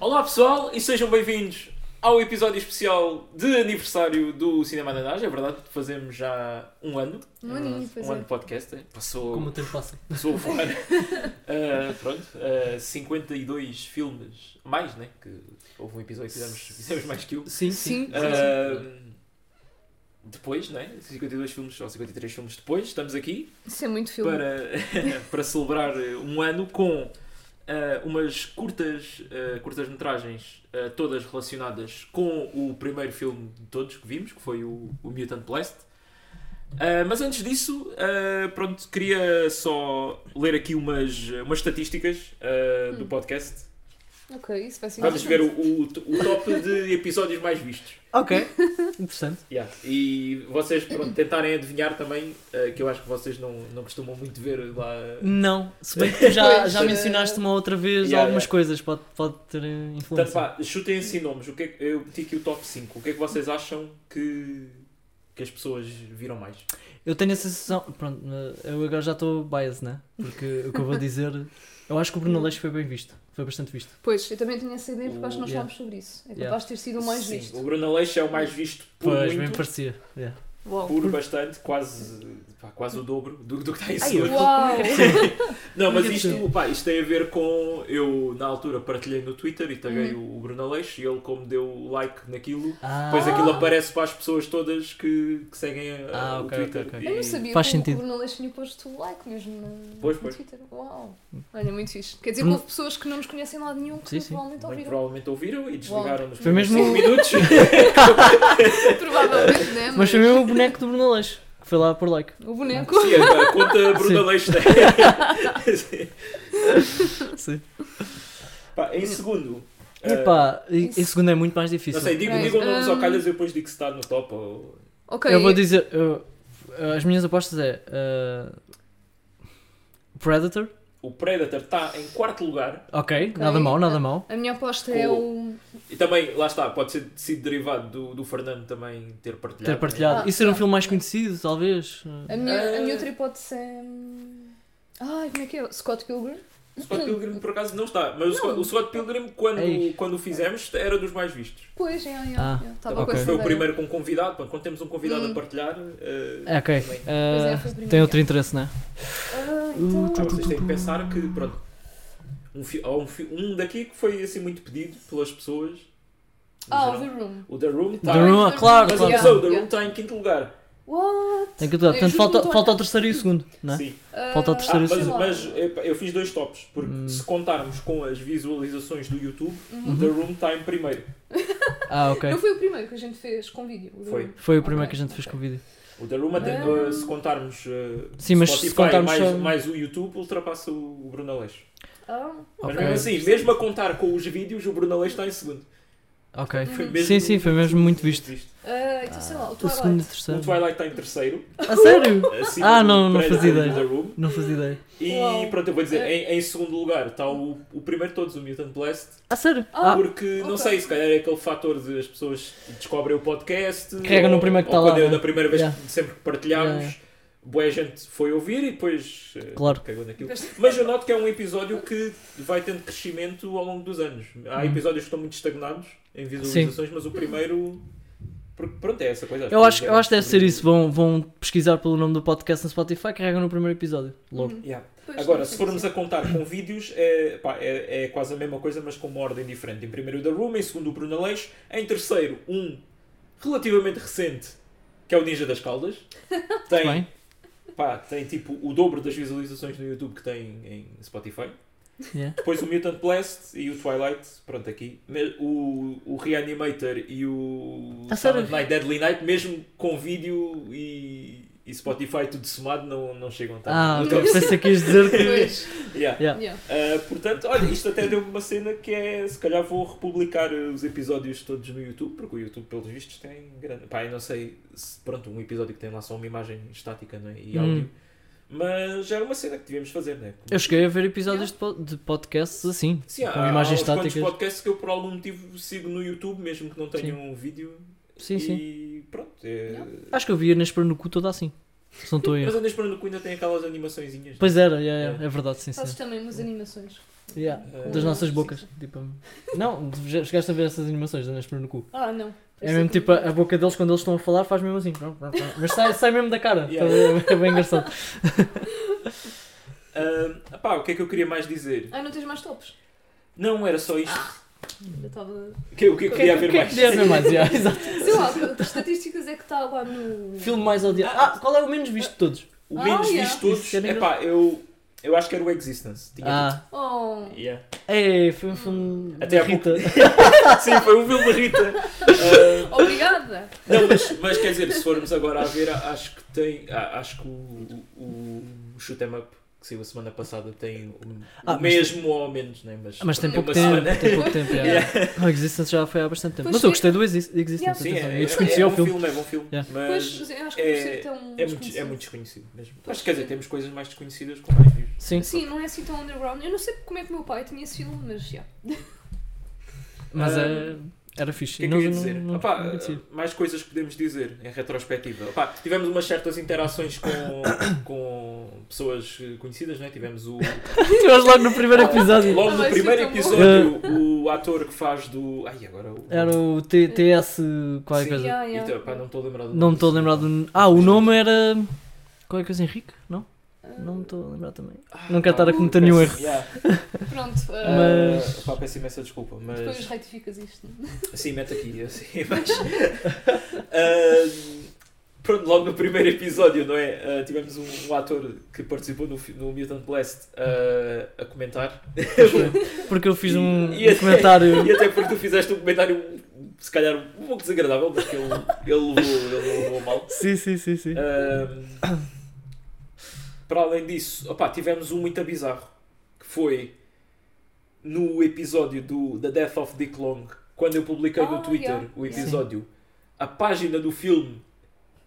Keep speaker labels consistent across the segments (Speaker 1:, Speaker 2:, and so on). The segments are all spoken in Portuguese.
Speaker 1: Olá pessoal e sejam bem-vindos ao episódio especial de aniversário do Cinema da Nage. É verdade, fazemos já um ano.
Speaker 2: Um aninho, pois
Speaker 1: um
Speaker 2: é.
Speaker 1: ano de podcast. é. Passou,
Speaker 3: Como o tempo passa.
Speaker 1: passou a voar. Ah, pronto, ah, 52 filmes, mais, né? Que houve um episódio que fizemos, fizemos mais que um.
Speaker 3: Sim,
Speaker 2: Sim.
Speaker 3: sim.
Speaker 1: Ah, depois, né? 52 filmes ou 53 filmes depois, estamos aqui
Speaker 2: Isso é muito filme.
Speaker 1: para, para celebrar eh, um ano com eh, umas curtas, eh, curtas metragens, eh, todas relacionadas com o primeiro filme de todos que vimos, que foi o, o Mutant Blast. Eh, mas antes disso, eh, pronto, queria só ler aqui umas, umas estatísticas eh, do
Speaker 2: Hum.
Speaker 1: podcast.
Speaker 2: Ok, isso vai ser
Speaker 1: Vamos ver o, o, o top de episódios mais vistos.
Speaker 3: Ok. Interessante.
Speaker 1: Yeah. E vocês pronto, tentarem adivinhar também, eh, que eu acho que vocês não, não costumam muito ver lá.
Speaker 3: Não, se bem que tu já,
Speaker 2: Pois,
Speaker 3: já
Speaker 2: eh,
Speaker 3: mencionaste uma outra vez
Speaker 1: yeah,
Speaker 3: algumas
Speaker 1: yeah.
Speaker 3: coisas, pode, pode ter eh,
Speaker 1: Portanto,
Speaker 3: influência.
Speaker 1: pá, chutem assim nomes. O que é que- eu meti aqui o top 5. O que é que vocês acham que, que as pessoas viram mais?
Speaker 3: Eu tenho a sensação. Pronto, eh, eu agora já estou biased, né? Porque o que eu vou dizer. Eu acho que o Bruno Leixo foi bem visto. Foi bastante visto.
Speaker 2: Pois, eu também tinha essa ideia porque acho que nós
Speaker 3: Yeah.
Speaker 2: falámos sobre isso. É capaz
Speaker 3: Yeah.
Speaker 2: de ter sido o mais
Speaker 1: Sim,
Speaker 2: visto.
Speaker 1: O Bruno Aleixo é o mais visto por
Speaker 3: pois, bem
Speaker 1: muito,
Speaker 3: parecia. Yeah.
Speaker 2: Uau!
Speaker 1: por bastante, quase, pá, quase o dobro do, do que está aí
Speaker 3: Ai,
Speaker 1: seguro.
Speaker 2: Uau!
Speaker 1: Não, mas
Speaker 3: Nunca
Speaker 1: isto,
Speaker 3: percebi.
Speaker 1: pá, isto tem a ver com. Eu, na altura, partilhei no Twitter e taguei
Speaker 2: Uhum.
Speaker 1: o Bruno Aleixo e ele, como deu like naquilo.
Speaker 3: Ah,
Speaker 1: Depois aquilo aparece para as pessoas todas que, que seguem uh,
Speaker 3: Ah,
Speaker 1: o
Speaker 3: ok,
Speaker 1: Twitter.
Speaker 3: ok, ok.
Speaker 2: Eu não
Speaker 1: E-
Speaker 2: sabia
Speaker 3: Faz
Speaker 2: que
Speaker 3: sentido.
Speaker 2: o Bruno Leixo tinha posto o like mesmo no,
Speaker 1: Pois,
Speaker 2: no
Speaker 1: pois.
Speaker 2: Twitter. Uau! Olha, muito fixe. Quer dizer que
Speaker 3: Bruno-
Speaker 2: houve pessoas que não nos conhecem lá de nenhum que
Speaker 3: Hum. Sim, sim.
Speaker 2: provavelmente
Speaker 1: Muito
Speaker 2: ouviram.
Speaker 1: provavelmente ouviram e desligaram nos
Speaker 3: Foi mesmo-
Speaker 1: 5 minutos.
Speaker 2: provavelmente, né?
Speaker 3: Mas foi mesmo o boneco do Bruno Leixo, que foi lá por like.
Speaker 2: O boneco.
Speaker 1: Sim, é. a conta Bruna
Speaker 3: Sim.
Speaker 1: Leixo. né? Sim.
Speaker 3: Sim.
Speaker 1: Pá, em segundo. eh, um,
Speaker 3: Epá, e,
Speaker 2: isso-
Speaker 3: e segundo é muito mais difícil.
Speaker 1: não sei, digam
Speaker 2: Mas,
Speaker 1: digo nomes
Speaker 2: hum,
Speaker 1: ao calhas e depois digo se está no top ou.
Speaker 2: Ok.
Speaker 3: Eu vou dizer. eu- as minhas apostas é. eh, Predator.
Speaker 1: O Predator está em quarto lugar
Speaker 3: Ok, nada mal, nada mal.
Speaker 2: A minha aposta é
Speaker 1: O-
Speaker 2: o.
Speaker 1: e também, lá está, pode ser sido derivado do, do Fernando também ter partilhado.
Speaker 3: Ter
Speaker 1: né?
Speaker 3: partilhado.
Speaker 2: Ah, É,
Speaker 3: e ser um
Speaker 2: ah.
Speaker 3: filme mais conhecido, talvez.
Speaker 2: A minha, a
Speaker 1: Ah.
Speaker 2: minha outra hipótese é. hum, Ai, como é que é? Scott Pilgrim?
Speaker 1: O Scott Pilgrim por acaso não está, mas o Scott, o Scott Pilgrim
Speaker 3: Ei.
Speaker 1: quando, quando o fizemos era dos mais vistos.
Speaker 2: Pois, é, é, é.
Speaker 3: Ah,
Speaker 2: é, Estava
Speaker 3: ok.
Speaker 2: com essa
Speaker 1: Foi o
Speaker 2: ideia.
Speaker 1: primeiro com convidado, pronto, quando temos um convidado
Speaker 2: Hum.
Speaker 1: a partilhar. eh,
Speaker 3: É, ok.
Speaker 1: também.
Speaker 3: Eh,
Speaker 2: Pois é, foi o primeiro.
Speaker 3: tem outro interesse, né?
Speaker 2: Ah, então.
Speaker 1: Ah, vocês têm que pensar que, pronto, um, fi- há um, fi- um daqui que foi assim muito pedido pelas pessoas. no
Speaker 2: Ah, o
Speaker 1: geral.
Speaker 2: The Room.
Speaker 1: o The Room tá está
Speaker 3: The Room, ah, claro,
Speaker 1: Mas
Speaker 3: claro.
Speaker 2: Yeah.
Speaker 1: atenção, o The Room está em quinto lugar.
Speaker 2: What?
Speaker 3: Tem que atuar.
Speaker 2: Eu juro
Speaker 3: Portanto,
Speaker 2: que
Speaker 3: falta,
Speaker 2: não tô a
Speaker 3: falta o
Speaker 2: olhar.
Speaker 3: terceiro e o segundo, né?
Speaker 1: Sim.
Speaker 3: Falta o
Speaker 1: Ah,
Speaker 2: Ah,
Speaker 3: terceiro
Speaker 1: mas
Speaker 3: Terceiro.
Speaker 1: mas epá, eu fiz dois tops, porque
Speaker 3: assim. Hum.
Speaker 1: se contarmos com as visualizações do YouTube,
Speaker 2: Uhum.
Speaker 1: o The Room está em primeiro.
Speaker 3: Ah,
Speaker 2: Não
Speaker 3: ok.
Speaker 2: foi o primeiro que a gente fez com vídeo. o The
Speaker 1: Foi.
Speaker 2: Room.
Speaker 3: Foi o primeiro
Speaker 2: Ok,
Speaker 3: que a gente fez
Speaker 2: ok.
Speaker 3: com o vídeo.
Speaker 1: O The Room, até,
Speaker 2: Ah.
Speaker 1: eh, se contarmos eh,
Speaker 3: Sim, mas se
Speaker 1: Spotify
Speaker 3: contarmos
Speaker 1: mais,
Speaker 3: só-
Speaker 1: mais o YouTube, ultrapassa o o Bruno Aleixo.
Speaker 2: Ah,
Speaker 1: Mas
Speaker 3: Ok.
Speaker 1: mesmo assim, mesmo a contar com os vídeos, o Bruno Aleixo está em segundo.
Speaker 3: Ok.
Speaker 2: Uhum.
Speaker 1: Foi
Speaker 2: Sim,
Speaker 1: mesmo-
Speaker 3: sim, foi mesmo muito visto.
Speaker 2: ah, então sei lá, o
Speaker 3: O segundo e o
Speaker 2: Twilight.
Speaker 1: O
Speaker 3: terceiro.
Speaker 1: Twilight está em terceiro.
Speaker 3: A sério?
Speaker 1: acima
Speaker 3: Ah,
Speaker 1: do
Speaker 3: não, não
Speaker 1: Predator
Speaker 3: fazia
Speaker 1: e do
Speaker 3: ideia.
Speaker 1: The Room.
Speaker 3: Não fazia ideia.
Speaker 1: E
Speaker 2: Uau. É.
Speaker 1: pronto, eu vou dizer, em, em segundo lugar está o, o primeiro de todos, o Mutant Blast,
Speaker 3: A sério?
Speaker 2: Ah.
Speaker 3: Ah,
Speaker 1: porque não
Speaker 2: ok.
Speaker 1: sei, se calhar é aquele fator de as pessoas descobrem o podcast,
Speaker 3: Carregam
Speaker 1: ou-
Speaker 3: no primeiro que
Speaker 1: ou
Speaker 3: está lá,
Speaker 1: quando eu-
Speaker 3: né?
Speaker 1: da primeira vez
Speaker 3: Yeah.
Speaker 1: que sempre que partilhámos,
Speaker 3: Yeah,
Speaker 1: boa gente foi ouvir e depois eh,
Speaker 3: Claro.
Speaker 1: cagou naquilo. Mas eu noto que é um episódio que vai tendo crescimento ao longo dos anos. Há
Speaker 3: Hum.
Speaker 1: episódios que estão muito estagnados em visualizações, mas o primeiro. porque, Pronto, é essa coisa.
Speaker 3: eu acho, eu acho que deve ser isso. Vão, vão pesquisar pelo nome do podcast no Spotify, carregam no primeiro episódio. Logo.
Speaker 2: Uhum.
Speaker 1: Yeah.
Speaker 2: Pois,
Speaker 1: Agora,
Speaker 2: não
Speaker 1: se
Speaker 2: sei
Speaker 1: formos
Speaker 2: dizer.
Speaker 1: a contar com vídeos, é, pá, é, é quase a mesma coisa, mas com uma ordem diferente. Em primeiro, o The Room, em segundo, o Bruno Aleixo, em terceiro, um relativamente recente, que é o Ninja das Caldas. Tem,
Speaker 3: Bem?
Speaker 1: pá, tem tipo o dobro das visualizações no YouTube que tem em Spotify.
Speaker 3: Yeah.
Speaker 1: Depois o Mutant Blast e o Twilight, pronto, aqui. Me- O, o Reanimator e o
Speaker 3: Ah,
Speaker 1: Silent
Speaker 3: sério?
Speaker 1: Night Deadly Night, mesmo com vídeo e, e Spotify tudo somado, não, não chegam tanto.
Speaker 3: Ah,
Speaker 1: No
Speaker 3: ok.
Speaker 1: top.
Speaker 3: pensei que ias dizer que.
Speaker 2: Pois,
Speaker 1: Yeah.
Speaker 3: Yeah.
Speaker 2: yeah.
Speaker 1: Uh, portanto, olha, isto até deu-me uma cena que é, se calhar vou republicar uh, os episódios todos no YouTube, porque o YouTube, pelos vistos, tem grande... Pá, eu não sei se, pronto, um episódio que tem lá só uma imagem estática não é? e
Speaker 3: Hum.
Speaker 1: áudio, mas já era uma cena que devíamos fazer, não é? Como-
Speaker 3: Eu cheguei a ver episódios de po- de podcasts assim.
Speaker 1: Sim, há,
Speaker 3: com
Speaker 1: há
Speaker 3: imagens
Speaker 1: uns quantos
Speaker 3: estáticas.
Speaker 1: podcasts que eu, por algum motivo, sigo no YouTube, mesmo que não tenham um vídeo,
Speaker 3: Sim,
Speaker 1: e
Speaker 3: sim.
Speaker 1: pronto, é...
Speaker 3: Acho que eu vi a Nesper no cu toda assim. Se não estou a
Speaker 1: Mas
Speaker 3: erro.
Speaker 1: a Nesperando ainda tem aquelas animações
Speaker 3: Pois era, yeah, yeah, é verdade, sim, sim.
Speaker 2: Fazes também umas animações.
Speaker 3: Yeah,
Speaker 1: Eh,
Speaker 3: das nossas
Speaker 2: sim,
Speaker 3: bocas. Tipo, não, já chegaste a ver essas animações da Nesper no cu.
Speaker 2: Ah, não.
Speaker 3: É mesmo tipo a, a boca deles quando eles estão a falar faz mesmo assim. Mas sai, sai mesmo da cara.
Speaker 1: Yeah.
Speaker 3: Então, É bem engraçado.
Speaker 1: Ah, pá, o que é que eu queria mais dizer?
Speaker 2: Ah, não tens mais tops?
Speaker 1: Não, era só isto.
Speaker 2: Eu estava.
Speaker 1: O que, Ah. o que eu queria haver mais?
Speaker 3: Queria ver mais, yeah, exato.
Speaker 2: Sei lá, que estatísticas é que está lá no.
Speaker 3: Filme mais odiado. Ah, qual é o menos visto de todos?
Speaker 1: O
Speaker 2: Ah,
Speaker 1: menos
Speaker 2: yeah.
Speaker 1: visto todos.
Speaker 3: Isso era
Speaker 1: É pá, eu, eu acho que era o Existence. Tinha
Speaker 3: Ah,
Speaker 2: Oh.
Speaker 1: tudo. Yeah.
Speaker 3: é, foi um filme
Speaker 1: Até
Speaker 3: da
Speaker 1: há pouco-
Speaker 3: Rita.
Speaker 1: Sim, foi o filme da Rita. Ah,
Speaker 2: Obrigada!
Speaker 1: não, mas, mas quer dizer, se formos agora a ver, a- acho que tem. a- Acho que o, o, o Shoot 'em Up que saiu a semana passada tem o, o
Speaker 3: Ah, mas-
Speaker 1: mesmo ou menos, né? Mas,
Speaker 3: Mas tem
Speaker 1: uma
Speaker 3: pouco tempo,
Speaker 1: semana.
Speaker 3: tem pouco tempo. Yeah.
Speaker 1: Yeah.
Speaker 3: O Existence já foi há bastante tempo.
Speaker 2: Pois
Speaker 3: Mas eu
Speaker 2: sim.
Speaker 3: gostei do Exi- Existence.
Speaker 2: Yeah.
Speaker 1: Sim,
Speaker 3: atenção.
Speaker 1: é,
Speaker 3: eu desconhecia
Speaker 1: é
Speaker 3: o
Speaker 1: bom
Speaker 3: filme.
Speaker 1: filme, é bom filme.
Speaker 3: Yeah.
Speaker 1: Mas
Speaker 2: Pois, eu acho que
Speaker 1: é-
Speaker 2: por ser tão.
Speaker 1: é muito, é
Speaker 2: desconhecido.
Speaker 1: muito desconhecido mesmo. Mas quer dizer, temos coisas mais desconhecidas com mais views.
Speaker 3: Sim,
Speaker 2: Sim, não é assim tão underground. Eu não sei como é que meu pai tinha esse filme, mas já.
Speaker 3: mas
Speaker 1: Ah,
Speaker 3: é, era fixe.
Speaker 1: O que é que
Speaker 3: Não-
Speaker 1: eu ia
Speaker 3: não-
Speaker 1: dizer?
Speaker 3: não-
Speaker 1: Opá, eh,
Speaker 3: não conhecia.
Speaker 1: mais coisas que podemos dizer em retrospectiva. Opá, tivemos umas certas interações com, com pessoas eh, conhecidas, né? tivemos o.
Speaker 3: Tivemos logo no primeiro episódio.
Speaker 1: Logo
Speaker 2: Ah,
Speaker 1: no
Speaker 2: vai ser
Speaker 1: primeiro
Speaker 2: tão bom.
Speaker 1: episódio, o ator que faz do. Ai, agora o.
Speaker 3: Era o T- TS qualquer
Speaker 1: Sim.
Speaker 3: coisa.
Speaker 2: Yeah, yeah.
Speaker 1: Então, pá, não me estou a lembrar do
Speaker 3: Não me estou a
Speaker 1: desse-
Speaker 3: lembrar do. Ah, o nome era. Qual é coisa Henrique? Não? Não me estou a lembrar também.
Speaker 1: Ah,
Speaker 3: Não quero
Speaker 1: pá,
Speaker 3: estar a cometer nenhum
Speaker 1: peço-
Speaker 3: erro.
Speaker 1: Yeah.
Speaker 2: Pronto,
Speaker 1: Ah,
Speaker 2: ah,
Speaker 3: Mas-
Speaker 1: pá, peço imensa desculpa, mas.
Speaker 2: depois retificas isto.
Speaker 1: Sim, mete aqui, assim, mas. Ah, pronto, logo no primeiro episódio, não é? Ah, tivemos um, um ator que participou no, fi- no Mutant Blast ah, a comentar.
Speaker 3: Porque eu fiz um
Speaker 1: E- e-
Speaker 3: um comentário.
Speaker 1: E até porque tu fizeste um comentário, se calhar, um pouco desagradável, mas que ele, ele, levou, ele levou mal.
Speaker 3: Sim, sim, sim, sim.
Speaker 1: Ah, Ahm, para além disso, opá, tivemos um muito bizarro que foi no episódio do The Death of Dick Long, quando eu publiquei no
Speaker 2: Ah,
Speaker 1: Twitter
Speaker 2: yeah.
Speaker 1: o
Speaker 2: Yeah.
Speaker 1: episódio, a página do filme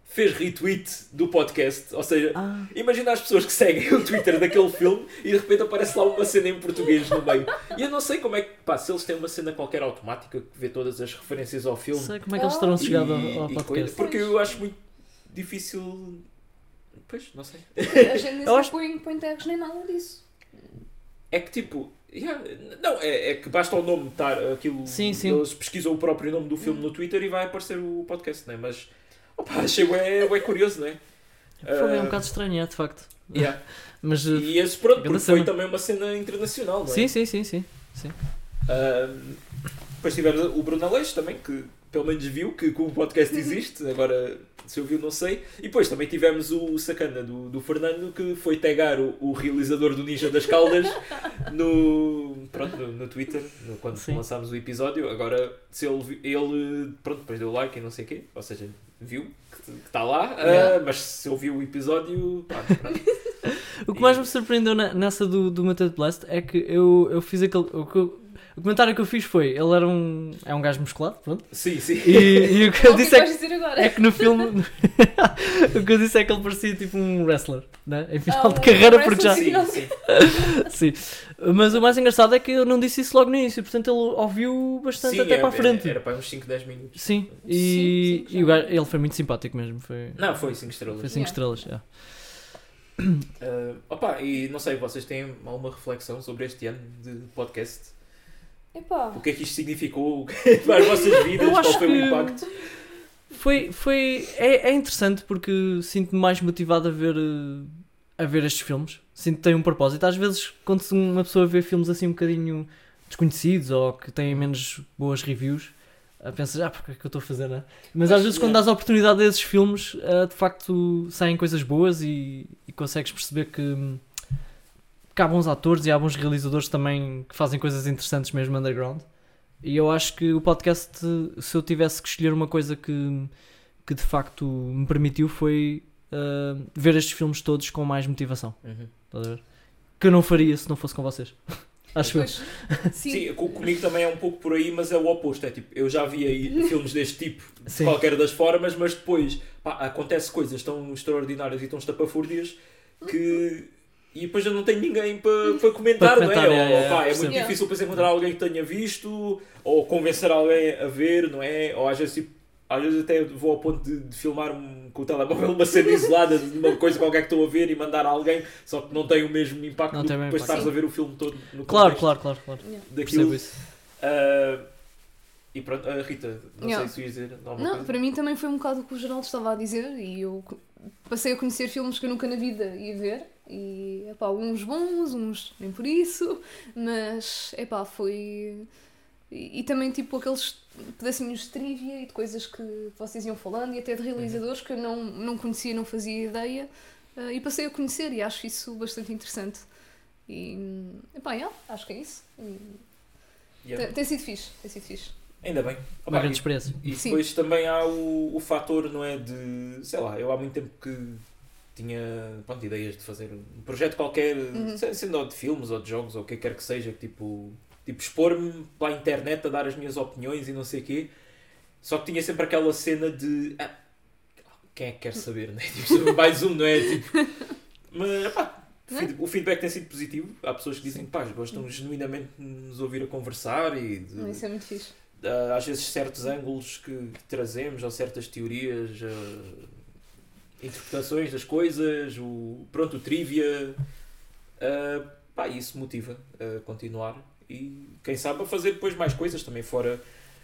Speaker 1: fez retweet do podcast, ou seja,
Speaker 3: Ah,
Speaker 1: imagina as pessoas que seguem o Twitter daquele filme e de repente aparece lá uma cena em português no meio. E eu não sei como é que, pá, se eles têm uma cena qualquer automática que vê todas as referências ao filme
Speaker 3: sei como é que eles terão
Speaker 2: Ah.
Speaker 3: chegado
Speaker 1: e-
Speaker 3: ao, ao
Speaker 1: e coisa,
Speaker 3: podcast.
Speaker 1: porque eu acho muito difícil. Pois, não sei.
Speaker 2: A gente nem
Speaker 3: Eu
Speaker 2: sequer
Speaker 3: acho-
Speaker 2: põe, põe tags nem nada disso.
Speaker 1: É que tipo. yeah, não, é, é que basta o nome estar aquilo.
Speaker 3: Sim, sim.
Speaker 1: Eles pesquisam o próprio nome do filme no Twitter e vai aparecer o podcast, né? Mas. Opa, achei é, é curioso, né?
Speaker 3: Foi
Speaker 1: Ah,
Speaker 3: um bocado estranho, é, de facto.
Speaker 1: yeah.
Speaker 3: Mas. uh,
Speaker 1: E esse pronto,
Speaker 3: Grande
Speaker 1: porque foi
Speaker 3: cena.
Speaker 1: também uma cena internacional, não é?
Speaker 3: Sim, sim, sim, sim.
Speaker 1: Ah, depois tivemos o Bruno Aleixo também, que pelo menos viu que, que o podcast existe, agora se ouviu não sei. E depois também tivemos o sacana do, do Fernando, que foi tagar o, o realizador do Ninja das Caldas no, pronto, no, no Twitter, no- quando
Speaker 3: Sim.
Speaker 1: lançámos o episódio. Agora, se ele, vi- ele pronto, depois deu like e não sei o quê, ou seja, viu que está lá, ah,
Speaker 3: Yeah.
Speaker 1: mas se ouviu o episódio, pá, pronto.
Speaker 3: O que mais me surpreendeu na- nessa do, do Matheus Blast é que eu, eu fiz aquele. O, que eu- o comentário que eu fiz foi: ele era um. É um gajo musculado, pronto.
Speaker 1: sim, sim.
Speaker 3: E, e o que
Speaker 2: Então,
Speaker 3: eu
Speaker 2: o que é
Speaker 3: disse
Speaker 2: que
Speaker 3: é
Speaker 2: vais
Speaker 3: que.
Speaker 2: dizer agora?
Speaker 3: É que no filme. o que eu disse é que ele parecia tipo um wrestler, né? Em final
Speaker 2: Ah,
Speaker 3: de
Speaker 2: um
Speaker 3: carreira, porque já.
Speaker 2: wrestler,
Speaker 1: Sim, sim.
Speaker 3: Sim. Mas o mais engraçado é que eu não disse isso logo no início, portanto ele ouviu bastante
Speaker 1: Sim,
Speaker 3: até
Speaker 1: era-
Speaker 3: para a frente.
Speaker 1: Era para uns 5, 10 minutos.
Speaker 3: Sim,
Speaker 2: Sim,
Speaker 3: e,
Speaker 2: sim,
Speaker 3: e o
Speaker 2: já.
Speaker 3: gajo- ele foi muito simpático mesmo. Foi 5
Speaker 1: Não, foi 5 estrelas.
Speaker 3: foi
Speaker 2: Yeah.
Speaker 3: cinco estrelas. já.
Speaker 1: Ah, opa, e não sei, vocês têm alguma reflexão sobre este ano de podcast?
Speaker 2: Epá.
Speaker 1: O que é que isto significou para as vossas vidas?
Speaker 3: Eu
Speaker 1: Qual
Speaker 3: acho
Speaker 1: foi o
Speaker 3: que-
Speaker 1: impacto?
Speaker 3: Foi, foi é, é interessante porque sinto-me mais motivado a ver eh, a ver estes filmes. Sinto que tem um propósito. Às vezes, quando se uma pessoa vê filmes assim um bocadinho desconhecidos ou que têm menos boas reviews, eh, pensas, ah, porque é que eu estou a fazer, né? Mas às
Speaker 1: Pois,
Speaker 3: vezes,
Speaker 1: é.
Speaker 3: quando dás a oportunidade a esses filmes, eh, de facto saem coisas boas e, e consegues perceber que, hum, que há bons atores e há bons realizadores também que fazem coisas interessantes mesmo underground. E eu acho que o podcast, se eu tivesse que escolher uma coisa que, que de facto me permitiu, foi ah, ver estes filmes todos com mais motivação.
Speaker 1: Uhum.
Speaker 3: Estás a ver? Que eu não faria se não fosse com vocês. Acho eu.
Speaker 2: Pois,
Speaker 1: Sim.
Speaker 2: sim.
Speaker 1: co- comigo também é um pouco por aí, mas é o oposto. É tipo, eu já vi aí filmes deste tipo, de
Speaker 3: Sim.
Speaker 1: qualquer das formas, mas depois pá, acontece coisas tão extraordinárias e tão estapafúrdias que. E depois eu não tenho ninguém para comentar,
Speaker 3: Para comentar,
Speaker 1: não é?
Speaker 3: é,
Speaker 1: Ou,
Speaker 3: é,
Speaker 1: pá, é muito
Speaker 3: percebo.
Speaker 1: difícil depois encontrar alguém que tenha visto, ou convencer alguém a ver, não é? Ou às vezes tipo, Às vezes até vou ao ponto de, de filmar um- com o telemóvel uma cena isolada de uma coisa qualquer que estou a ver e mandar a alguém, só que não tem o mesmo impacto
Speaker 3: Não
Speaker 1: do que
Speaker 3: tem o mesmo
Speaker 1: depois
Speaker 2: impacto.
Speaker 1: estares a ver o filme todo no
Speaker 3: Claro,
Speaker 1: contexto
Speaker 3: claro, claro, claro.
Speaker 2: Yeah.
Speaker 1: daquilo.
Speaker 3: Percebo isso.
Speaker 1: Ah, e pronto, ah, Rita, não sei
Speaker 2: Yeah.
Speaker 1: se tu ias dizer alguma
Speaker 2: Não,
Speaker 1: coisa.
Speaker 2: para mim também foi um bocado o que o Geraldo estava a dizer e eu co- passei a conhecer filmes que eu nunca na vida ia ver e, epá, uns bons, uns nem por isso, mas, epá, foi... E, e também, tipo, aqueles pedacinhos de trivia e de coisas que vocês iam falando e até de
Speaker 1: Uhum.
Speaker 2: realizadores que eu não, não conhecia, não fazia ideia eh, e passei a conhecer e acho isso bastante interessante. E, epá, yeah, acho que é isso. E
Speaker 1: Yeah.
Speaker 2: tem, tem sido fixe, tem sido fixe.
Speaker 1: Ainda bem.
Speaker 3: Uma
Speaker 1: Opa,
Speaker 3: grande experiência.
Speaker 1: E
Speaker 2: Sim.
Speaker 1: depois também há o, o fator, não é? De sei lá, eu há muito tempo que tinha pronto, ideias de fazer um projeto qualquer,
Speaker 2: Uhum.
Speaker 1: se- sendo ou de filmes ou de jogos ou o que quer que seja, que tipo, tipo expor-me para a internet a dar as minhas opiniões e não sei o quê. Só que tinha sempre aquela cena de ah, quem é que quer saber, né? Tipo, sobre mais um, não é? Tipo, mas epá,
Speaker 2: é?
Speaker 1: feed- o feedback tem sido positivo. Há pessoas que dizem que pá, gostam genuinamente de nos ouvir a conversar e de-
Speaker 2: Isso é muito fixe.
Speaker 1: ah, às vezes certos ângulos que trazemos ou certas teorias ah, interpretações das coisas o pronto o trivia ah, pá, isso motiva a continuar e quem sabe a fazer depois mais coisas também fora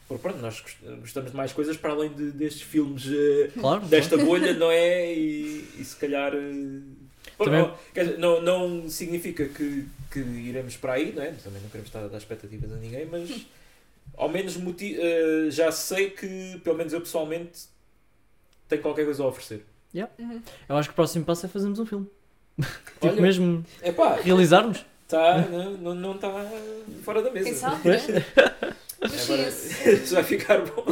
Speaker 1: porque pronto nós gost- gostamos de mais coisas para além de- destes filmes ah,
Speaker 3: Claro.
Speaker 1: desta bolha, não é? E, e se calhar. eh, bom,
Speaker 3: Também-
Speaker 1: não, quer dizer, não, não significa que, que iremos para aí, não é? Também não queremos estar a dar expectativas a ninguém, mas ao menos moti- eh, já sei que, pelo menos eu pessoalmente, tenho qualquer coisa a oferecer.
Speaker 2: Uhum.
Speaker 3: Eu acho que o próximo passo é fazermos um filme. Tipo,
Speaker 1: Olha,
Speaker 3: mesmo
Speaker 1: epá,
Speaker 3: realizarmos.
Speaker 1: tá, não- não está fora da mesa.
Speaker 2: Quem sabe?
Speaker 3: Pois.
Speaker 2: né? Mas sim,
Speaker 1: Agora,
Speaker 2: esse-
Speaker 1: isso vai ficar bom.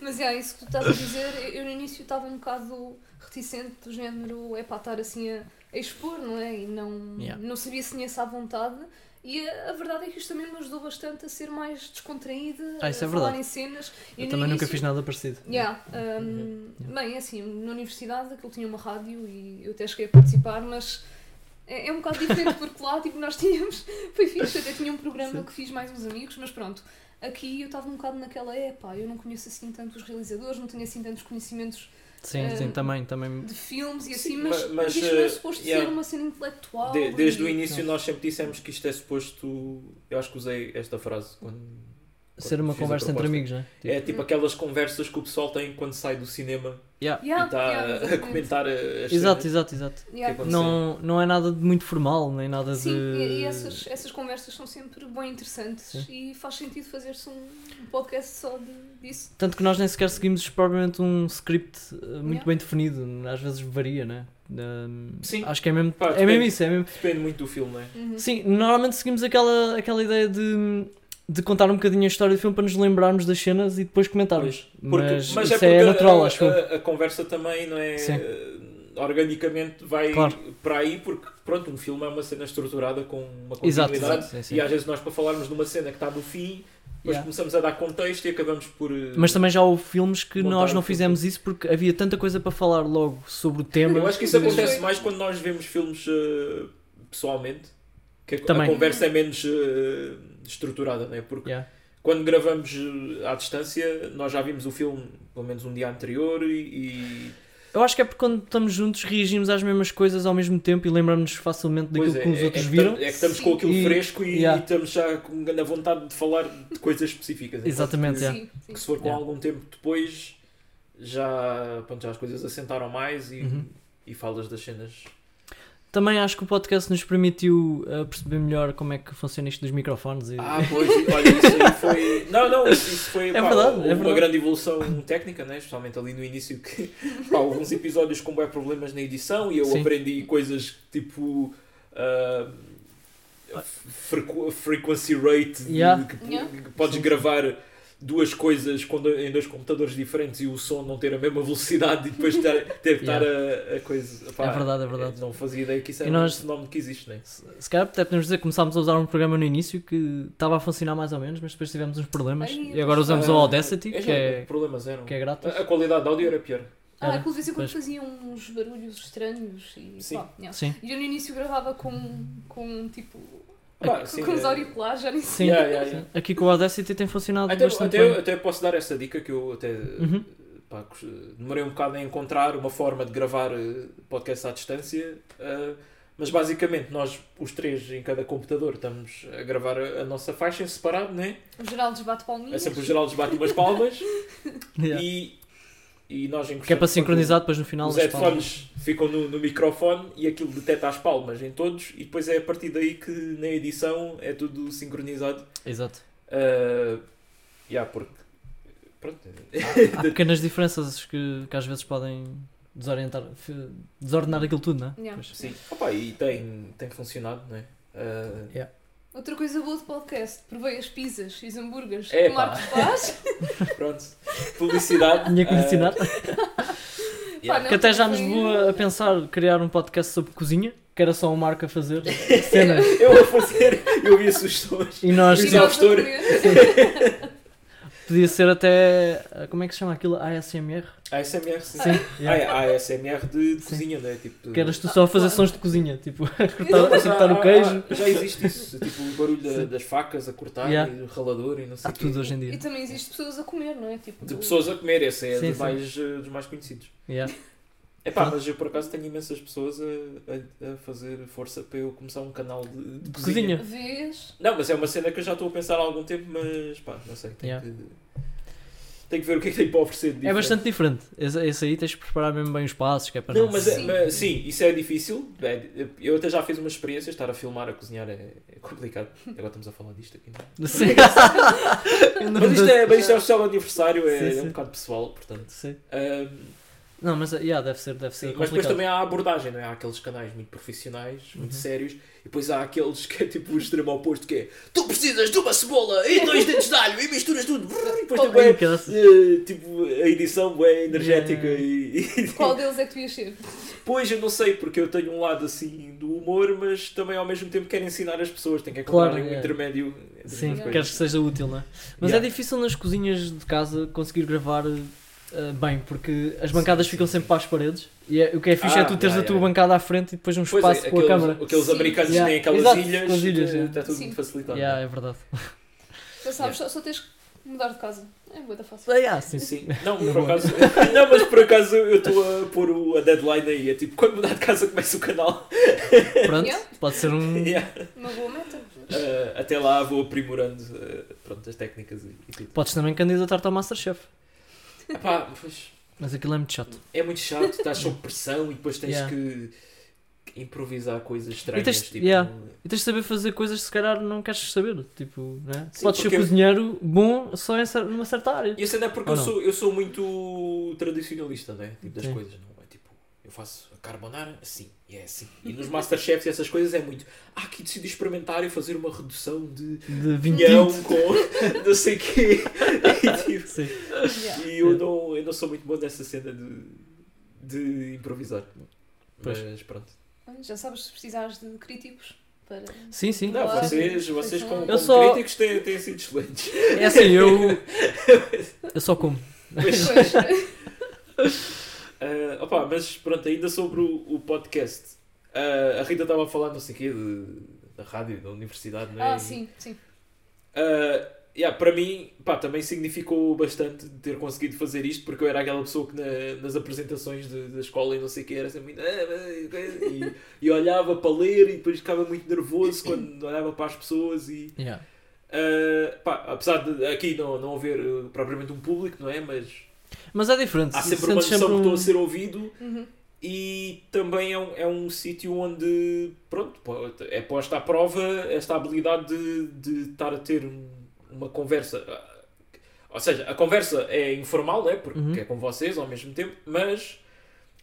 Speaker 2: mas é isso que tu estás a dizer. Eu no início estava um bocado reticente do género, é para estar assim a, a expor, não é? E não,
Speaker 3: Yeah.
Speaker 2: não sabia se tinha essa à vontade. E a, a verdade é que isto também me ajudou bastante a ser mais descontraída,
Speaker 3: Ah, isso é
Speaker 2: a falar
Speaker 3: verdade.
Speaker 2: em cenas.
Speaker 3: Eu
Speaker 2: no
Speaker 3: também nunca
Speaker 2: início-
Speaker 3: fiz nada parecido.
Speaker 2: Yeah, um,
Speaker 1: Uhum.
Speaker 2: Bem, é assim, na universidade aquilo tinha uma rádio e eu até cheguei a participar, mas é, é um bocado diferente porque lá tipo, nós tínhamos, foi fixe, até tinha um programa que fiz mais uns amigos, mas pronto, aqui eu estava um bocado naquela epá, eu não conheço assim tanto os realizadores, não tenho assim tantos conhecimentos
Speaker 3: Sim, sim,
Speaker 2: Ahm,
Speaker 3: também, também.
Speaker 2: de filmes e assim,
Speaker 1: Sim,
Speaker 2: mas,
Speaker 1: ma- mas,
Speaker 2: isto não é
Speaker 1: eh,
Speaker 2: suposto
Speaker 1: yeah.
Speaker 2: ser uma cena intelectual.
Speaker 1: De- desde
Speaker 2: e-
Speaker 1: o início nós sempre dissemos que isto é suposto. Eu acho que usei esta frase quando
Speaker 3: Ser uma
Speaker 1: fiz a
Speaker 3: conversa entre
Speaker 1: proposta.
Speaker 3: amigos, né? Tipo,
Speaker 1: É tipo aquelas conversas que o pessoal tem quando sai do cinema
Speaker 3: yeah.
Speaker 1: e
Speaker 2: Yeah,
Speaker 1: está
Speaker 2: yeah,
Speaker 1: a
Speaker 2: exatamente.
Speaker 1: comentar as
Speaker 3: Exato,
Speaker 1: cenas.
Speaker 3: exato, exato.
Speaker 2: Yeah.
Speaker 1: Que é quando-
Speaker 3: Não, não é nada de muito formal, nem nada de.
Speaker 2: Sim, e, e essas, essas conversas são sempre bem interessantes
Speaker 3: Sim.
Speaker 2: e faz sentido fazer-se um um podcast só de- disso.
Speaker 3: Tanto que nós nem sequer seguimos propriamente um script eh, muito
Speaker 2: Yeah.
Speaker 3: bem definido, às vezes varia, né? Ahm,
Speaker 1: Sim.
Speaker 3: Acho que é mesmo,
Speaker 1: Pá,
Speaker 3: é mesmo
Speaker 1: depende.
Speaker 3: isso, é mesmo.
Speaker 1: Depende muito do filme, não é?
Speaker 2: Uhum.
Speaker 3: Sim, normalmente seguimos aquela, aquela ideia de, de contar um bocadinho a história do filme para nos lembrarmos das cenas e depois comentarmos.
Speaker 1: Porque-
Speaker 3: mas, isso é,
Speaker 1: porque
Speaker 3: natural,
Speaker 1: a,
Speaker 3: acho eu.
Speaker 1: a, a conversa também, não é?
Speaker 3: Sim.
Speaker 1: eh, Organicamente vai
Speaker 3: Claro.
Speaker 1: para aí, porque pronto, um filme é uma cena estruturada com uma
Speaker 3: Exato,
Speaker 1: continuidade.
Speaker 3: exato. Sim, sim.
Speaker 1: E às vezes nós, para falarmos de uma cena que está no fim, depois
Speaker 3: Yeah.
Speaker 1: começamos a dar contexto e acabamos por. eh,
Speaker 3: Mas também já houve filmes que
Speaker 1: Montar
Speaker 3: nós
Speaker 1: um
Speaker 3: não
Speaker 1: filme.
Speaker 3: fizemos isso porque havia tanta coisa para falar logo sobre o tema.
Speaker 1: Eu acho que isso
Speaker 2: Mas-
Speaker 1: acontece mais quando nós vemos filmes eh, pessoalmente, que a, a
Speaker 3: Também.
Speaker 1: conversa é menos eh, estruturada, não é? Porque
Speaker 3: Yeah.
Speaker 1: quando gravamos eh, à distância, nós já vimos o filme pelo menos um dia anterior e. e-
Speaker 3: Eu acho que é porque quando estamos juntos reagimos às mesmas coisas ao mesmo tempo e lembramos-nos facilmente daquilo
Speaker 1: pois é,
Speaker 3: que os
Speaker 1: é-
Speaker 3: outros
Speaker 1: é que
Speaker 3: viram.
Speaker 1: tam- É que estamos com aquilo
Speaker 3: E-
Speaker 1: fresco e,
Speaker 3: yeah.
Speaker 1: e estamos já com um grande vontade de falar de coisas específicas. Enquanto
Speaker 3: Exatamente,
Speaker 1: que-
Speaker 3: yeah.
Speaker 2: Sim, sim.
Speaker 1: que se for com
Speaker 3: Yeah.
Speaker 1: algum tempo depois, já, pronto, já as coisas assentaram mais e,
Speaker 3: Uhum.
Speaker 1: e falas das cenas.
Speaker 3: Também acho que o podcast nos permitiu uh, perceber melhor como é que funciona isto dos microfones. E...
Speaker 1: Ah, pois, olha, isso aí foi. Não, não, isso, isso foi
Speaker 3: É
Speaker 1: pá,
Speaker 3: verdade, é
Speaker 1: uma
Speaker 3: verdade.
Speaker 1: grande evolução técnica, né? especialmente ali no início, que pá, houve uns episódios com bué problemas na edição e eu
Speaker 3: Sim.
Speaker 1: aprendi coisas tipo. ah, frequ- frequency rate, de-
Speaker 3: Ah. Yeah.
Speaker 1: que, p-
Speaker 2: Yeah.
Speaker 1: que podes gravar duas coisas com do- em dois computadores diferentes e o som não ter a mesma velocidade e depois ter, ter que estar a, a coisa. Pá,
Speaker 3: É verdade, é verdade.
Speaker 1: Não fazia ideia que isso
Speaker 3: E
Speaker 1: era
Speaker 3: nós-
Speaker 1: um fenómeno que existe, né?
Speaker 3: Se se calhar até podemos dizer que começámos a usar um programa no início que estava a funcionar mais ou menos, mas depois tivemos uns problemas
Speaker 2: Ai,
Speaker 3: e agora usamos o
Speaker 1: Ah,
Speaker 3: Audacity,
Speaker 1: eu já-
Speaker 3: que é,
Speaker 1: problemas eram.
Speaker 3: que é grátis.
Speaker 1: A a qualidade de áudio era pior.
Speaker 2: Ah,
Speaker 3: Era?
Speaker 2: aquilo de vez em quando
Speaker 3: Pois.
Speaker 2: faziam uns barulhos estranhos e
Speaker 1: Sim.
Speaker 2: pá, yeah.
Speaker 3: Sim.
Speaker 2: E eu no início gravava com, com tipo
Speaker 1: Pá,
Speaker 2: Com-
Speaker 1: sim,
Speaker 2: com os
Speaker 1: é-
Speaker 2: audiculares, já nem sei.
Speaker 3: Sim,
Speaker 1: Yeah, yeah, yeah.
Speaker 3: aqui com o Audacity tem funcionado
Speaker 1: Até,
Speaker 3: bastante
Speaker 1: até, eu-
Speaker 3: bem.
Speaker 1: até eu posso dar essa dica que eu até
Speaker 3: Uhum.
Speaker 1: pá, cus- demorei um bocado em encontrar uma forma de gravar eh, podcast à distância, eh, mas basicamente nós, os três em cada computador, estamos a gravar a, a nossa faixa em separado, né?
Speaker 2: O Geraldo bate
Speaker 1: É
Speaker 2: palminhas.
Speaker 1: sempre o Geraldo bate umas palmas
Speaker 3: Yeah.
Speaker 1: e, e nós encostamos.
Speaker 3: Que é para
Speaker 1: quando
Speaker 3: sincronizar depois no final.
Speaker 1: Os
Speaker 3: das palmas.
Speaker 1: headphones ficam no, no microfone e aquilo detecta as palmas em todos, e depois é a partir daí que na edição é tudo sincronizado.
Speaker 3: Exato.
Speaker 1: Eh, yeah, porque. Pronto.
Speaker 3: Há pequenas diferenças que, que às vezes podem desorientar, f- desordenar aquilo tudo, não é?
Speaker 2: Yeah.
Speaker 3: Pois.
Speaker 1: Sim. Opa, e tem, tem funcionado, não é? Ah,
Speaker 2: Outra coisa boa de podcast, provei as pizzas e os hambúrgueres que
Speaker 1: Epá.
Speaker 2: o Marcos faz.
Speaker 1: pronto. Publicidade.
Speaker 3: Tinha que
Speaker 1: ah,
Speaker 3: ensinar.
Speaker 1: Yeah.
Speaker 2: Pá,
Speaker 3: Que até
Speaker 2: não,
Speaker 3: já nos
Speaker 2: foi- um
Speaker 3: levou a pensar criar um podcast sobre cozinha, que era só o Marco a fazer cenas.
Speaker 1: Ah, eu a fazer, eu vi sugestões.
Speaker 3: E nós
Speaker 2: E
Speaker 1: Sim. é
Speaker 2: nós a
Speaker 1: Sim.
Speaker 2: comer.
Speaker 3: podia ser até. ah, Como é que se chama aquilo? ASMR?
Speaker 1: Ah, ASMR, sim.
Speaker 3: Sim. yeah.
Speaker 1: Ah, é, ASMR de, de
Speaker 3: Sim.
Speaker 1: cozinha, não é? Tipo,
Speaker 3: Que eras tu só a fazer
Speaker 2: claro.
Speaker 3: sons de cozinha, tipo, a
Speaker 1: Não,
Speaker 3: cortar, a
Speaker 1: mas há-
Speaker 3: cortar
Speaker 1: há-
Speaker 3: o
Speaker 1: há-
Speaker 3: queijo.
Speaker 1: Já existe isso, tipo o barulho da-
Speaker 3: Sim.
Speaker 1: das facas a cortar
Speaker 3: Yeah.
Speaker 1: e o ralador e não sei
Speaker 3: Há
Speaker 1: o quê.
Speaker 3: tudo hoje em
Speaker 2: E
Speaker 3: dia.
Speaker 2: também existe pessoas a comer, não é? Tipo,
Speaker 1: De pessoas a comer, esse é
Speaker 3: Sim,
Speaker 1: dos,
Speaker 3: sim.
Speaker 1: Mais, ah, dos mais conhecidos.
Speaker 3: Yeah. É
Speaker 1: Epá,
Speaker 3: Sim.
Speaker 1: mas eu por acaso tenho imensas pessoas a, a- a fazer força para eu começar um canal de, de
Speaker 3: Cozinha.
Speaker 1: cozinha.
Speaker 2: Vês?
Speaker 1: Não, mas é uma cena que eu já estou a pensar há algum tempo, mas pá, não sei. Tenho,
Speaker 3: Yeah.
Speaker 1: que, tenho que ver o que é que tem para oferecer. de
Speaker 3: É
Speaker 1: diferente.
Speaker 3: bastante diferente. Esse, esse aí tens de preparar mesmo bem os passos, que é para
Speaker 1: Não, mas é-
Speaker 2: Sim.
Speaker 1: mas, sim, isso é difícil. É, eu até já fiz uma experiência, estar a filmar, a cozinhar é, é complicado. Agora estamos a falar disto aqui. não é?
Speaker 3: Sim.
Speaker 1: Mas isto é, mas isto é o especial de aniversário, é,
Speaker 3: Sim,
Speaker 1: é
Speaker 3: sim.
Speaker 1: um bocado pessoal, portanto.
Speaker 3: Sim.
Speaker 1: Ahm,
Speaker 3: Não, mas yeah, deve ser, deve ser
Speaker 1: sim, mas depois
Speaker 3: complicado.
Speaker 1: também há a abordagem, não é? Há aqueles canais muito profissionais, muito
Speaker 3: Uhum.
Speaker 1: sérios, e depois há aqueles que é tipo o extremo oposto, que é tu precisas de uma cebola e dois dentes de alho e misturas tudo. E depois tipo,
Speaker 3: Ai,
Speaker 1: também
Speaker 3: caraças.
Speaker 1: Eh, tipo, a edição é energética
Speaker 3: Yeah.
Speaker 1: e, e-
Speaker 2: Qual deles é que tu ias ser?
Speaker 1: Pois, eu não sei, porque eu tenho um lado assim do humor, mas também ao mesmo tempo quero ensinar as pessoas, tenho que encontrar
Speaker 3: Claro,
Speaker 1: ali um
Speaker 3: yeah.
Speaker 1: intermédio. entre as
Speaker 3: Sim,
Speaker 1: duas coisas.
Speaker 3: queres que seja útil, não é? Mas
Speaker 1: Yeah.
Speaker 3: é difícil nas cozinhas de casa conseguir gravar eh, bem, porque as bancadas
Speaker 1: Sim,
Speaker 3: ficam
Speaker 1: sim,
Speaker 3: sempre para as paredes. E é- o que é fixe é
Speaker 1: Ah,
Speaker 3: tu teres
Speaker 1: yeah,
Speaker 3: a tua
Speaker 1: yeah.
Speaker 3: bancada à frente e depois um
Speaker 1: Pois
Speaker 3: espaço
Speaker 1: é,
Speaker 3: com a
Speaker 1: aqueles,
Speaker 3: câmera.
Speaker 1: aqueles
Speaker 2: Sim.
Speaker 1: americanos
Speaker 3: Yeah.
Speaker 1: têm aquelas
Speaker 3: Exato,
Speaker 1: ilhas,
Speaker 3: com as ilhas,
Speaker 1: eh,
Speaker 3: yeah.
Speaker 1: está tudo
Speaker 2: Sim.
Speaker 1: muito facilitado.
Speaker 3: Yeah, é verdade.
Speaker 2: Já sabes, só, só tens que mudar de casa. É boa da fácil.
Speaker 3: Ah, yeah, sim.
Speaker 1: Sim. Não,
Speaker 3: Na
Speaker 1: por
Speaker 3: boa.
Speaker 1: acaso, não, mas por acaso eu estou a pôr o- a deadline aí. É tipo, quando mudar de casa começa o canal.
Speaker 3: Pronto,
Speaker 2: Yeah.
Speaker 3: pode ser um.
Speaker 1: Yeah.
Speaker 2: Uma boa meta.
Speaker 1: Eh, até lá vou aprimorando eh, pronto, as técnicas e, e tudo.
Speaker 3: Podes também candidatar-te ao Masterchef.
Speaker 1: Epá, pois,
Speaker 3: Mas aquilo é muito chato.
Speaker 1: É muito chato, estás sob pressão e depois tens
Speaker 3: Yeah.
Speaker 1: que improvisar coisas estranhas.
Speaker 3: tens-
Speaker 1: tipo,
Speaker 3: yeah. E tens de saber fazer coisas que se calhar não queres saber. Tipo, né?
Speaker 1: Sim,
Speaker 3: Podes ser
Speaker 1: porque-
Speaker 3: cozinheiro bom só em cer- numa certa área.
Speaker 1: E eu sei, não é porque
Speaker 3: Ou
Speaker 1: eu
Speaker 3: não?
Speaker 1: sou, eu sou muito tradicionalista, né? Tipo, das
Speaker 3: Sim.
Speaker 1: coisas, não é? Tipo, eu faço a carbonara assim, e é assim. E nos Masterchefs e essas coisas é muito. Ah, aqui decidi experimentar e fazer uma redução de
Speaker 3: De
Speaker 1: pinhão
Speaker 3: vinhão.
Speaker 1: com não sei o quê. E, tipo,
Speaker 3: Sim.
Speaker 2: Yeah.
Speaker 1: e eu, não, eu não sou muito bom nessa cena de, de improvisar.
Speaker 3: Pois.
Speaker 1: Mas pronto.
Speaker 2: Olha, Já sabes se precisares de críticos para. é.
Speaker 3: Sim, sim.
Speaker 1: Não,
Speaker 2: Claro.
Speaker 3: Sim, sim.
Speaker 1: vocês, vocês como,
Speaker 2: Eu
Speaker 1: como
Speaker 3: só-
Speaker 1: críticos têm, têm sido excelentes.
Speaker 3: É assim, eu. Eu só como.
Speaker 2: Pois.
Speaker 1: Ah, opa, mas pronto, ainda sobre o, o podcast. Ah, a Rita estava a falar, não sei o quê, de- da rádio, da universidade, não é?
Speaker 2: Ah, sim, sim.
Speaker 1: Ah, yeah, para mim, pá, também significou bastante ter conseguido fazer isto, porque eu era aquela pessoa que na- nas apresentações de- da escola e não sei o quê, era sempre muito... "Ah, ah, ah", E, e olhava para ler e depois ficava muito nervoso quando olhava para as pessoas e...
Speaker 3: Yeah.
Speaker 1: ah, pá, apesar de aqui não, não haver ah, propriamente um público, não é? Mas
Speaker 3: Mas é diferente.
Speaker 1: há sempre uma
Speaker 3: Sentes
Speaker 1: noção que
Speaker 3: um-
Speaker 1: estou a ser ouvido
Speaker 2: Uhum.
Speaker 1: e também é um, é um sítio onde pronto, po- é posta à prova esta habilidade de, de estar a ter um- uma conversa. Ah, Ou seja, a conversa é informal, né? porque
Speaker 3: Uhum.
Speaker 1: é com vocês ao mesmo tempo, mas,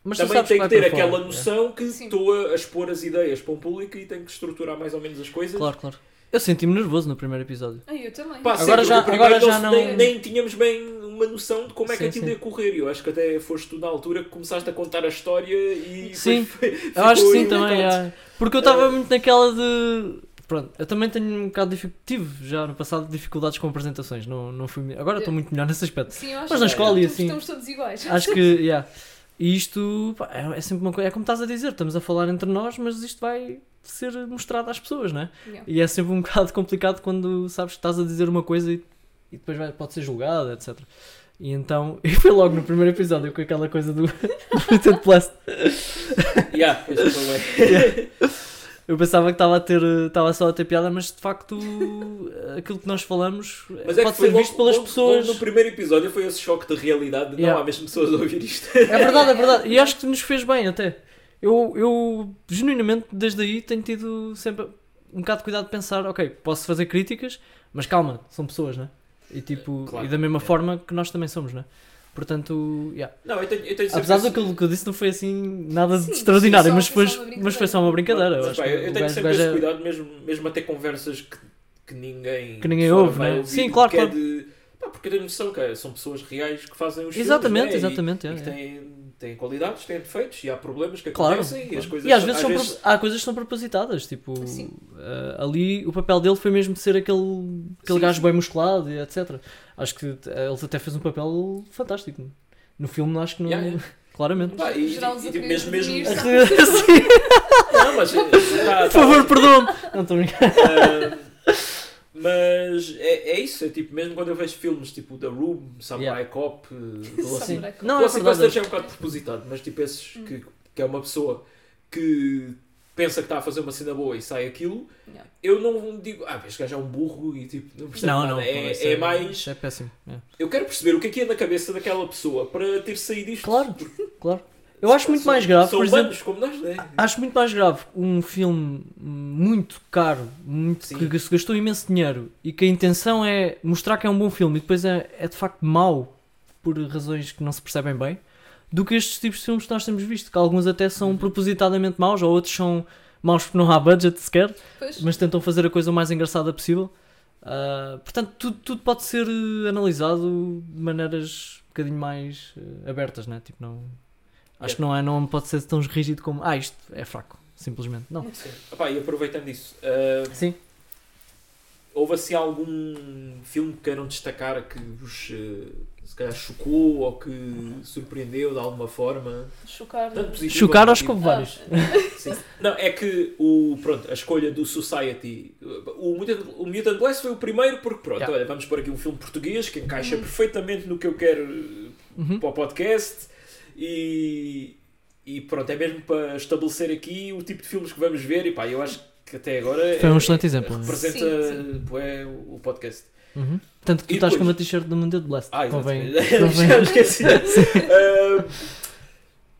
Speaker 3: Mas tu
Speaker 1: também
Speaker 3: sabes é
Speaker 1: tem que
Speaker 3: vai
Speaker 1: ter
Speaker 3: para fora,
Speaker 1: aquela
Speaker 3: yeah.
Speaker 1: noção que
Speaker 2: Sim.
Speaker 1: estou a, a expor as ideias para um público e tenho que estruturar mais ou menos as coisas.
Speaker 3: É. Claro, claro. Eu senti-me nervoso no primeiro episódio.
Speaker 2: Ah, eu também.
Speaker 1: Pá,
Speaker 3: Agora
Speaker 1: sim,
Speaker 3: já-
Speaker 1: porque primeiro
Speaker 3: agora já
Speaker 1: se-
Speaker 3: não-
Speaker 1: Nem, nem tínhamos bem uma noção de como é que
Speaker 3: Sim,
Speaker 1: aquilo
Speaker 3: sim.
Speaker 1: ia correr. Eu acho que até foste tu na altura que começaste a contar a história e
Speaker 3: Sim,
Speaker 1: depois foi-
Speaker 3: Eu acho que sim
Speaker 1: ficou
Speaker 3: também.
Speaker 1: irritante.
Speaker 3: é. Porque eu estava
Speaker 1: Eh,
Speaker 3: muito naquela de. Pronto, eu também tenho um bocado de dific- tive já no passado dificuldades com apresentações. Não, não fui... me- Agora estou muito melhor nesse aspecto.
Speaker 2: Sim, eu acho
Speaker 3: Mas na
Speaker 2: que
Speaker 3: escola e
Speaker 2: estamos,
Speaker 3: assim.
Speaker 2: estamos todos iguais.
Speaker 3: Acho que. Yeah. E isto pá, é é sempre uma coisa. É como estás a dizer, estamos a falar entre nós, mas isto vai. ser mostrada às pessoas, né?
Speaker 2: Yeah.
Speaker 3: E é sempre um bocado complicado quando sabes que estás a dizer uma coisa e, e depois vai, pode ser julgada, etc. E então, e foi logo no primeiro episódio com aquela coisa do, do Ted Plast.
Speaker 1: Yeah, esse foi bem.
Speaker 3: Eu pensava que estava a ter, eh, estava só a ter piada, mas de facto eh, aquilo que nós falamos eh,
Speaker 1: Mas é
Speaker 3: pode
Speaker 1: que foi
Speaker 3: ser
Speaker 1: logo-
Speaker 3: visto pelas
Speaker 1: logo-
Speaker 3: pessoas.
Speaker 1: logo No primeiro episódio foi esse choque de realidade de
Speaker 3: Yeah.
Speaker 1: não há mesmo pessoas a ouvir isto.
Speaker 3: É verdade, é verdade. E acho que nos fez bem até. Eu, eu genuinamente, desde aí, tenho tido sempre um bocado de cuidado de pensar, ok, posso fazer críticas, mas calma, são pessoas, né? E tipo,
Speaker 1: Claro,
Speaker 3: e da mesma
Speaker 1: é.
Speaker 3: forma que nós também somos, né? Portanto, yeah.
Speaker 1: Não, eu tenho, é eu tenho
Speaker 3: apesar
Speaker 1: sempre
Speaker 3: daquilo que eu disse, não foi assim nada de
Speaker 2: Sim,
Speaker 3: extraordinário,
Speaker 2: foi
Speaker 3: mas,
Speaker 2: só- foi
Speaker 3: foi,
Speaker 2: só uma brincadeira.
Speaker 3: mas foi só uma brincadeira. Eu
Speaker 1: Mas,
Speaker 3: acho
Speaker 1: pá,
Speaker 3: que
Speaker 1: eu, eu
Speaker 3: o
Speaker 1: tenho
Speaker 3: gajo, o
Speaker 1: sempre
Speaker 3: gajo
Speaker 1: esse
Speaker 3: é-
Speaker 1: cuidado, mesmo, mesmo até conversas que, que ninguém,
Speaker 3: Que ninguém
Speaker 1: só
Speaker 3: ouve,
Speaker 1: vai
Speaker 3: né?
Speaker 1: ouvir,
Speaker 3: Sim, claro,
Speaker 1: que é
Speaker 3: claro.
Speaker 1: de- pá, porque eu tenho noção que é, são pessoas reais que fazem os
Speaker 3: Exatamente,
Speaker 1: filmes, né? E-
Speaker 3: exatamente. é,
Speaker 1: E
Speaker 3: é.
Speaker 1: que têm, têm qualidades, têm defeitos e há problemas que
Speaker 3: Claro.
Speaker 1: acontecem e as
Speaker 3: claro.
Speaker 1: coisas
Speaker 3: E às vezes, são
Speaker 1: vezes-
Speaker 3: pro- há coisas que são propositadas. Tipo,
Speaker 2: Sim.
Speaker 3: eh, ali o papel dele foi mesmo ser aquele, aquele
Speaker 1: Sim,
Speaker 3: gajo
Speaker 1: sim.
Speaker 3: bem musculado e etc. Acho que eh, ele até fez um papel fantástico. No filme, acho que não. é?
Speaker 1: Yeah, yeah.
Speaker 3: Claramente.
Speaker 1: Pá, e-
Speaker 2: Geral,
Speaker 1: e- e
Speaker 2: eu queria
Speaker 1: mesmo- mesmo-
Speaker 2: dormir.
Speaker 3: Sim,
Speaker 1: Não, mas. tá-
Speaker 3: Por
Speaker 1: tá-
Speaker 3: favor, perdoa-me! Não estou a brincar.
Speaker 1: Ah, mas é, é isso, é tipo, mesmo quando eu vejo filmes tipo The Room, Samurai Cop, eh, ou assim,
Speaker 3: Sim.
Speaker 2: Samurai Hum. Cop.
Speaker 3: Não, é
Speaker 1: Ou assim, bastante
Speaker 3: verdade.
Speaker 1: é um bocado propositado, mas tipo esses que, que é uma pessoa que pensa que está a fazer uma cena boa e sai aquilo,
Speaker 2: Yeah.
Speaker 1: eu não digo, ah, este gajo é um burro e tipo, não percebe
Speaker 3: Não,
Speaker 1: nada.
Speaker 3: não.
Speaker 1: é,
Speaker 3: isso
Speaker 1: é mais,
Speaker 3: É péssimo. é.
Speaker 1: eu quero perceber o que é que é na cabeça daquela pessoa para ter saído isto.
Speaker 3: Claro, claro. Eu acho muito mais grave,
Speaker 1: São
Speaker 3: por exemplo.
Speaker 1: humanos como nós, né?
Speaker 3: Acho muito mais grave um filme muito caro, muito
Speaker 1: Sim.
Speaker 3: que, que se gastou imenso dinheiro e que a intenção é mostrar que é um bom filme e depois é, é de facto mau por razões que não se percebem bem, do que estes tipos de filmes que nós temos visto, que alguns até são propositadamente maus, ou outros são maus porque não há budget sequer,
Speaker 2: Pois,
Speaker 3: mas tentam fazer a coisa o mais engraçada possível. Ah, portanto, tudo, tudo pode ser eh, analisado de maneiras um bocadinho mais eh, abertas, né? Tipo, não. Acho que não, é, não pode ser tão rígido como. Ah, isto é fraco, simplesmente. Não.
Speaker 1: Sim. Epá, e aproveitando isso, ah,
Speaker 3: Sim.
Speaker 1: houve assim algum filme que queiram destacar que vos eh, se calhar chocou ou que surpreendeu de alguma forma?
Speaker 2: chocar.
Speaker 1: Tanto positivo
Speaker 3: Chocar,
Speaker 1: ou
Speaker 3: acho que
Speaker 1: negativo.
Speaker 3: houve vários.
Speaker 1: Sim. Não, é que o, pronto, a escolha do Society. O Mutant, o Mutant Blast foi o primeiro, porque pronto,
Speaker 3: Yeah.
Speaker 1: olha, vamos pôr aqui um filme português que
Speaker 2: Uhum.
Speaker 1: encaixa perfeitamente no que eu quero eh,
Speaker 3: Uhum.
Speaker 1: para o podcast e, e pronto, é mesmo para estabelecer aqui o tipo de filmes que vamos ver. E pá, eu acho que até agora
Speaker 3: Foi um
Speaker 1: é-
Speaker 3: excelente exemplo, né?
Speaker 1: Representa
Speaker 2: Sim,
Speaker 1: bué, o podcast.
Speaker 3: Uhum. Tanto que tu
Speaker 1: E
Speaker 3: estás
Speaker 1: depois?
Speaker 3: com uma t-shirt do Mundo de Blast.
Speaker 1: Ah,
Speaker 3: convém,
Speaker 1: exatamente.
Speaker 3: convém.
Speaker 1: Já me esqueci. Ah,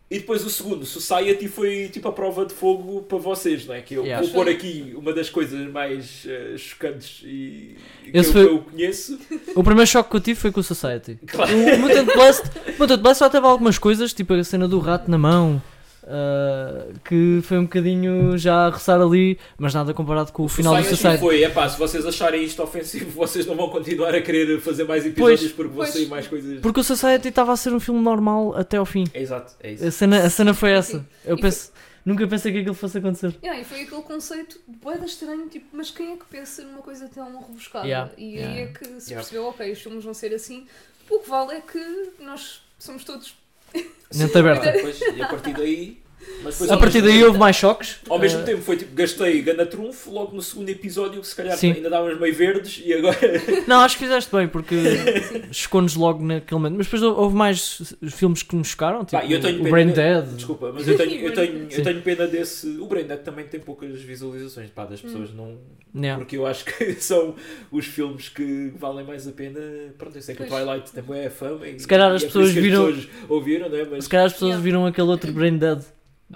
Speaker 1: e depois o segundo, Society, foi tipo a prova de fogo para vocês, não é? Que eu
Speaker 3: Yeah.
Speaker 1: vou pôr aqui uma das coisas mais ah, chocantes e e que eu,
Speaker 3: Esse foi-
Speaker 1: que eu conheço.
Speaker 3: O primeiro choque que eu tive foi com o Society.
Speaker 1: Claro.
Speaker 3: O Mutant Blast, o Mutant Blast só teve algumas coisas, tipo a cena do rato na mão, ah, que foi um bocadinho já a roçar ali, mas nada comparado com o, final do
Speaker 1: Society
Speaker 3: Society.
Speaker 1: foi, é pá, se vocês acharem isto ofensivo, vocês não vão continuar a querer fazer mais episódios
Speaker 3: Pois.
Speaker 1: porque vão
Speaker 2: Pois.
Speaker 1: sair mais coisas.
Speaker 3: Porque o Society estava a ser um filme normal até ao fim.
Speaker 1: É exato, é isso.
Speaker 3: A cena, a cena foi essa.
Speaker 2: Sim.
Speaker 3: Eu
Speaker 2: E
Speaker 3: penso, nunca pensei que aquilo fosse acontecer.
Speaker 2: Yeah, e foi aquele conceito bué de estranho, tipo, mas quem é que pensa numa coisa tão rebuscada?
Speaker 3: Yeah,
Speaker 2: E aí
Speaker 3: yeah.
Speaker 2: é que se
Speaker 1: Yeah.
Speaker 2: percebeu, ok, os filmes vão ser assim. O que vale é que nós somos todos.
Speaker 3: Mente
Speaker 1: Sim,
Speaker 3: aberta.
Speaker 1: e depois- e a partir daí. mas depois
Speaker 3: A
Speaker 1: ao
Speaker 3: partir
Speaker 1: mesmo
Speaker 3: daí houve mais choques.
Speaker 1: Ao mesmo
Speaker 3: ah,
Speaker 1: tempo foi tipo, gastei ganda trunfo logo no segundo episódio, que se calhar
Speaker 3: Sim. Tipo,
Speaker 1: ainda dávamos meio verdes e agora.
Speaker 3: Não, acho que fizeste bem, porque chocou-nos logo naquele momento. Mas depois houve mais filmes que nos chocaram, tipo
Speaker 1: Pá, eu tenho
Speaker 3: o
Speaker 1: pena-
Speaker 3: Brain Dead.
Speaker 1: Desculpa, mas eu tenho, eu tenho,
Speaker 3: Sim.
Speaker 1: eu tenho pena desse. O Brendan também tem poucas visualizações pá, das pessoas,
Speaker 2: Hum.
Speaker 1: não.
Speaker 3: Yeah.
Speaker 1: Porque eu acho que são os filmes que valem mais a pena. Pronto, eu sei que o
Speaker 2: Pois.
Speaker 1: Twilight também é fama. E,
Speaker 3: Se calhar as
Speaker 1: e é por isso
Speaker 3: pessoas
Speaker 1: que
Speaker 3: viram-
Speaker 1: As pessoas ouviram, não é? Mas
Speaker 3: Se calhar as pessoas
Speaker 2: Yeah.
Speaker 3: viram aquele outro Brain Dead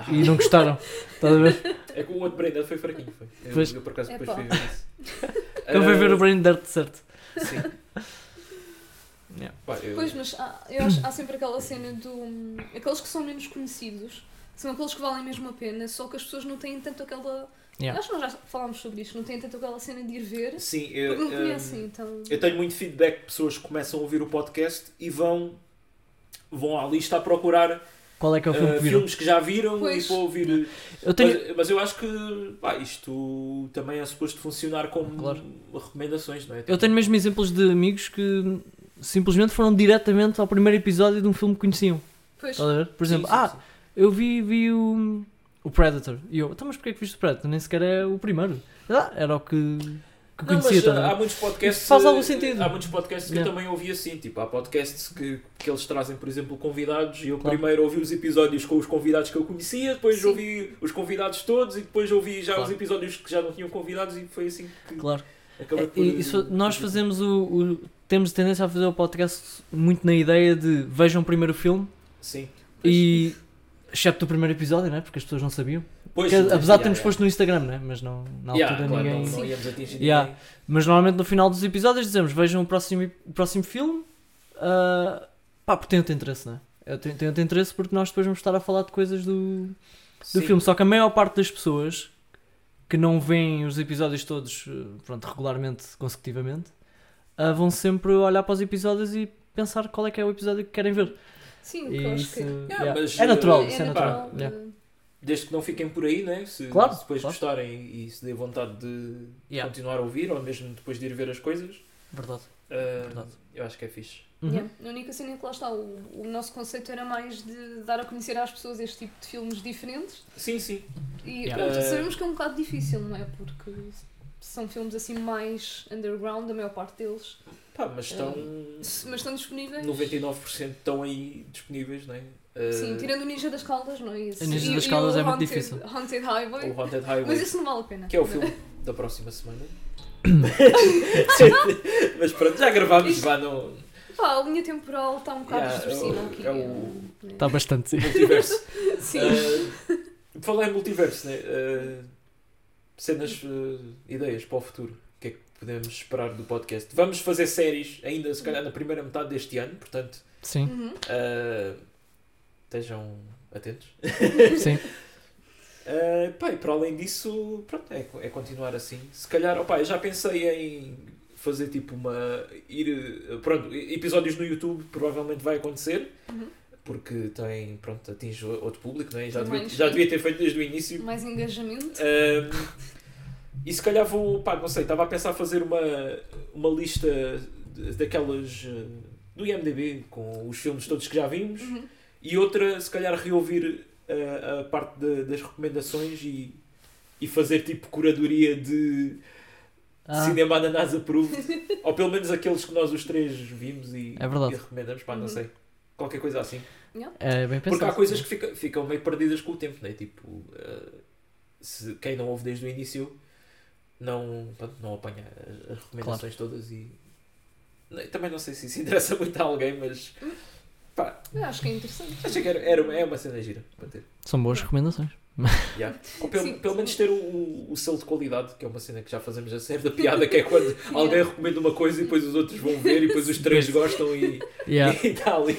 Speaker 3: e não gostaram. Estás a ver?
Speaker 1: é que o outro Brendan foi fraquinho. Foi. Eu,
Speaker 3: Pois.
Speaker 1: eu, por acaso depois
Speaker 2: Epá.
Speaker 1: fui ver isso.
Speaker 3: Eu fui ver
Speaker 1: Ah,
Speaker 3: o Brain Dead de certo.
Speaker 1: Sim.
Speaker 3: Yeah.
Speaker 1: Pá, eu-
Speaker 2: Pois, mas há, eu acho, há sempre aquela cena do. hum, Aqueles que são menos conhecidos são aqueles que valem mesmo a pena, só que as pessoas não têm tanto aquela.
Speaker 3: Yeah.
Speaker 2: Acho que nós já falámos sobre isto, não têm tanto aquela cena de ir ver,
Speaker 1: Sim, eu,
Speaker 2: porque não
Speaker 1: ah,
Speaker 2: conhecem, então.
Speaker 1: Eu tenho muito feedback de pessoas que começam a ouvir o podcast e vão, vão à lista a procurar
Speaker 3: Qual é que é o filme
Speaker 1: eh,
Speaker 3: que viram?
Speaker 1: filmes que já viram
Speaker 2: Pois.
Speaker 1: e para ouvir.
Speaker 3: Eu tenho.
Speaker 1: Mas, mas eu acho que pá, isto também é suposto funcionar como
Speaker 3: Claro.
Speaker 1: recomendações, não é?
Speaker 3: Eu tenho mesmo exemplos de amigos que simplesmente foram diretamente ao primeiro episódio de um filme que conheciam.
Speaker 2: Pois,
Speaker 3: Estás a ver? Por
Speaker 1: Sim,
Speaker 3: exemplo,
Speaker 1: sim,
Speaker 3: ah,
Speaker 1: sim.
Speaker 3: eu vi, vi o, O Predator. E eu, então, mas porquê que viste o Predator? Nem sequer é o primeiro. Ah, era o que, que
Speaker 1: Não,
Speaker 3: conhecia
Speaker 1: mas eh,
Speaker 3: também.
Speaker 1: há muitos podcasts. eh,
Speaker 3: Isso faz algum sentido.
Speaker 1: Há muitos podcasts que
Speaker 3: Yeah.
Speaker 1: eu também ouvi assim. Tipo, há podcasts que, que eles trazem, por exemplo, convidados. E eu
Speaker 3: Claro.
Speaker 1: primeiro ouvi os episódios com os convidados que eu conhecia, depois
Speaker 2: Sim.
Speaker 1: ouvi os convidados todos e depois ouvi já os
Speaker 3: Claro.
Speaker 1: episódios que já não tinham convidados e foi assim que
Speaker 3: Claro.
Speaker 1: acabei eh,
Speaker 3: É, e isso- nós fazemos o, o- Temos tendência a fazer o podcast muito na ideia de vejam primeiro o filme
Speaker 1: Sim.
Speaker 3: e. Excepto o primeiro episódio, né? Porque as pessoas não sabiam.
Speaker 1: Pois,
Speaker 3: Porque,
Speaker 1: sim,
Speaker 3: apesar de
Speaker 1: yeah,
Speaker 3: termos
Speaker 1: yeah.
Speaker 3: posto no Instagram, né? Mas não, na altura
Speaker 1: Yeah, claro,
Speaker 3: ninguém.
Speaker 1: não, não íamos atingir
Speaker 3: Yeah.
Speaker 1: ninguém.
Speaker 3: Mas normalmente no final dos episódios dizemos: vejam o próximo, o próximo filme, ah, pá, porque tem outro interesse, não é? Eu tenho, tenho outro interesse porque nós depois vamos estar a falar de coisas do, do
Speaker 1: Sim.
Speaker 3: filme. Só que a maior parte das pessoas que não veem os episódios todos eh, pronto, regularmente, consecutivamente, ah, vão sempre olhar para os episódios e pensar qual é que é o episódio que querem ver.
Speaker 2: Sim, o que eu
Speaker 3: E
Speaker 2: acho
Speaker 3: isso,
Speaker 2: que é.
Speaker 1: Yeah,
Speaker 3: yeah,
Speaker 1: mas,
Speaker 3: é natural,
Speaker 1: eh,
Speaker 3: isso é
Speaker 1: é
Speaker 3: natural.
Speaker 1: natural,
Speaker 3: yeah.
Speaker 2: de-
Speaker 1: Desde que não fiquem por aí, né? Se,
Speaker 3: Claro,
Speaker 1: se depois
Speaker 3: claro.
Speaker 1: gostarem e se dê vontade de
Speaker 3: Yeah,
Speaker 1: continuar a ouvir ou mesmo depois de ir ver as coisas,
Speaker 3: Verdade.
Speaker 1: ah,
Speaker 3: Verdade.
Speaker 1: eu acho que é fixe.
Speaker 3: Uhum.
Speaker 2: Yeah. A única cena é que lá está, o, o nosso conceito era mais de dar a conhecer às pessoas este tipo de filmes diferentes
Speaker 1: Sim, sim.
Speaker 2: e
Speaker 3: Yeah.
Speaker 2: pronto,
Speaker 1: Eh,
Speaker 2: sabemos que é um bocado difícil, não é? Porque são filmes assim mais underground, a maior parte deles,
Speaker 1: Pá, mas
Speaker 3: É.
Speaker 1: estão.
Speaker 2: se- mas estão disponíveis.
Speaker 1: 99% estão aí disponíveis, não é? Ah,
Speaker 2: Sim, tirando o Ninja das Caldas, não é isso?
Speaker 3: O Eh, Ninja
Speaker 2: E-
Speaker 3: das
Speaker 2: e
Speaker 3: Caldas
Speaker 2: o
Speaker 3: é muito
Speaker 2: Haunted-
Speaker 3: difícil.
Speaker 2: Haunted Highway,
Speaker 1: O Haunted Highway,
Speaker 2: mas isso não vale a pena.
Speaker 1: que é o
Speaker 2: não
Speaker 1: filme da próxima semana. mas pronto, já gravámos,
Speaker 2: Isto-
Speaker 1: vá, não.
Speaker 2: Pá, a linha temporal está um bocado
Speaker 1: Yeah,
Speaker 2: distorcida
Speaker 1: é o-
Speaker 2: aqui.
Speaker 1: é o-
Speaker 2: não é?
Speaker 3: Está Tá bastante. sim.
Speaker 1: Multiverso.
Speaker 2: Sim.
Speaker 1: Ah, falar em multiverso, né? Ah, cenas, ah, ideias para o futuro. O que é que podemos esperar do podcast? Vamos fazer séries ainda, se calhar, na primeira metade deste ano, portanto,
Speaker 3: Sim,
Speaker 2: Uhum.
Speaker 1: ah, estejam atentos.
Speaker 3: sim.
Speaker 1: Uh, pá, e para além disso, pronto, é, é continuar assim. Se calhar, opá, eu já pensei em fazer tipo uma. ir. uh, Pronto, e- episódios no YouTube provavelmente vai acontecer,
Speaker 2: Uhum.
Speaker 1: porque tem. pronto, atinge o- outro público, não é? já,
Speaker 2: Também,
Speaker 1: devia, já
Speaker 2: sim.
Speaker 1: devia ter feito desde o início.
Speaker 2: Mais engajamento.
Speaker 1: Um, e se calhar vou, pá, não sei, estava a pensar fazer uma, uma lista de- daquelas. uh, do IMDB, com os filmes todos que já vimos.
Speaker 2: Uhum.
Speaker 1: E outra, se calhar, reouvir uh, a parte da- das recomendações e, e fazer tipo curadoria de
Speaker 3: Ah,
Speaker 1: cinema ananás approved. ou pelo menos aqueles que nós os três vimos e,
Speaker 3: É verdade.
Speaker 1: e recomendamos, pá, não
Speaker 2: Uhum.
Speaker 1: sei. Qualquer coisa assim.
Speaker 3: é bem pensado.
Speaker 1: Porque há coisas que fica- ficam meio perdidas com o tempo, né? Tipo, uh, se, quem não ouve desde o início não, pronto, não apanha as- as recomendações todas e. Não, Também não sei se isso interessa muito a alguém, mas
Speaker 2: Eu acho que é interessante.
Speaker 1: achei que era, era- é uma cena gira para ter.
Speaker 3: São
Speaker 1: Ah.
Speaker 3: boas recomendações.
Speaker 1: Yeah. Ou pelo,
Speaker 2: Sim,
Speaker 1: pelo
Speaker 2: sim.
Speaker 1: menos ter o, o, o selo de qualidade, que é uma cena que já fazemos a série da piada, que é quando alguém recomenda uma coisa e depois os outros vão ver e depois os três gostam e
Speaker 3: Yeah.
Speaker 1: está ali.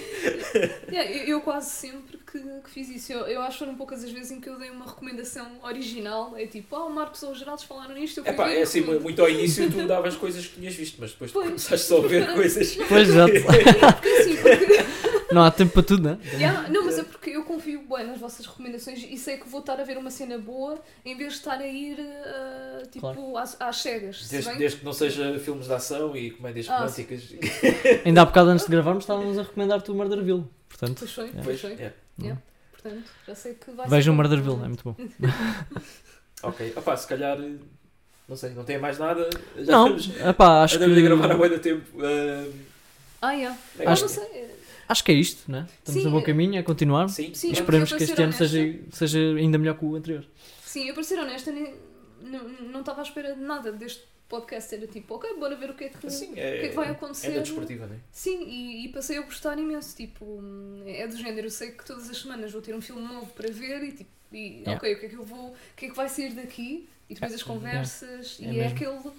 Speaker 2: Yeah, eu, eu quase sempre que, que fiz isso. Eu, eu acho que foram poucas as vezes em que eu dei uma recomendação original. É tipo, ah, o Marcos ou o Geraldo falaram nisto. Eu fui
Speaker 1: Epá,
Speaker 2: ver e
Speaker 1: é assim,
Speaker 2: recomendo."
Speaker 1: muito ao início tu davas coisas que tinhas visto, mas depois tu
Speaker 2: Pois.
Speaker 1: começaste só a ver coisas.
Speaker 3: Pois, exato.
Speaker 2: Porque assim, porque-
Speaker 3: Não há tempo para tudo, né?
Speaker 2: Yeah, não, mas é porque eu confio bem nas vossas recomendações e sei que vou estar a ver uma cena boa em vez de estar a ir ah, tipo às, às cegas. Se
Speaker 1: Desde,
Speaker 2: bem-
Speaker 1: desde que não seja filmes de ação e comédias
Speaker 2: Ah,
Speaker 1: românticas.
Speaker 3: Ainda há bocado antes de gravarmos estávamos a recomendar-te o Murderville. Portanto,
Speaker 2: Pois foi, pois
Speaker 1: Pois,
Speaker 2: foi.
Speaker 1: é.
Speaker 2: Portanto, já sei que vai
Speaker 3: vejam o
Speaker 2: bom.
Speaker 3: Murderville, é muito bom.
Speaker 1: Ok, Epá, se calhar, eh, não sei, não tem mais nada. Já
Speaker 3: Não,
Speaker 1: estamos,
Speaker 3: epá, acho,
Speaker 1: andamos a gravar há
Speaker 3: que,
Speaker 1: muito tempo. Ah,
Speaker 2: Ah, yeah.
Speaker 1: é,
Speaker 2: Ah,
Speaker 3: Acho-
Speaker 2: não sei.
Speaker 3: acho que é isto, né? Estamos
Speaker 2: Sim.
Speaker 3: no bom caminho, é continuar.
Speaker 1: sim,
Speaker 2: Sim,
Speaker 3: E
Speaker 2: eu
Speaker 3: esperemos
Speaker 2: prefiro
Speaker 3: que este
Speaker 2: ser
Speaker 3: ano seja,
Speaker 2: honesta.
Speaker 3: seja ainda melhor que o anterior.
Speaker 2: Sim, eu para ser honesta, nem- não não estava à espera de nada deste podcast. Era tipo, ok, bora ver o que é que,
Speaker 1: Sim,
Speaker 2: o que, é
Speaker 1: é,
Speaker 2: que vai
Speaker 1: é
Speaker 2: acontecer.
Speaker 1: da desportiva, não é?
Speaker 2: Sim, e, e passei a gostar imenso. Tipo, hum, é do género. Eu sei que todas as semanas vou ter um filme novo para ver e tipo, e,
Speaker 3: Yeah.
Speaker 2: ok, o que é que eu vou, o que é que vai sair daqui? E depois as conversas.
Speaker 3: Yeah. É
Speaker 2: E é,
Speaker 3: mesmo.
Speaker 2: aquele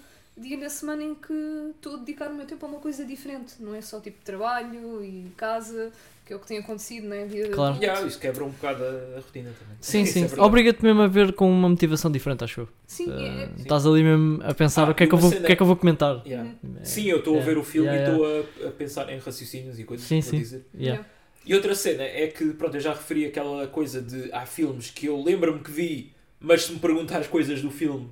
Speaker 2: dia na semana em que estou a dedicar o meu tempo a uma coisa diferente. Não é só tipo trabalho e casa, que é o que tem acontecido, não é? Vida de
Speaker 3: Claro.
Speaker 2: adulto.
Speaker 1: Yeah, isso quebra um bocado a a rotina também.
Speaker 3: Sim,
Speaker 1: Isso
Speaker 3: sim.
Speaker 1: é verdade.
Speaker 3: Obriga-te mesmo a ver com uma motivação diferente, acho eu.
Speaker 2: Sim,
Speaker 3: Ah,
Speaker 2: é- é-
Speaker 3: estás ali mesmo a pensar
Speaker 1: Ah,
Speaker 3: o, que é que eu
Speaker 1: uma
Speaker 3: vou,
Speaker 1: cena-
Speaker 3: o que é que eu vou comentar.
Speaker 2: Uhum.
Speaker 1: Yeah.
Speaker 3: É,
Speaker 1: Sim, eu estou a ver o filme
Speaker 3: Yeah,
Speaker 1: e estou a, a pensar em raciocínios e coisas
Speaker 3: Sim,
Speaker 1: para
Speaker 3: sim.
Speaker 1: dizer.
Speaker 3: yeah.
Speaker 1: E outra cena é que, pronto, eu já referi aquela coisa de há filmes que eu lembro-me que vi, mas se me perguntar as coisas do filme,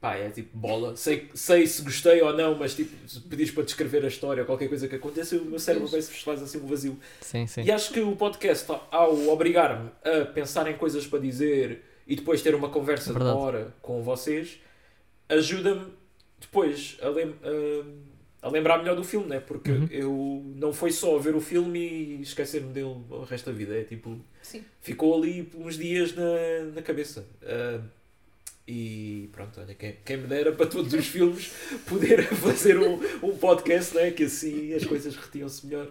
Speaker 1: pá, Pá, é tipo bola. Sei, sei se gostei ou não, mas tipo, se pedires para descrever a história ou qualquer coisa que aconteça, o meu cérebro vai se faz assim um vazio.
Speaker 3: Sim, sim.
Speaker 1: E acho que o podcast, ao obrigar-me a pensar em coisas para dizer e depois ter uma conversa de uma
Speaker 3: Verdade.
Speaker 1: hora com vocês, ajuda-me depois a, lem- a- a lembrar melhor do filme, né? Porque
Speaker 3: Uhum.
Speaker 1: eu não foi só ver o filme e esquecer-me dele o resto da vida. É tipo,
Speaker 2: Sim.
Speaker 1: ficou ali uns dias na, na cabeça. Ah, e pronto, olha, quem, quem me dera para todos os filmes poder fazer um, um podcast, né? que assim as coisas retiam-se melhor.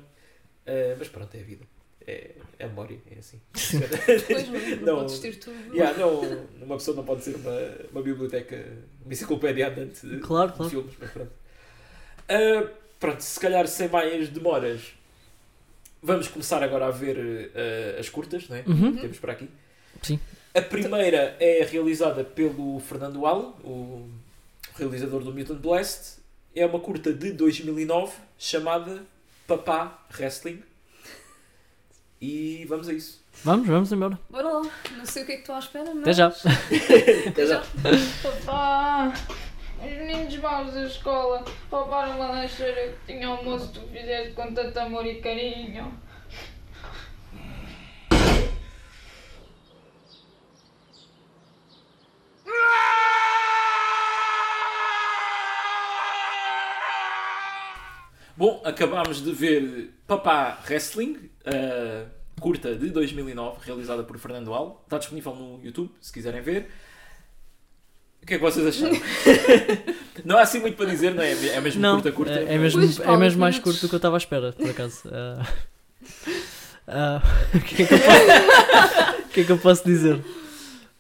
Speaker 1: Ah, mas pronto, é a vida. É, é a memória, é assim.
Speaker 2: Pois não, não,
Speaker 1: Não.
Speaker 2: podes ter tudo.
Speaker 1: Yeah, não, uma pessoa não pode ser uma, uma biblioteca, uma enciclopédia andante de,
Speaker 3: Claro,
Speaker 1: de
Speaker 3: claro.
Speaker 1: filmes, mas pronto. Ah, pronto, se calhar sem mais demoras, vamos começar agora a ver ah, as curtas, não é?
Speaker 3: Uhum.
Speaker 1: que temos para aqui.
Speaker 3: Sim.
Speaker 1: A primeira é realizada pelo Fernando Allen, o realizador do Mutant Blast. É uma curta de 2009 chamada Papá Wrestling. E vamos a isso.
Speaker 3: Vamos, vamos embora.
Speaker 2: Bora lá, não sei o que é que estou à espera, mas.
Speaker 3: Até já.
Speaker 1: Até já.
Speaker 4: Papá, os meninos maus da escola roubaram uma lancheira que tinha almoço que tu fizeste com tanto amor e carinho.
Speaker 1: Bom, acabámos de ver Papá Wrestling, eh, curta de 2009, realizada por Fernando Al. Está disponível no YouTube, se quiserem ver. O que é que vocês acharam? não há assim muito para dizer, não é? É mesmo
Speaker 3: Não,
Speaker 1: curta, curta.
Speaker 3: é, é mesmo,
Speaker 2: Pois,
Speaker 3: é
Speaker 2: Paulo,
Speaker 3: mesmo mais
Speaker 2: minutos.
Speaker 3: curto do que eu estava à espera, por acaso. Ah, ah, O que, é que eu posso- o que é que eu posso dizer?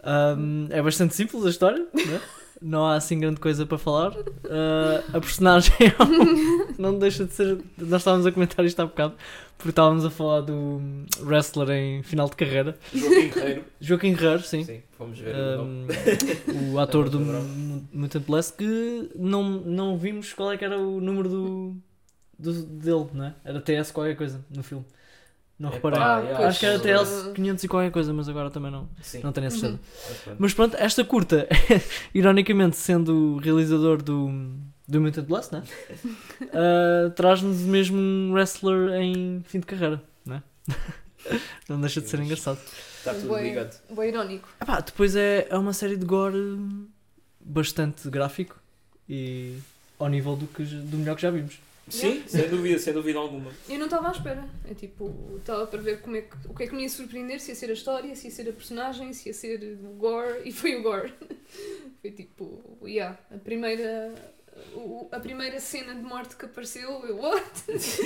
Speaker 3: Ahm, é bastante simples a história, né? não há assim grande coisa para falar. Ah, a personagem é um- não deixa de ser. Nós estávamos a comentar isto há bocado, porque estávamos a falar do wrestler em final de carreira,
Speaker 1: Joaquim Guerreiro.
Speaker 3: Joaquim Guerreiro, sim.
Speaker 1: Sim, fomos ver o nome.
Speaker 3: Um, o ator do
Speaker 1: Tá bom, tá
Speaker 3: Mu- Mutant Blast que não, não vimos qual é que era o número do, do- dele, não é? Era TS qualquer coisa no filme. Não
Speaker 1: Epá,
Speaker 3: reparei.
Speaker 2: Ah,
Speaker 1: yeah,
Speaker 2: pois.
Speaker 3: Acho que era
Speaker 2: Uhum.
Speaker 3: TS 500 e qualquer coisa, mas agora também não,
Speaker 1: Sim,
Speaker 3: não tenho a certeza.
Speaker 1: mas pronto.
Speaker 3: Mas pronto, esta curta, ironicamente sendo o realizador do, do Mutant Blast, né? Ah, traz-nos mesmo um wrestler em fim de carreira, não é? Não deixa de ser
Speaker 1: Mas-
Speaker 3: engraçado.
Speaker 1: está tudo
Speaker 2: Boi-
Speaker 1: ligado.
Speaker 2: Boi irónico.
Speaker 3: Epá, depois é, é uma série de gore hum, bastante gráfico e ao nível do, que, j- do melhor que já vimos.
Speaker 1: Sim, sem dúvida, sem dúvida alguma.
Speaker 2: Eu não estava à espera. É tipo, estava para ver como é que, o que é que me ia surpreender, se ia ser a história, se ia ser a personagem, se ia ser o gore, e foi o gore. Foi tipo, yeah, a primeira, o- a primeira cena de morte que apareceu, eu, what?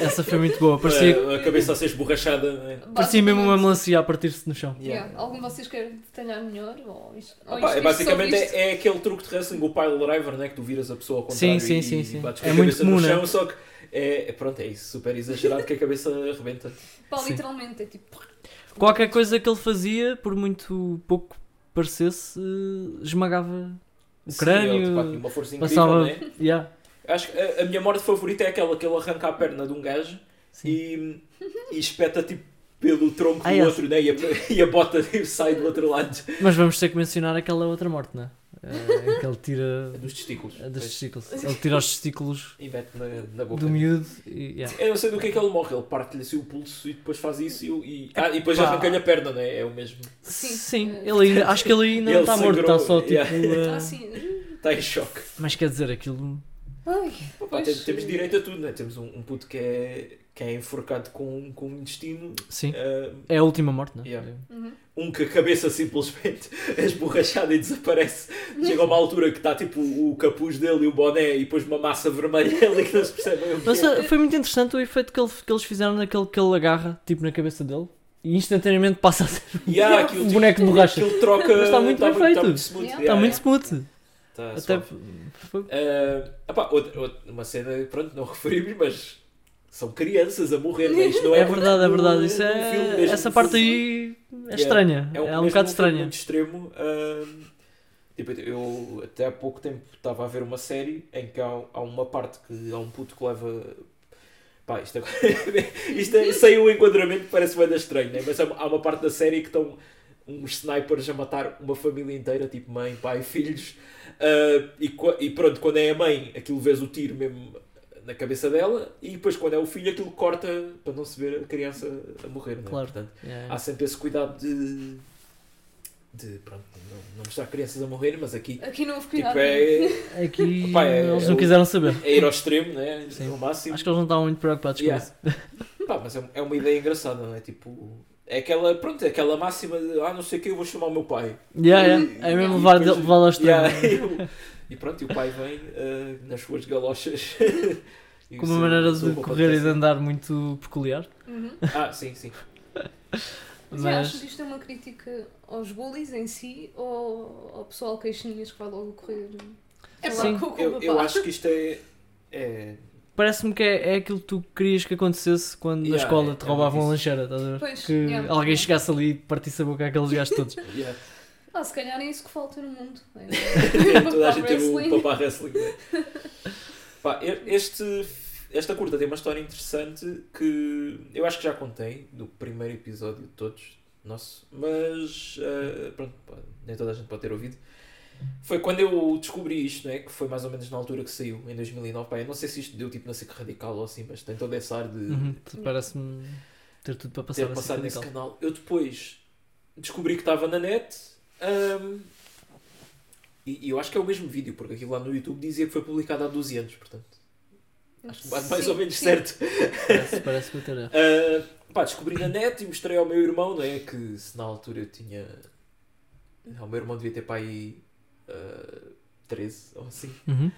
Speaker 3: Essa foi muito boa, parecia,
Speaker 1: A- A cabeça a ser esborrachada. não é?
Speaker 3: parecia mesmo uma
Speaker 2: Basicamente,
Speaker 3: melancia a partir-se no chão.
Speaker 2: Yeah. Algum de vocês quer detalhar melhor? Ou isto, ou
Speaker 1: Pá,
Speaker 2: isto-
Speaker 1: é
Speaker 2: isto
Speaker 1: basicamente
Speaker 2: sobre isto?
Speaker 1: é, é aquele truque de wrestling, o pile driver, né? Que tu viras a pessoa ao
Speaker 3: Sim,
Speaker 1: contrário
Speaker 3: sim,
Speaker 1: e,
Speaker 3: sim, sim.
Speaker 1: e bates com
Speaker 3: É
Speaker 1: a
Speaker 3: muito
Speaker 1: cabeça
Speaker 3: comum,
Speaker 1: no
Speaker 3: né?
Speaker 1: chão, só que é, é- pronto, é isso, super exagerado que a cabeça arrebenta.
Speaker 2: Pá,
Speaker 3: Sim.
Speaker 2: literalmente, é tipo,
Speaker 3: Qualquer coisa que ele fazia, por muito pouco parecesse, eh, esmagava o
Speaker 1: Sim,
Speaker 3: crânio,
Speaker 1: ele, tipo, há aqui uma força incrível,
Speaker 3: passava...
Speaker 1: né?
Speaker 3: Yeah.
Speaker 1: Acho que a, a minha morte favorita é aquela que ele arranca a perna de um gajo
Speaker 3: Sim.
Speaker 1: e, e espeta tipo pelo tronco
Speaker 3: Ah,
Speaker 1: do
Speaker 3: essa.
Speaker 1: outro, né? E a, e a bota tipo, sai do outro lado
Speaker 3: Mas vamos ter que mencionar aquela outra morte, não é? Eh, em que ele tira
Speaker 1: dos testículos.
Speaker 3: eh, dos testículos. Ele tira os testículos
Speaker 1: E mete na, na boca.
Speaker 3: do miúdo e... yeah.
Speaker 1: Eu não sei do que é que ele morre, ele parte-lhe assim o pulso e depois faz isso e, o- e, ah, e depois
Speaker 3: Epá.
Speaker 1: arranca-lhe a perna, né? É o mesmo.
Speaker 2: Sim.
Speaker 3: Sim,
Speaker 2: Eh,
Speaker 3: ele ainda, acho que ele ainda
Speaker 1: Ele
Speaker 3: não está morto, está
Speaker 1: sangrou,
Speaker 3: só tipo.
Speaker 1: yeah.
Speaker 3: eh,
Speaker 2: está assim,
Speaker 1: Está Tá em choque.
Speaker 3: Mas quer dizer, aquilo.
Speaker 2: ai,
Speaker 1: Pá,
Speaker 2: pois,
Speaker 1: tem- temos direito a tudo, né? Temos um, um puto que é, que é enforcado com, com um intestino.
Speaker 3: Sim.
Speaker 1: ah,
Speaker 3: É a última morte, não é?
Speaker 1: Yeah.
Speaker 2: Uhum.
Speaker 1: um que a cabeça simplesmente é esborrachada e desaparece. Chega a uma altura que está tipo o capuz dele e o boné e depois uma massa vermelha ali que não se percebe bem o que
Speaker 3: Mas
Speaker 1: é.
Speaker 3: eh, foi muito interessante o efeito que, ele- que eles fizeram naquele que ele agarra, tipo na cabeça dele, e instantaneamente passa a ser
Speaker 1: E há aquilo,
Speaker 3: um
Speaker 1: tipo,
Speaker 3: boneco de borracha.
Speaker 1: aquilo troca.
Speaker 3: Mas está muito bem feito.
Speaker 1: Está muito smooth.
Speaker 2: Yeah.
Speaker 3: Está
Speaker 1: yeah, É
Speaker 3: muito
Speaker 1: yeah.
Speaker 3: smooth.
Speaker 1: Está
Speaker 3: Até.
Speaker 1: suave.
Speaker 3: foi-
Speaker 1: Ah, epá, outra- outra- uma cena, pronto, não referimos, mas são crianças a morrer, né? Isto não é,
Speaker 3: É verdade, é
Speaker 1: muito
Speaker 3: verdade.
Speaker 1: do-
Speaker 3: Isso
Speaker 1: do filme
Speaker 3: é,
Speaker 1: mesmo.
Speaker 3: essa parte aí é estranha. É um
Speaker 1: mesmo
Speaker 3: bocado
Speaker 1: filme
Speaker 3: estranha.
Speaker 1: Muito extremo. hum, tipo, eu até há pouco tempo estava a ver uma série em que há, há uma parte que há um puto que leva. Pá, isto, é, agora- isto é- sem o enquadramento parece bem estranho, né? mas há há uma parte da série que estão uns snipers a matar uma família inteira, tipo mãe, pai, filhos. Ah, e, co- e pronto, quando é a mãe, aquilo vês o tiro mesmo na cabeça dela, e depois quando é o filho, aquilo corta para não se ver a criança a morrer. não é?
Speaker 3: Claro.
Speaker 1: Portanto,
Speaker 3: Yeah,
Speaker 1: há sempre esse cuidado de. de pronto, não, não mostrar crianças a morrer, mas aqui
Speaker 2: Aqui não houve cuidado.
Speaker 1: tipo, é,
Speaker 3: yeah. Aqui
Speaker 1: Pá, é-
Speaker 3: eles
Speaker 1: é
Speaker 3: não
Speaker 1: o-
Speaker 3: quiseram saber.
Speaker 1: é ir ao extremo, né?
Speaker 3: Sim.
Speaker 1: No máximo.
Speaker 3: Acho que eles não estavam muito preocupados
Speaker 1: Yeah.
Speaker 3: com isso.
Speaker 1: Pá, mas é, é uma ideia engraçada, não é? Tipo. É aquela, pronto, é aquela máxima de ah, não sei o que, eu vou chamar o meu pai.
Speaker 3: Yeah, yeah. É mesmo levar,
Speaker 1: Depois-
Speaker 3: levar ao extremo.
Speaker 1: Yeah, e o- e pronto, e o pai vem ah, nas suas galochas. E
Speaker 3: Com uma
Speaker 1: se-
Speaker 3: maneira
Speaker 1: se o
Speaker 3: de
Speaker 1: papai
Speaker 3: correr e de
Speaker 1: tivesse-
Speaker 3: andar muito peculiar.
Speaker 2: Uhum.
Speaker 1: Ah, sim, sim.
Speaker 2: Mas eu acho
Speaker 3: Mas-
Speaker 2: que isto é uma crítica aos bullies em si ou ao pessoal queixinhas que vai logo correr.
Speaker 1: É
Speaker 2: falar
Speaker 3: pá,
Speaker 2: com, com
Speaker 1: Eu,
Speaker 2: o
Speaker 1: eu
Speaker 2: papá.
Speaker 1: acho que isto é. é
Speaker 3: Parece-me que é, é aquilo que tu querias que acontecesse quando na
Speaker 1: Yeah,
Speaker 3: escola
Speaker 1: é-
Speaker 3: te
Speaker 1: é
Speaker 3: roubavam a
Speaker 1: muito
Speaker 3: lancheira, estás a ver?
Speaker 2: Pois,
Speaker 3: que
Speaker 2: yeah.
Speaker 3: alguém chegasse ali e partisse a boca àqueles gajos todos.
Speaker 1: yeah.
Speaker 2: Ah, se calhar é isso que falta no mundo. É
Speaker 1: Toda a gente teve
Speaker 2: Wrestling.
Speaker 1: o papá wrestling. né? Pá, e- este, esta curta tem uma história interessante que eu acho que já contei no primeiro episódio de todos, nosso, mas eh, pronto, pá, nem toda a gente pode ter ouvido. Foi quando eu descobri isto, né, que foi mais ou menos na altura que saiu, em 2009. Pá, eu não sei se isto deu tipo na SIC Radical ou assim, mas tem todo esse ar de
Speaker 3: Uhum, tu- Parece-me ter tudo para passar
Speaker 1: ter
Speaker 3: assim
Speaker 1: passado nesse
Speaker 3: radical.
Speaker 1: canal. Eu depois descobri que estava na net hum, e, e eu acho que é o mesmo vídeo, porque aquilo lá no YouTube dizia que foi publicado há 12 anos, portanto, acho que bate mais ou menos certo.
Speaker 3: Parece, parece bater. é.
Speaker 1: Uh, pá, descobri na net e mostrei ao meu irmão, não é? Que se na altura eu tinha. Não, o meu irmão devia ter para aí uh, 13 ou assim.
Speaker 3: Uhum.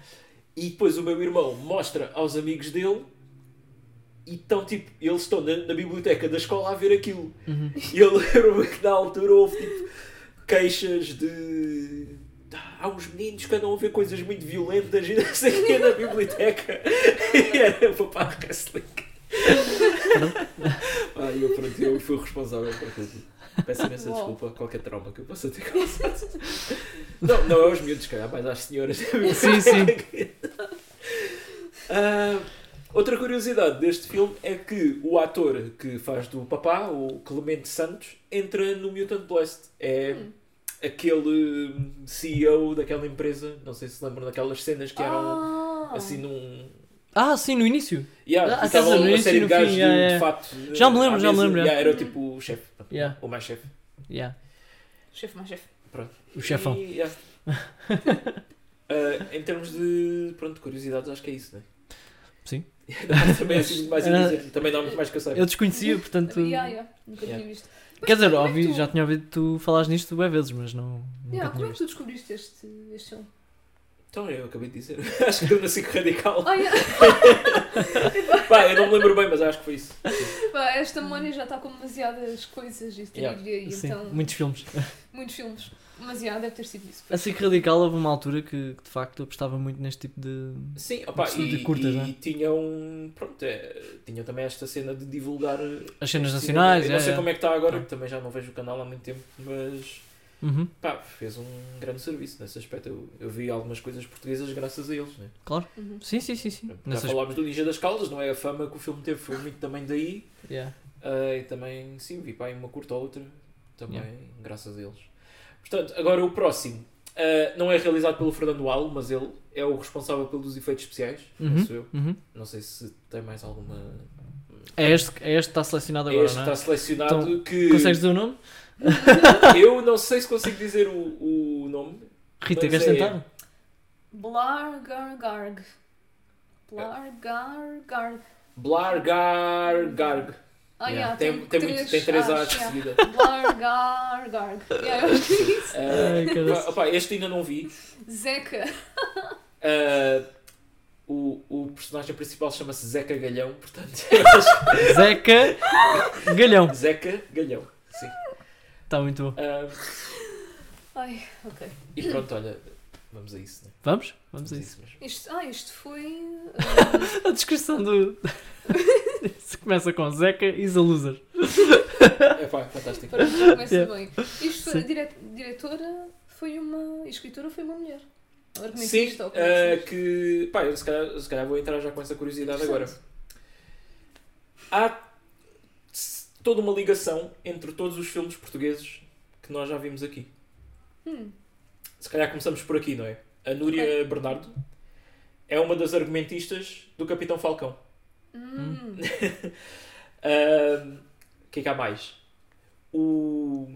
Speaker 1: E depois o meu irmão mostra aos amigos dele e estão tipo, eles estão na, na biblioteca da escola a ver aquilo.
Speaker 3: Uhum.
Speaker 1: E eu lembro-me que na altura houve tipo, queixas de. "Ah, Há uns meninos que andam a ver coisas muito violentas e não sei o que na biblioteca. E era papá wrestling. Ah, e eu, pronto, eu fui o responsável por tudo. Peço imensa
Speaker 2: Uau.
Speaker 1: desculpa a qualquer trauma que eu possa ter causado. Não, não é aos miúdos, se calhar, mas às senhoras da biblioteca.
Speaker 3: Sim, sim.
Speaker 1: Ah, outra curiosidade deste filme é que o ator que faz do papá, o Clemente Santos, entra no Mutant Blast. É
Speaker 2: Hum.
Speaker 1: aquele hum, CEO daquela empresa, não sei se lembram daquelas cenas que eram
Speaker 2: Ah,
Speaker 1: assim num.
Speaker 3: Ah, sim, no início.
Speaker 1: Yeah,
Speaker 3: Ah,
Speaker 1: ficava
Speaker 3: sim, sim,
Speaker 1: uma
Speaker 3: sim,
Speaker 1: série de
Speaker 3: no
Speaker 1: gajos
Speaker 3: fim,
Speaker 1: de,
Speaker 3: yeah,
Speaker 1: de
Speaker 3: yeah.
Speaker 1: fato.
Speaker 3: Já me lembro,
Speaker 1: à
Speaker 3: já me
Speaker 1: mesa.
Speaker 3: lembro,
Speaker 1: Yeah, era o tipo o chefe,
Speaker 3: Yeah,
Speaker 1: ou mais chefe.
Speaker 3: yeah.
Speaker 2: Chefe, mais chefe.
Speaker 3: O chefão.
Speaker 1: E, yeah. Ah, em termos de pronto, curiosidades, acho que é isso, né?
Speaker 3: Sim.
Speaker 1: também, é assim, muito mais
Speaker 3: Era-
Speaker 1: interessante, também não há muito mais que eu saiba.
Speaker 3: Eu desconhecia, portanto.
Speaker 2: Yeah, yeah. Nunca
Speaker 1: Yeah.
Speaker 2: tinha visto.
Speaker 3: Quer dizer,
Speaker 2: como é que
Speaker 3: ouvi,
Speaker 2: tu-
Speaker 3: já tinha ouvido tu falares nisto bem vezes, mas não. Nunca
Speaker 2: Yeah, como é
Speaker 3: tinha
Speaker 2: que
Speaker 3: visto.
Speaker 2: tu descobriste este, este filme?
Speaker 1: Então, eu acabei de dizer. acho que deu na SIC Radical.
Speaker 2: Ah, yeah.
Speaker 1: Pá, eu não me lembro bem, mas acho que foi isso.
Speaker 2: Pá, esta memória já está com demasiadas coisas e
Speaker 1: Yeah.
Speaker 2: teoria e
Speaker 3: Sim,
Speaker 2: então
Speaker 3: assim, muitos filmes.
Speaker 2: muitos filmes. Mas yeah, deve ter sido isso.
Speaker 3: Assim que radical, houve uma altura que, que de facto apostava muito neste tipo de.
Speaker 1: Sim, opá,
Speaker 3: De
Speaker 1: e,
Speaker 3: curtas,
Speaker 1: e
Speaker 3: né?
Speaker 1: tinham. Pronto, é, tinham também esta cena de divulgar.
Speaker 3: As cenas
Speaker 1: este cinema. Eu
Speaker 3: nacionais. é,
Speaker 1: não sei
Speaker 3: é.
Speaker 1: como é que está agora,
Speaker 3: Ah.
Speaker 1: que também já não vejo o canal há muito tempo, mas.
Speaker 3: Uhum,
Speaker 1: Pá, fez um grande serviço nesse aspecto. Eu, eu vi algumas coisas portuguesas graças a eles, né?
Speaker 2: Uhum.
Speaker 3: Sim, sim, sim. sim.
Speaker 1: Já
Speaker 3: Nessas...
Speaker 1: falámos do Ninja das Caldas, não é? A fama que o filme teve foi muito também daí.
Speaker 3: Yeah.
Speaker 1: Ah, e também, sim, vi pá, em uma curta ou outra, também,
Speaker 3: Yeah.
Speaker 1: graças a eles. Portanto, agora o próximo. ah, não é realizado pelo Fernando Alo, mas ele é o responsável pelos efeitos especiais,
Speaker 3: Uhum,
Speaker 1: penso eu.
Speaker 3: uhum.
Speaker 1: Não sei se tem mais alguma.
Speaker 3: É este que é este que está selecionado agora,
Speaker 1: este
Speaker 3: não é?
Speaker 1: está selecionado que.
Speaker 3: Consegues dizer o nome?
Speaker 1: Eu não sei se consigo dizer o, o nome.
Speaker 3: Rita,
Speaker 1: Mas
Speaker 3: queres
Speaker 1: é-
Speaker 3: tentar?
Speaker 2: Blargargarg. Blargargarg.
Speaker 1: Blargargarg.
Speaker 2: Ah, yeah,
Speaker 1: tem, tem, muito- tem três A's de
Speaker 2: yeah.
Speaker 1: seguida.
Speaker 2: Blargargarg. Yeah, eu acho que é isso.
Speaker 1: Ah,
Speaker 3: Ai, caralho.
Speaker 1: opá, este ainda não vi.
Speaker 2: Zeca.
Speaker 1: Ah, o, o personagem principal chama-se Zeca Galhão, portanto, eu acho
Speaker 3: Zeca Galhão.
Speaker 1: que é Zeca Galhão. Sim.
Speaker 3: Está muito bom.
Speaker 1: Ah,
Speaker 2: Ai, ok.
Speaker 1: e pronto, olha, vamos a isso, né?
Speaker 3: Vamos? Vamos a isso.
Speaker 1: mesmo.
Speaker 2: Isto, ah, isto foi.
Speaker 3: A descrição do. Se começa com Zeca is a loser.
Speaker 1: É pá, fantástico.
Speaker 2: Para mim começa
Speaker 3: Yeah.
Speaker 2: bem. Isto foi a dire- diretora foi uma. e escritora foi uma mulher. Agora como é que
Speaker 1: Sim,
Speaker 2: isto, ou como é
Speaker 1: ah,
Speaker 2: que isto?
Speaker 1: que. Pá, eu se calhar, se calhar vou entrar já com essa curiosidade agora. Há s- toda uma ligação entre todos os filmes portugueses que nós já vimos aqui.
Speaker 2: Hum.
Speaker 1: Se calhar começamos por aqui, não é? A Núria Bernardo é uma das argumentistas do Capitão Falcão.
Speaker 2: Hum.
Speaker 1: Ahm, O que é que há mais? O.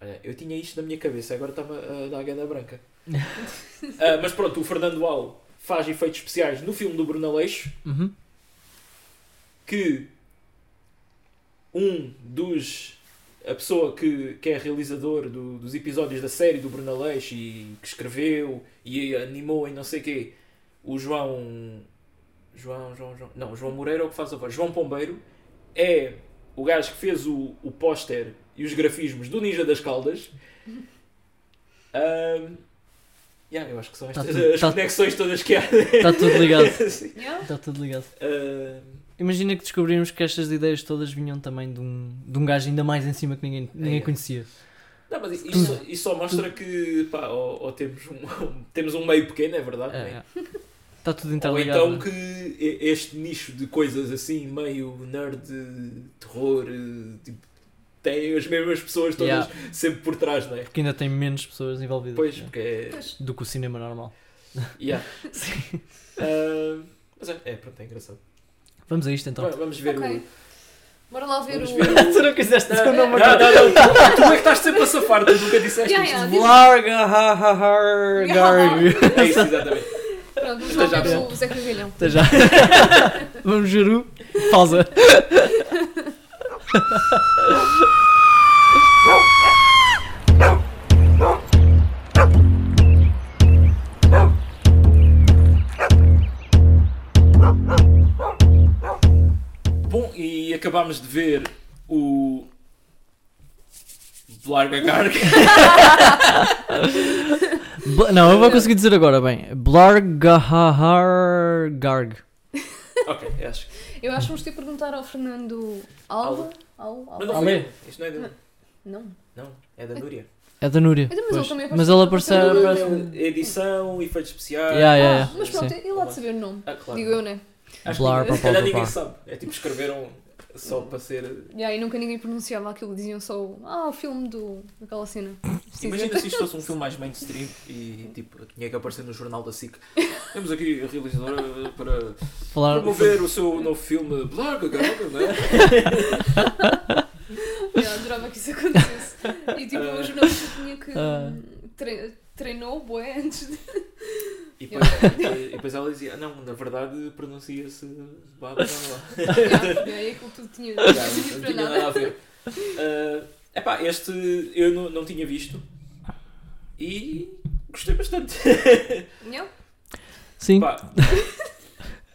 Speaker 1: Olha, eu tinha isto na minha cabeça, agora estava a dar a ganda branca. Ah, mas pronto, o Fernando Al faz efeitos especiais no filme do Bruno Aleixo,
Speaker 3: Uhum.
Speaker 1: que um dos. a pessoa que, que é realizador do- dos episódios da série do Bruno Aleixo e que escreveu e animou em não sei quê, o João. João, João, João. Não, João Moreira é o que faz a voz. João Pombeiro é o gajo que fez o, o póster e os grafismos do Ninja das Caldas. Ahm, yeah, eu acho que são
Speaker 3: Tá
Speaker 1: estas
Speaker 3: tudo-
Speaker 1: as
Speaker 3: tá-
Speaker 1: conexões todas que há.
Speaker 3: Está Tá tudo ligado.
Speaker 1: Sim.
Speaker 2: Yeah?
Speaker 3: Está tudo ligado.
Speaker 1: Ahm,
Speaker 3: Imagina que descobrimos que estas ideias todas vinham também de um, de um gajo ainda mais em cima que ninguém, ninguém
Speaker 1: É.
Speaker 3: conhecia.
Speaker 1: Não, mas isso, isso só mostra que pá, ou, ou temos, um, temos um meio pequeno, é verdade, né?
Speaker 3: Está tudo
Speaker 1: ou
Speaker 3: interligado.
Speaker 1: então
Speaker 3: né?
Speaker 1: que e- este nicho de coisas assim, meio nerd, eh, terror, eh, tipo, tem as mesmas pessoas todas
Speaker 3: Yeah.
Speaker 1: sempre por trás, não é?
Speaker 3: Porque ainda tem menos pessoas envolvidas
Speaker 1: Pois,
Speaker 3: né?
Speaker 1: porque é.
Speaker 2: Pois.
Speaker 3: do que o cinema normal.
Speaker 1: Yeah. Ah, mas é, é, pronto, é engraçado.
Speaker 3: Vamos a isto então.
Speaker 1: Vamos- Vamos ver
Speaker 2: Ok.
Speaker 1: o.
Speaker 2: Bora lá ver
Speaker 1: Vamos
Speaker 2: o.
Speaker 1: ver o-
Speaker 3: tu não quiseste dizer o
Speaker 1: Não, não,
Speaker 3: nome agora.
Speaker 1: não, tu- tu é que estás sempre a safar, tu nunca disseste
Speaker 2: Yeah,
Speaker 1: isto.
Speaker 2: yeah, diz-
Speaker 3: Larga, ha, ha, har, gar.
Speaker 1: É isso, exatamente.
Speaker 2: Pronto, vamos
Speaker 1: Até já,
Speaker 2: lá ver o
Speaker 1: pessoal.
Speaker 2: Zé Cagalhão.
Speaker 3: Até já. Vamos ver o. Pausa.
Speaker 1: Bom, e acabámos de ver o. Larga Garga.
Speaker 3: Bl- Não, eu vou conseguir dizer agora bem. Blarga, ha, har, garg.
Speaker 1: ok, é, acho que.
Speaker 2: Eu acho que vamos ter que perguntar ao Fernando Alva. Alva?
Speaker 1: Mas
Speaker 2: Alva?
Speaker 1: não foi.
Speaker 3: Alê.
Speaker 1: eu. Isto não é da.
Speaker 2: Não.
Speaker 1: Não, é da Núria.
Speaker 3: É da Núria.
Speaker 2: Então, mas
Speaker 3: pois.
Speaker 2: ele também
Speaker 3: Mas
Speaker 2: apareceu-
Speaker 3: ele apareceu.
Speaker 2: Ah, apareceu-
Speaker 3: aparece-
Speaker 2: parece-
Speaker 1: Edição, efeitos especiais.
Speaker 3: é Yeah, yeah,
Speaker 2: Ah,
Speaker 3: yeah.
Speaker 2: mas pronto,
Speaker 3: Sim.
Speaker 2: ele há de saber o nome.
Speaker 1: Ah, claro.
Speaker 2: Digo eu, né?
Speaker 1: Acho
Speaker 3: Blar,
Speaker 1: que,
Speaker 3: pá,
Speaker 1: se calhar
Speaker 3: pá,
Speaker 1: ninguém
Speaker 3: pá.
Speaker 1: sabe. É tipo, escreveram só para ser.
Speaker 2: E aí nunca ninguém pronunciava aquilo, diziam só o- ah, o filme do. daquela cena.
Speaker 1: Imagina se isto fosse um filme mais mainstream e tipo, tinha que aparecer no jornal da SIC. Temos aqui a realizadora para
Speaker 3: Falar.
Speaker 1: promover o seu novo filme Blarga Garga, não é?
Speaker 2: Eu adorava que isso acontecesse. E tipo,
Speaker 1: Ah.
Speaker 2: o jornalista tinha que.
Speaker 3: Ah.
Speaker 2: tre- treinou, boé, antes de.
Speaker 1: E depois, e depois ela dizia, "Ah, não, na verdade pronuncia-se blá blá blá.
Speaker 2: e aí aquilo tudo tinha. Não
Speaker 1: Já,
Speaker 2: servia
Speaker 1: não
Speaker 2: para
Speaker 1: tinha
Speaker 2: nada.
Speaker 1: nada a ver. Ah, epá, este eu não, não tinha visto e gostei bastante.
Speaker 2: Não?
Speaker 3: Sim,
Speaker 1: Pá,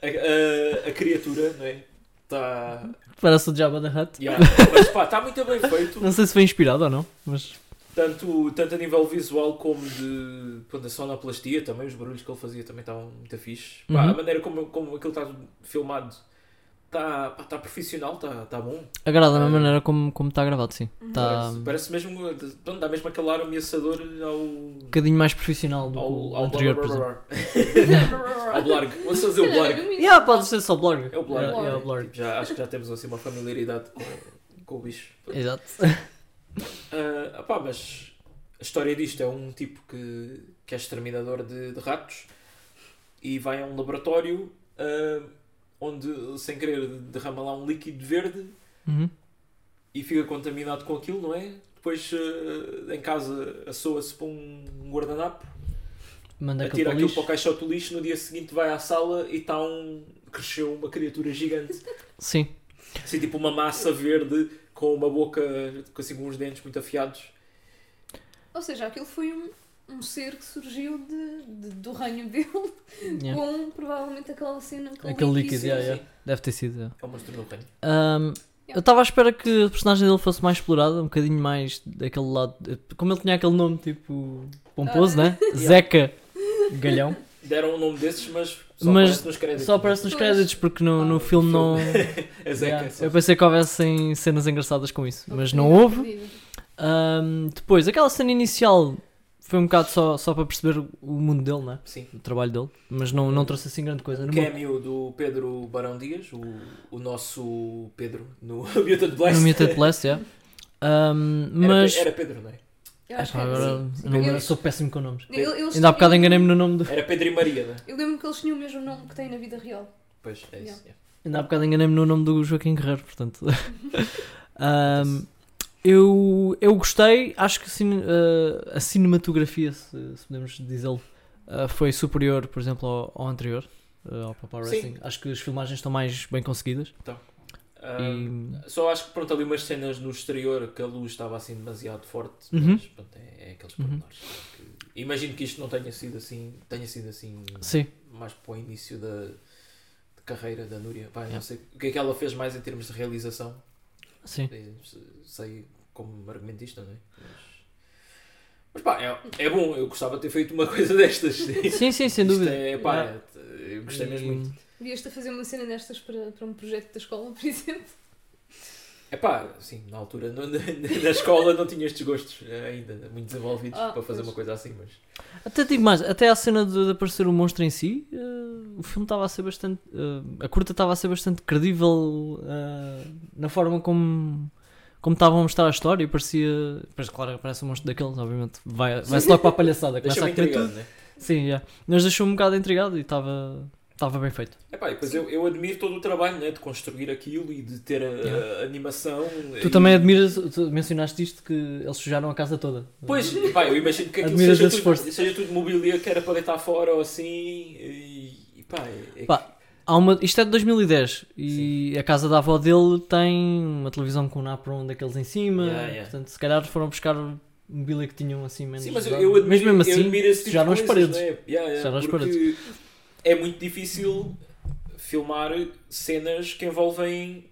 Speaker 1: a, a- a criatura, não é? Está.
Speaker 3: parece o Jabba da Hutt.
Speaker 1: Yeah, mas pá, está muito bem feito,
Speaker 3: Não sei se foi inspirado ou não, mas.
Speaker 1: tanto, tanto a nível visual como de pronto, da sonoplastia também, os barulhos que ele fazia também estavam muito fixe. Pá,
Speaker 3: Uhum.
Speaker 1: A maneira como, como aquilo está filmado está tá profissional, está tá bom.
Speaker 3: Agrada-me a
Speaker 2: Hum.
Speaker 1: Eh.
Speaker 3: maneira como como está gravado, sim.
Speaker 2: Uhum.
Speaker 3: Está
Speaker 1: Parece,
Speaker 3: um
Speaker 1: parece mesmo, pronto, dá mesmo aquele ar ameaçador ao.
Speaker 3: bocadinho mais profissional do que
Speaker 1: ao,
Speaker 3: o
Speaker 1: ao
Speaker 3: anterior, por exemplo.
Speaker 1: ao Blarg. Vamos fazer o Blarg.
Speaker 3: Yeah, pode ser só blog.
Speaker 1: É o Blarg.
Speaker 3: Yeah, yeah, o Blarg.
Speaker 1: Tipo, já, acho que já temos assim uma familiaridade com, com o bicho.
Speaker 3: Exato.
Speaker 1: Ah, pá, mas a história disto é um tipo que, que é exterminador de, de ratos e vai a um laboratório ah, onde, sem querer, derrama lá um líquido verde
Speaker 3: Uhum.
Speaker 1: e fica contaminado com aquilo, não é? Depois ah, em casa assoa-se para um guardanapo,
Speaker 3: Manda
Speaker 1: atira
Speaker 3: aquilo para o
Speaker 1: aquilo para o
Speaker 3: tá lixo.
Speaker 1: caixote do lixo, no dia seguinte vai à sala e está um. cresceu uma criatura gigante.
Speaker 3: Sim.
Speaker 1: Assim, tipo uma massa verde com uma boca, com assim, com uns dentes muito afiados.
Speaker 2: Ou seja, aquilo foi um, um ser que surgiu de, de- do reino dele
Speaker 3: Yeah.
Speaker 2: com provavelmente aquela cena com
Speaker 3: Aquele líquido,
Speaker 2: sim,
Speaker 3: yeah,
Speaker 2: sim.
Speaker 3: yeah. Deve ter sido. yeah.
Speaker 1: É o monstro do reino.
Speaker 3: Um,
Speaker 2: Yeah.
Speaker 3: eu estava à espera que a personagem dele fosse mais explorada, um bocadinho mais daquele lado. Como ele tinha aquele nome tipo pomposo,
Speaker 2: Ah.
Speaker 3: né? Zeca Galhão.
Speaker 1: Deram um nome desses, mas só
Speaker 3: Mas
Speaker 1: aparece nos créditos.
Speaker 3: Só aparece nos
Speaker 2: Pois.
Speaker 3: créditos porque no, no
Speaker 1: Ah,
Speaker 3: filme não.
Speaker 1: É tipo- Zeca.
Speaker 3: Yeah,
Speaker 1: só.
Speaker 3: Eu pensei que houvessem cenas engraçadas com isso, mas não
Speaker 2: Incrível,
Speaker 3: houve.
Speaker 2: incrível.
Speaker 3: Um, depois, aquela cena inicial foi um bocado só, só para perceber o mundo dele, né?
Speaker 1: Sim. é
Speaker 3: O trabalho dele, mas não, não trouxe assim grande coisa.
Speaker 1: O
Speaker 3: Numa-
Speaker 1: cameo do Pedro Barão Dias, o, o nosso Pedro, no Mutant Blast.
Speaker 3: No Muted Blast, yeah. Um, mas
Speaker 1: é- Era, Pe- era Pedro, não é?
Speaker 2: Eu
Speaker 3: Epá,
Speaker 2: é,
Speaker 3: agora
Speaker 2: sim, sim.
Speaker 3: eu não- eu
Speaker 2: Eles-
Speaker 3: sou péssimo com nomes.
Speaker 2: eu- eles
Speaker 3: Ainda há bocado
Speaker 2: tinham-
Speaker 3: enganei-me no nome do.
Speaker 1: Era Pedro e Maria, né?
Speaker 2: Eu lembro que eles tinham o mesmo nome que têm na vida real.
Speaker 1: Pois, é isso. é.
Speaker 3: Ainda há bocado enganei-me no nome do Joaquim Guerreiro, portanto. Ahm, eu, eu gostei, acho que cine- ah, a cinematografia, se, se podemos dizê-lo, ah, foi superior, por exemplo, ao, ao anterior, ah, ao Papa
Speaker 1: Sim.
Speaker 3: Racing. Acho que as filmagens estão mais bem conseguidas.
Speaker 1: Ahm,
Speaker 3: E-
Speaker 1: Só acho que pronto, ali umas cenas no exterior que a luz estava assim demasiado forte,
Speaker 3: Uhum.
Speaker 1: mas pronto, é, é aqueles
Speaker 3: Uhum.
Speaker 1: pormenores. que- Imagino que isto não tenha sido assim, tenha sido assim
Speaker 3: Sim,
Speaker 1: mais para o início da de carreira da Núria. Pá,
Speaker 3: Yeah.
Speaker 1: não sei o que é que ela fez mais em termos de realização.
Speaker 3: sim.
Speaker 1: Sei como argumentista, não é? Mas, mas pá, é, é bom, eu gostava de ter feito uma coisa destas.
Speaker 3: Sim, sim, sem
Speaker 1: Isto
Speaker 3: dúvida.
Speaker 1: É, pá,
Speaker 3: Yeah.
Speaker 1: é- eu gostei mesmo
Speaker 3: E-
Speaker 1: muito.
Speaker 2: Vieste a fazer uma cena destas para, para um projeto da escola, por exemplo?
Speaker 1: É pá, sim, na altura, no- na, na escola não tinha estes gostos eh, ainda muito desenvolvidos
Speaker 2: Ah,
Speaker 1: para fazer
Speaker 2: pois.
Speaker 1: uma coisa assim, mas.
Speaker 3: Até digo mais, até a cena de, de aparecer o monstro em si, eh, o filme estava a ser bastante. eh, a curta estava a ser bastante credível eh, na forma como. Como estavam a mostrar a história e parecia. Pois, claro, aparece um monstro daqueles, obviamente. vai- Vai-se logo para a palhaçada. Começa
Speaker 1: Deixa-me
Speaker 3: a comer tudo.
Speaker 1: intrigado, né?
Speaker 3: Sim, já. Mas deixou-me um bocado intrigado e estava. Estava bem feito.
Speaker 1: É pá, e depois eu, eu admiro todo o trabalho né, de construir aquilo e de ter a, a animação.
Speaker 3: Tu também admiras. Tu mencionaste isto que eles sujaram a casa toda.
Speaker 1: Pois, e pá, eu imagino que aquilo
Speaker 3: Admiras
Speaker 1: seja
Speaker 3: esse
Speaker 1: tudo,
Speaker 3: esforço.
Speaker 1: seja tudo mobília que era para deitar fora ou assim. E, e pá, é, é
Speaker 3: Pá, Há uma, isto é de 2010 e a casa da avó dele tem uma televisão com um napron daqueles em cima.
Speaker 1: Yeah, yeah.
Speaker 3: Portanto, se calhar foram buscar mobília que tinham assim menos.
Speaker 1: Sim, mas eu,
Speaker 3: usado.
Speaker 1: eu admiro,
Speaker 3: mas mesmo
Speaker 1: eu
Speaker 3: assim,
Speaker 1: admiro esse tipo
Speaker 3: sujaram
Speaker 1: de
Speaker 3: as
Speaker 1: coisas,
Speaker 3: paredes.
Speaker 1: né? Yeah, yeah,
Speaker 3: Sujaram as
Speaker 1: porque É muito difícil filmar cenas que envolvem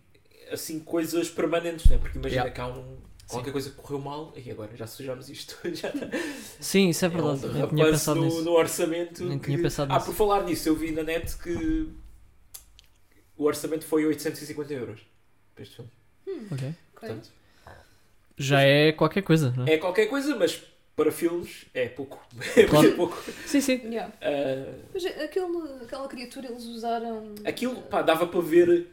Speaker 1: assim coisas permanentes, né? porque imagina
Speaker 3: Yeah.
Speaker 1: que há um. Qualquer coisa que correu mal, e agora já sujamos isto. Já está.
Speaker 3: Sim, isso é verdade.
Speaker 1: um
Speaker 3: Nem tinha
Speaker 1: derrapance
Speaker 3: pensado
Speaker 1: no,
Speaker 3: nisso.
Speaker 1: no orçamento.
Speaker 3: Nem
Speaker 1: que-
Speaker 3: tinha pensado
Speaker 1: ah,
Speaker 3: nisso.
Speaker 1: por falar nisso, eu vi na net que o orçamento foi 850 euros para este filme.
Speaker 3: Ok.
Speaker 2: Ok.
Speaker 1: Portanto,
Speaker 3: Já é qualquer coisa, não é?
Speaker 1: é qualquer coisa, mas para filmes é pouco. É
Speaker 3: Claro.
Speaker 1: muito pouco.
Speaker 3: Sim, sim.
Speaker 2: Yeah.
Speaker 1: Ah,
Speaker 2: Mas aquele, aquela criatura eles usaram.
Speaker 1: Aquilo, pá, dava para ver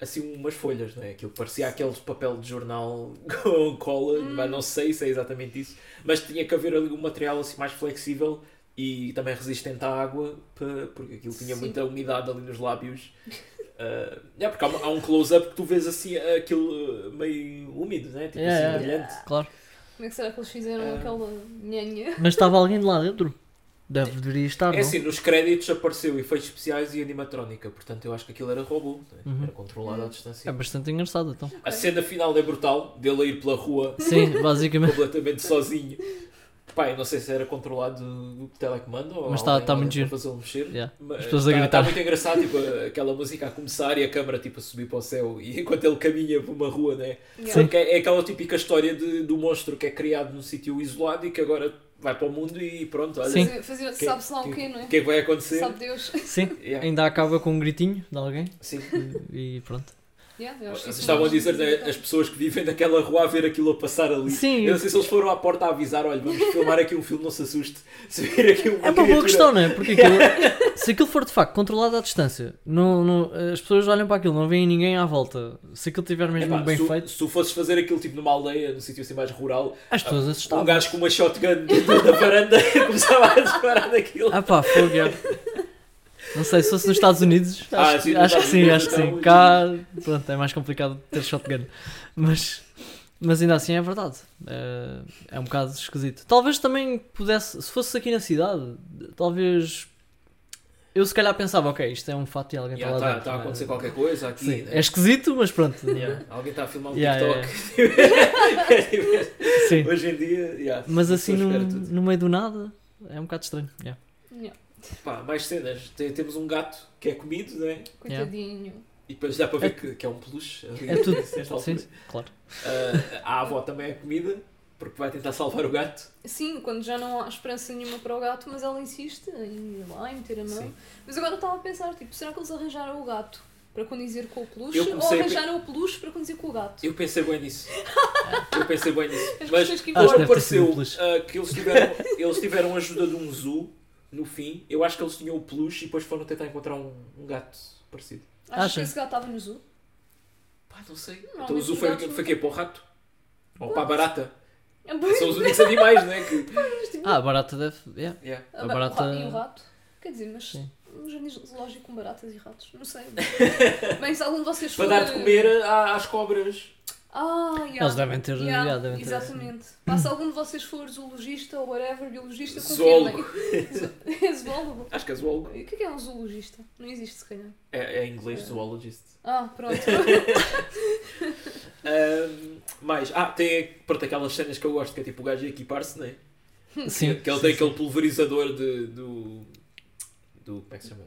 Speaker 1: assim umas folhas, não é? Aquilo parecia aquele papel de jornal com cola, mas não sei se é exatamente isso, mas tinha que haver ali um material assim mais flexível e também resistente à água, pa- porque aquilo tinha
Speaker 2: Sim.
Speaker 1: muita umidade ali nos lábios. Ah, é, porque há, uma- há um close-up que tu vês assim aquilo ah, meio úmido, né? Tipo
Speaker 3: É, é.
Speaker 1: assim, brilhante.
Speaker 3: Claro.
Speaker 2: Ah, Como é que será que eles fizeram
Speaker 1: Ah.
Speaker 2: aquela nhanha?
Speaker 3: Mas estava alguém de lá dentro? Deve, deveria estar,
Speaker 1: É
Speaker 3: não?
Speaker 1: assim, nos créditos apareceu efeitos especiais e animatrónica, portanto eu acho que aquilo era robô, não é?
Speaker 3: Uhum.
Speaker 1: era controlado à distância.
Speaker 3: É bastante engraçado, então.
Speaker 1: A cena final é brutal, dele a ir pela rua
Speaker 3: Sim, basicamente.
Speaker 1: completamente sozinho. Pá, eu não sei se era controlado do telecomando ou
Speaker 3: Mas tá-
Speaker 1: alguém
Speaker 3: tá
Speaker 1: lá
Speaker 3: muito
Speaker 1: dentro
Speaker 3: giro.
Speaker 1: para fazê-lo mexer.
Speaker 3: Yeah.
Speaker 1: Mas
Speaker 3: As pessoas a
Speaker 1: tá-
Speaker 3: gritar.
Speaker 1: tá muito engraçado, tipo, aquela música a começar e a câmara tipo, a subir para o céu e enquanto ele caminha por uma rua, né?
Speaker 2: Yeah.
Speaker 1: Porque é é aquela típica história de- do monstro que é criado num sítio isolado e que agora vai para o mundo e pronto, olha.
Speaker 3: Sim.
Speaker 2: Fazer- fazer-
Speaker 1: Que-
Speaker 2: Sabe-se lá o
Speaker 1: que-
Speaker 2: quê, não é?
Speaker 1: O que é que vai acontecer?
Speaker 2: Sabe Deus.
Speaker 3: Sim.
Speaker 1: Yeah.
Speaker 3: Ainda acaba com um gritinho de alguém
Speaker 1: Sim.
Speaker 3: e pronto.
Speaker 2: Yeah, eu acho
Speaker 1: Vocês
Speaker 2: isso é
Speaker 1: estavam a
Speaker 2: mais
Speaker 1: dizer né,
Speaker 2: interessante.
Speaker 1: as pessoas que vivem naquela rua a ver aquilo a passar ali.
Speaker 3: Sim.
Speaker 1: Eu não sei se eles foram à porta a avisar, olha, vamos filmar aqui um filme, não se assuste. Se vir aqui uma
Speaker 3: É uma boa
Speaker 1: criatura-
Speaker 3: questão, não é? Porque aquilo- se aquilo for de facto controlado à distância, não, não- as pessoas olham para aquilo, não veem ninguém à volta. Se aquilo estiver mesmo
Speaker 1: Epá,
Speaker 3: bem
Speaker 1: se,
Speaker 3: feito,
Speaker 1: se tu fosses fazer aquilo tipo numa aldeia, num sítio assim mais rural,
Speaker 3: as pessoas
Speaker 1: um
Speaker 3: assustavam.
Speaker 1: gajo com uma shotgun dentro da varanda começava a disparar daquilo.
Speaker 3: Ah pá, fogo, é. Não sei, se fosse nos Estados Unidos, acho,
Speaker 1: Ah,
Speaker 3: que-
Speaker 1: sim, nos
Speaker 3: acho que
Speaker 1: Estados
Speaker 3: sim,
Speaker 1: Unidos,
Speaker 3: acho que sim.
Speaker 1: então,
Speaker 3: Cá, pronto, é mais complicado ter shotgun. Mas, mas ainda assim é verdade. É, é um bocado esquisito. Talvez também pudesse, se fosse aqui na cidade, talvez. Eu se calhar pensava, ok, isto é um fato e alguém
Speaker 1: Está
Speaker 3: está lá
Speaker 1: tá, a
Speaker 3: dentro.
Speaker 1: acontecer
Speaker 3: né?
Speaker 1: qualquer coisa aqui.
Speaker 3: Sim,
Speaker 1: né?
Speaker 3: é esquisito, mas pronto.
Speaker 1: Yeah, Alguém está a filmar um
Speaker 3: Yeah,
Speaker 1: TikTok.
Speaker 3: Sim.
Speaker 1: Hoje em dia, yeah,
Speaker 3: Mas
Speaker 1: a
Speaker 3: assim,
Speaker 1: pessoa
Speaker 3: no,
Speaker 1: espera tudo.
Speaker 3: no meio do nada, é um bocado estranho. Yeah.
Speaker 2: Yeah,
Speaker 1: Pá, mais cenas. Tem- temos um gato que é comido, né?
Speaker 2: Coitadinho.
Speaker 1: E depois dá para ver que, que é um peluche. ali,
Speaker 3: É tudo.
Speaker 1: nesta altura.
Speaker 3: Sim, sim, claro.
Speaker 1: Ah, a avó também é comida, porque vai tentar salvar o gato.
Speaker 2: Sim, quando já não há esperança nenhuma para o gato, mas ela insiste em ir lá e meter a mão.
Speaker 1: Sim.
Speaker 2: Mas agora eu estava a pensar, tipo, será que eles arranjaram o gato para condizer com o peluche?
Speaker 1: Eu
Speaker 2: Ou
Speaker 1: comecei a pe-
Speaker 2: arranjaram o peluche para condizer com o gato?
Speaker 1: Eu pensei bem nisso. Eu pensei bem nisso. Mas
Speaker 2: As pessoas que-
Speaker 3: Acho que
Speaker 1: agora
Speaker 3: deve ter sido
Speaker 1: é pareceu
Speaker 3: um peluche.
Speaker 1: ah, que eles tiveram, eles tiveram ajuda de um zoo no fim. Eu acho que eles tinham o peluche e depois foram tentar encontrar um, um gato parecido.
Speaker 2: Achas
Speaker 3: Acha?
Speaker 2: que esse gato estava no zoo?
Speaker 1: Pá, não sei.
Speaker 2: Não,
Speaker 1: então o
Speaker 2: mas
Speaker 1: zoo
Speaker 2: os
Speaker 1: foi,
Speaker 2: gatos
Speaker 1: foi,
Speaker 2: não-
Speaker 1: quê? Para o rato? Ou para a barata? É
Speaker 2: Ah, Pois,
Speaker 5: São os únicos animais, né? Que...
Speaker 2: tipo,
Speaker 3: Ah, a barata deve. yeah.
Speaker 5: Yeah.
Speaker 2: Ah,
Speaker 3: a
Speaker 2: bem, o
Speaker 3: barata-
Speaker 2: ra- E o rato? Quer dizer, mas
Speaker 3: Sim.
Speaker 2: um jardim zoológico com baratas e ratos, não sei. Bem, se algum de vocês
Speaker 1: Para
Speaker 2: for...
Speaker 1: dar de comer a- às cobras.
Speaker 2: Ah, yeah.
Speaker 3: Eles devem ter- yeah, devem ter-
Speaker 2: Exatamente. Pá, se algum de vocês for zoologista ou whatever, biologista, confirmem.
Speaker 5: Zoólogo.
Speaker 2: É zoólogo.
Speaker 5: Acho que é zoólogo.
Speaker 2: O que é que é um zoologista? Não existe, se calhar.
Speaker 1: É, é em inglês zoologist.
Speaker 2: Ah, pronto.
Speaker 1: Ahm, mais, ah, tem pronto, aquelas cenas que eu gosto, que é tipo o gajo equipar-se, né?
Speaker 3: Sim.
Speaker 1: Que ele tem aquele pulverizador de, do. do. como é que se chama?